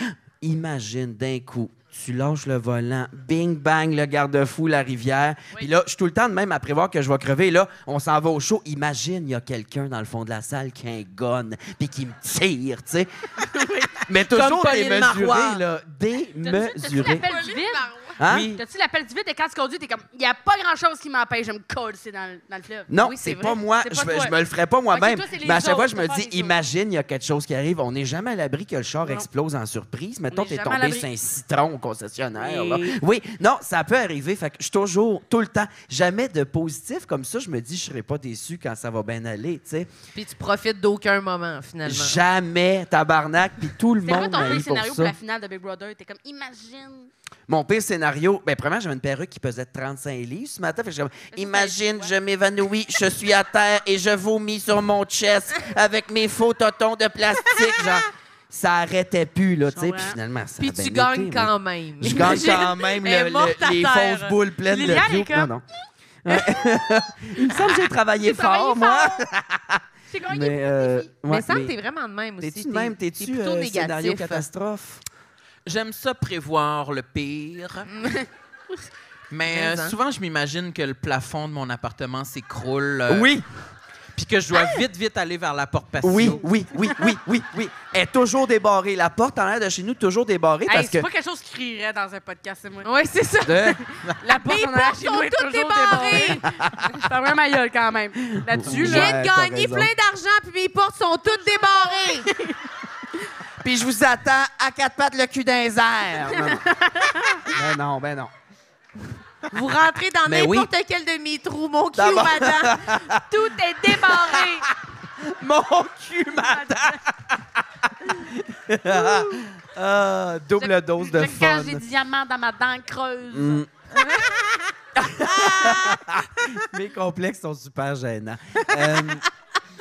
Speaker 5: Imagine d'un coup. Tu lâches le volant, bing bang, le garde-fou, la rivière. Puis là, je suis tout le temps de même à prévoir que je vais crever. Là, on s'en va au show. Imagine, il y a quelqu'un dans le fond de la salle qui a un gun, puis qui me tire, tu sais. Mais toujours
Speaker 2: Comme Pauline Marois.
Speaker 5: démesuré, là.
Speaker 6: T'as-tu
Speaker 5: Démesuré.
Speaker 6: l'appel du vide?
Speaker 5: Hein?
Speaker 2: Oui.
Speaker 6: T'as-tu l'appel du vide et quand tu conduis, t'es comme, il n'y a pas grand-chose qui m'empêche de me coller dans, le- dans le fleuve.
Speaker 5: Non,
Speaker 6: Oui,
Speaker 5: c'est
Speaker 6: vrai.
Speaker 5: pas moi.
Speaker 6: C'est
Speaker 5: Je, me-
Speaker 6: toi.
Speaker 5: je me le ferai pas moi-même.
Speaker 6: Ok, toi, c'est les
Speaker 5: mais à chaque
Speaker 6: autres,
Speaker 5: fois, je me
Speaker 6: faut faire
Speaker 5: dis,
Speaker 6: les autres.
Speaker 5: imagine, il y a quelque chose qui arrive. On n'est jamais à l'abri que le char explose en surprise. Mettons,
Speaker 6: On est
Speaker 5: t'es
Speaker 6: jamais à
Speaker 5: tombé
Speaker 6: l'abri.
Speaker 5: sur un citron au concessionnaire.
Speaker 6: Et-
Speaker 5: là. Oui, non, ça peut arriver. Fait que je suis toujours, tout le temps, jamais de positif. Comme ça, je me dis, je serai pas déçu quand ça va bien aller. tu sais.
Speaker 1: Puis tu profites d'aucun moment, finalement.
Speaker 5: Jamais, tabarnak. Puis tout le
Speaker 6: C'est quoi
Speaker 5: monde
Speaker 6: ton
Speaker 5: haït
Speaker 6: pire
Speaker 5: pour
Speaker 6: scénario pour
Speaker 5: ça.
Speaker 6: la finale de Big Brother? T'es comme, imagine.
Speaker 5: Mon pire scénario, ben premièrement, j'avais une perruque qui pesait 35 livres ce matin. Fait que j'étais comme, imagine, je m'évanouis, je suis à terre et je vomis sur mon chest avec mes faux totons de plastique. Genre, ça arrêtait plus, là, tu sais. Puis
Speaker 6: comprends.
Speaker 5: finalement, ça a
Speaker 1: Puis
Speaker 5: bien
Speaker 1: tu
Speaker 5: été,
Speaker 1: gagnes
Speaker 5: Ah, ben, mais-
Speaker 1: quand même.
Speaker 5: Je gagne quand même le-
Speaker 1: Elle est
Speaker 5: le-
Speaker 1: morte à
Speaker 5: les
Speaker 1: terre.
Speaker 5: fausses boules pleines
Speaker 6: Liliane
Speaker 5: de
Speaker 6: est
Speaker 5: vieux. Non,
Speaker 6: comme-
Speaker 5: non. Ouais. Il me semble que j'ai travaillé fort,
Speaker 6: travaillé
Speaker 5: moi.
Speaker 6: C'est gagné.
Speaker 5: Mais, euh, ouais,
Speaker 1: mais ça,
Speaker 5: mais
Speaker 1: t'es vraiment de même aussi.
Speaker 5: t'es-tu de même?
Speaker 1: t'es
Speaker 5: T'es-tu
Speaker 1: plutôt
Speaker 5: euh, scénario
Speaker 1: négatif.
Speaker 5: catastrophe?
Speaker 2: J'aime ça prévoir le pire. Mais
Speaker 1: Mais,
Speaker 2: euh,
Speaker 1: hein.
Speaker 2: souvent, je m'imagine que le plafond de mon appartement s'écroule. euh, Puis que je dois vite, vite aller vers la porte patio.
Speaker 5: Oui, oui, oui, oui, oui, oui. Elle est toujours débarrée. La porte en l'air de chez nous, toujours débarrée
Speaker 6: Hey,
Speaker 5: parce
Speaker 6: c'est
Speaker 5: que.
Speaker 6: pas quelque chose qui crierait dans un podcast, c'est moi.
Speaker 1: Oui, c'est ça.
Speaker 5: De-
Speaker 6: La porte
Speaker 1: Les
Speaker 6: en arrière
Speaker 1: portes
Speaker 6: chez nous
Speaker 1: sont
Speaker 6: est
Speaker 1: toutes
Speaker 6: toujours
Speaker 1: débarrées.
Speaker 6: débarrée. Je t'envoie ma gueule quand même. Là-dessus,
Speaker 1: Je
Speaker 6: là.
Speaker 1: viens
Speaker 5: Ouais,
Speaker 1: de
Speaker 5: t'as
Speaker 1: gagner
Speaker 5: raison.
Speaker 1: plein d'argent, puis mes portes sont toutes débarrées.
Speaker 5: Puis je vous attends à quatre pattes le cul d'un air. Non, non. ben non, ben non.
Speaker 1: Vous rentrez dans
Speaker 5: Mais oui.
Speaker 1: n'importe quel de mes trous, mon cul,
Speaker 5: D'abord.
Speaker 1: madame.
Speaker 6: Tout est débarré.
Speaker 5: Mon cul, madame! Ah, double dose de
Speaker 6: Je-
Speaker 5: fun.
Speaker 6: Quand j'ai des diamants dans ma dent creuse.
Speaker 5: Mm. Mes complexes sont super gênants. Euh,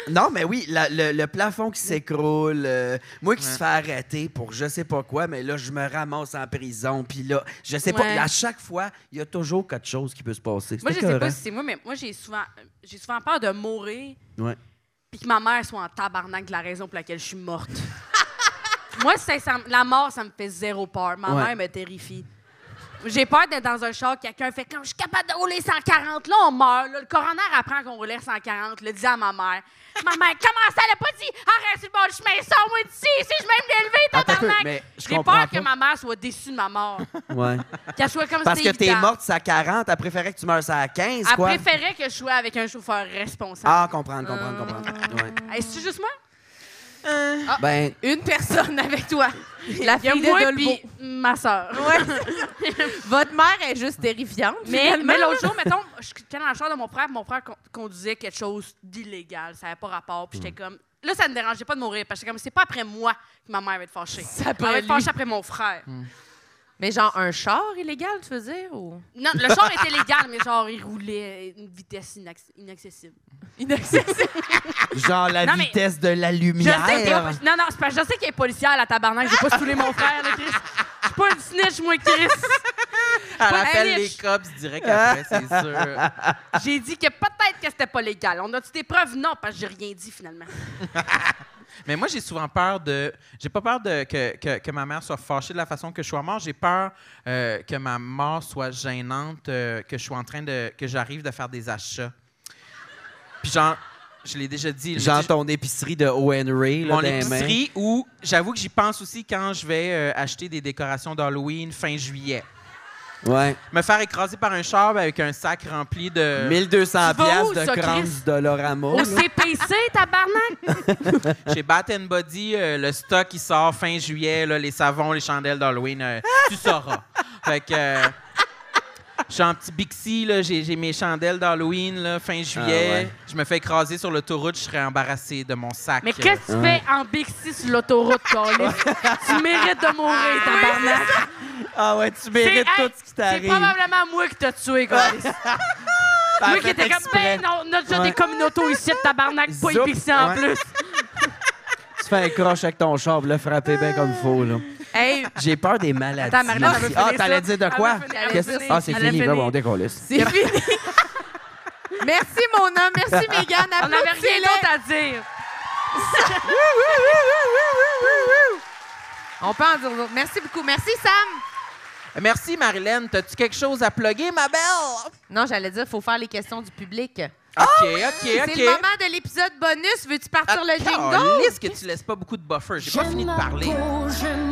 Speaker 5: non, mais oui, la- le, le plafond qui s'écroule, euh, moi qui se fait arrêter pour je sais pas quoi, mais là, je me ramasse en prison, puis là, je sais
Speaker 6: Ouais.
Speaker 5: pas, à chaque fois, il y a toujours quelque chose qui peut se passer.
Speaker 6: Moi, je
Speaker 5: C'est
Speaker 6: sais
Speaker 5: écœurant.
Speaker 6: pas si c'est moi, mais moi, j'ai souvent, j'ai souvent peur de mourir.
Speaker 5: Ouais.
Speaker 6: Puis que ma mère soit en tabarnak de la raison pour laquelle je suis morte. moi, sincèrement, la mort, ça me fait zéro peur. Ma
Speaker 5: Ouais.
Speaker 6: mère me terrifie. J'ai peur d'être dans un char, quelqu'un fait comme je suis capable de rouler 140. Là, on meurt. Là, le coroner apprend qu'on roulait 140, le dit à ma mère. Ma mère, comment ça, elle a pas dit arrête sur le bord du chemin, sors-moi d'ici, si je vais me lever,
Speaker 5: Attends un peu,
Speaker 6: tabarnak.
Speaker 5: mais je
Speaker 6: J'ai peur
Speaker 5: comprends
Speaker 6: que
Speaker 5: pas.
Speaker 6: ma mère soit déçue de ma mort.
Speaker 5: Ouais.
Speaker 6: Qu'elle soit comme
Speaker 5: Parce
Speaker 6: c'est
Speaker 5: que t'es
Speaker 6: évident.
Speaker 5: morte, c'est à 40, elle préférait que tu meurs, c'est à 15,
Speaker 6: Elle
Speaker 5: quoi.
Speaker 6: préférait que je sois avec un chauffeur responsable.
Speaker 5: Ah, comprendre, comprendre,
Speaker 6: Ah.
Speaker 5: comprendre. Ouais.
Speaker 6: Est-ce que juste moi? Ah.
Speaker 5: Ben,
Speaker 1: Une personne avec toi. La
Speaker 6: Il y a
Speaker 1: fille de
Speaker 6: moi
Speaker 1: Dolbo.
Speaker 6: puis ma sœur.
Speaker 1: Votre mère est juste terrifiante.
Speaker 6: Mais,
Speaker 1: finalement.
Speaker 6: mais l'autre jour, mettons, j'étais dans le char de mon frère, mon frère con- conduisait quelque chose d'illégal, ça n'avait pas rapport, puis j'étais
Speaker 5: Hmm.
Speaker 6: comme... Là, ça ne me dérangeait pas de mourir, parce que j'étais comme, c'est pas après moi que ma mère va être fâchée.
Speaker 1: Ça peut
Speaker 6: Elle va être
Speaker 1: lui.
Speaker 6: fâchée après mon frère.
Speaker 5: Hmm.
Speaker 1: Mais genre un char illégal, tu veux dire? Ou...
Speaker 6: Non, le char était légal, mais genre, il roulait à une vitesse inac- inaccessible.
Speaker 1: Inaccessible.
Speaker 5: genre la
Speaker 6: Non, mais-
Speaker 5: vitesse de la
Speaker 6: Je
Speaker 5: lumière.
Speaker 6: sais qu'il y a- Non, non, c'est parce que je sais qu'il est policier à la tabarnak, j'ai pas saoulé mon frère, là, Chris. Je suis pas une snitch, moi, Chris.
Speaker 2: Elle appelle les
Speaker 6: Anish.
Speaker 2: cops direct après, c'est sûr.
Speaker 6: J'ai dit que peut-être que c'était pas légal. On a-tu des preuves? Non, parce que j'ai rien dit finalement.
Speaker 2: Mais moi, j'ai souvent peur de. J'ai pas peur de que, que- que ma mère soit fâchée de la façon que je sois mort. J'ai peur euh, que ma mort soit gênante, euh, que je sois en train de. que j'arrive de faire des achats. Puis genre, je l'ai déjà dit. le
Speaker 5: euh, Genre
Speaker 2: métier-
Speaker 5: ton épicerie de Owen Ray, là,
Speaker 2: mon
Speaker 5: dans les mains.
Speaker 2: épicerie où j'avoue que j'y pense aussi quand je vais euh, acheter des décorations d'Halloween fin juillet.
Speaker 5: Ouais.
Speaker 2: Me faire écraser par un char avec un sac rempli de.
Speaker 5: 1200
Speaker 6: euh, Tu vas
Speaker 5: piastres
Speaker 6: où,
Speaker 5: de
Speaker 6: ça,
Speaker 5: crans
Speaker 6: Chris?
Speaker 5: Dolorama.
Speaker 6: Au
Speaker 5: là.
Speaker 6: CPC, tabarnak!
Speaker 2: Chez Bath Body, euh, le stock qui sort fin juillet, là, les savons, les chandelles d'Halloween, euh, tu sauras. Fait que. euh, Je suis en petit Bixi, là, j'ai, j'ai mes chandelles d'Halloween, là, fin juillet.
Speaker 5: Ah ouais.
Speaker 2: Je me fais écraser sur l'autoroute, je serais embarrassé de mon sac. euh.
Speaker 6: Mais qu'est-ce que tu fais en Bixi sur l'autoroute, Carlis? tu mérites de mourir, tabarnak.
Speaker 5: Ah ouais, tu mérites
Speaker 6: hey,
Speaker 5: tout ce qui
Speaker 6: C'est
Speaker 5: t'arrive.
Speaker 6: probablement moi qui t'as tué, Carlis.
Speaker 5: T'as
Speaker 6: Moi
Speaker 5: fait
Speaker 6: qui étais comme,
Speaker 5: exprès.
Speaker 6: ben non, on a déjà
Speaker 5: Ouais.
Speaker 6: des communautaux ici, tabarnak, pas
Speaker 5: Zoup.
Speaker 6: épicé en
Speaker 5: Ouais.
Speaker 6: plus.
Speaker 5: Tu te fais un croche avec ton char, puis le frapper bien comme faut, là.
Speaker 1: Hey,
Speaker 5: J'ai peur des maladies.
Speaker 1: Attends, Marilyn, elle veut
Speaker 5: ah,
Speaker 1: finir
Speaker 5: t'allais
Speaker 1: ça.
Speaker 5: dire
Speaker 6: Elle
Speaker 5: de quoi?
Speaker 6: veut finir, elle veut
Speaker 5: Qu'est-ce-
Speaker 6: finir.
Speaker 5: Ah, c'est
Speaker 6: Elle veut
Speaker 5: fini, là,
Speaker 6: finir.
Speaker 5: bon, décollisse.
Speaker 1: c'est fini. merci, mon homme. Merci, Mégane.
Speaker 6: On n'avait rien d'autre
Speaker 1: Applaudissez-le.
Speaker 6: à dire.
Speaker 1: On peut en dire d'autres. Merci beaucoup. Merci, Sam.
Speaker 2: Merci, Marilyn. T'as-tu quelque chose à plugger, ma belle? Oh,
Speaker 1: Non, j'allais dire, faut faire les questions du public.
Speaker 2: OK, OK, OK. Ah,
Speaker 1: C'est le moment de l'épisode bonus. Veux-tu partir le jingle?
Speaker 2: Calisse que tu laisses pas beaucoup de buffer. J'ai pas
Speaker 3: J'aime
Speaker 2: fini de
Speaker 3: ma
Speaker 2: parler.
Speaker 3: peau, je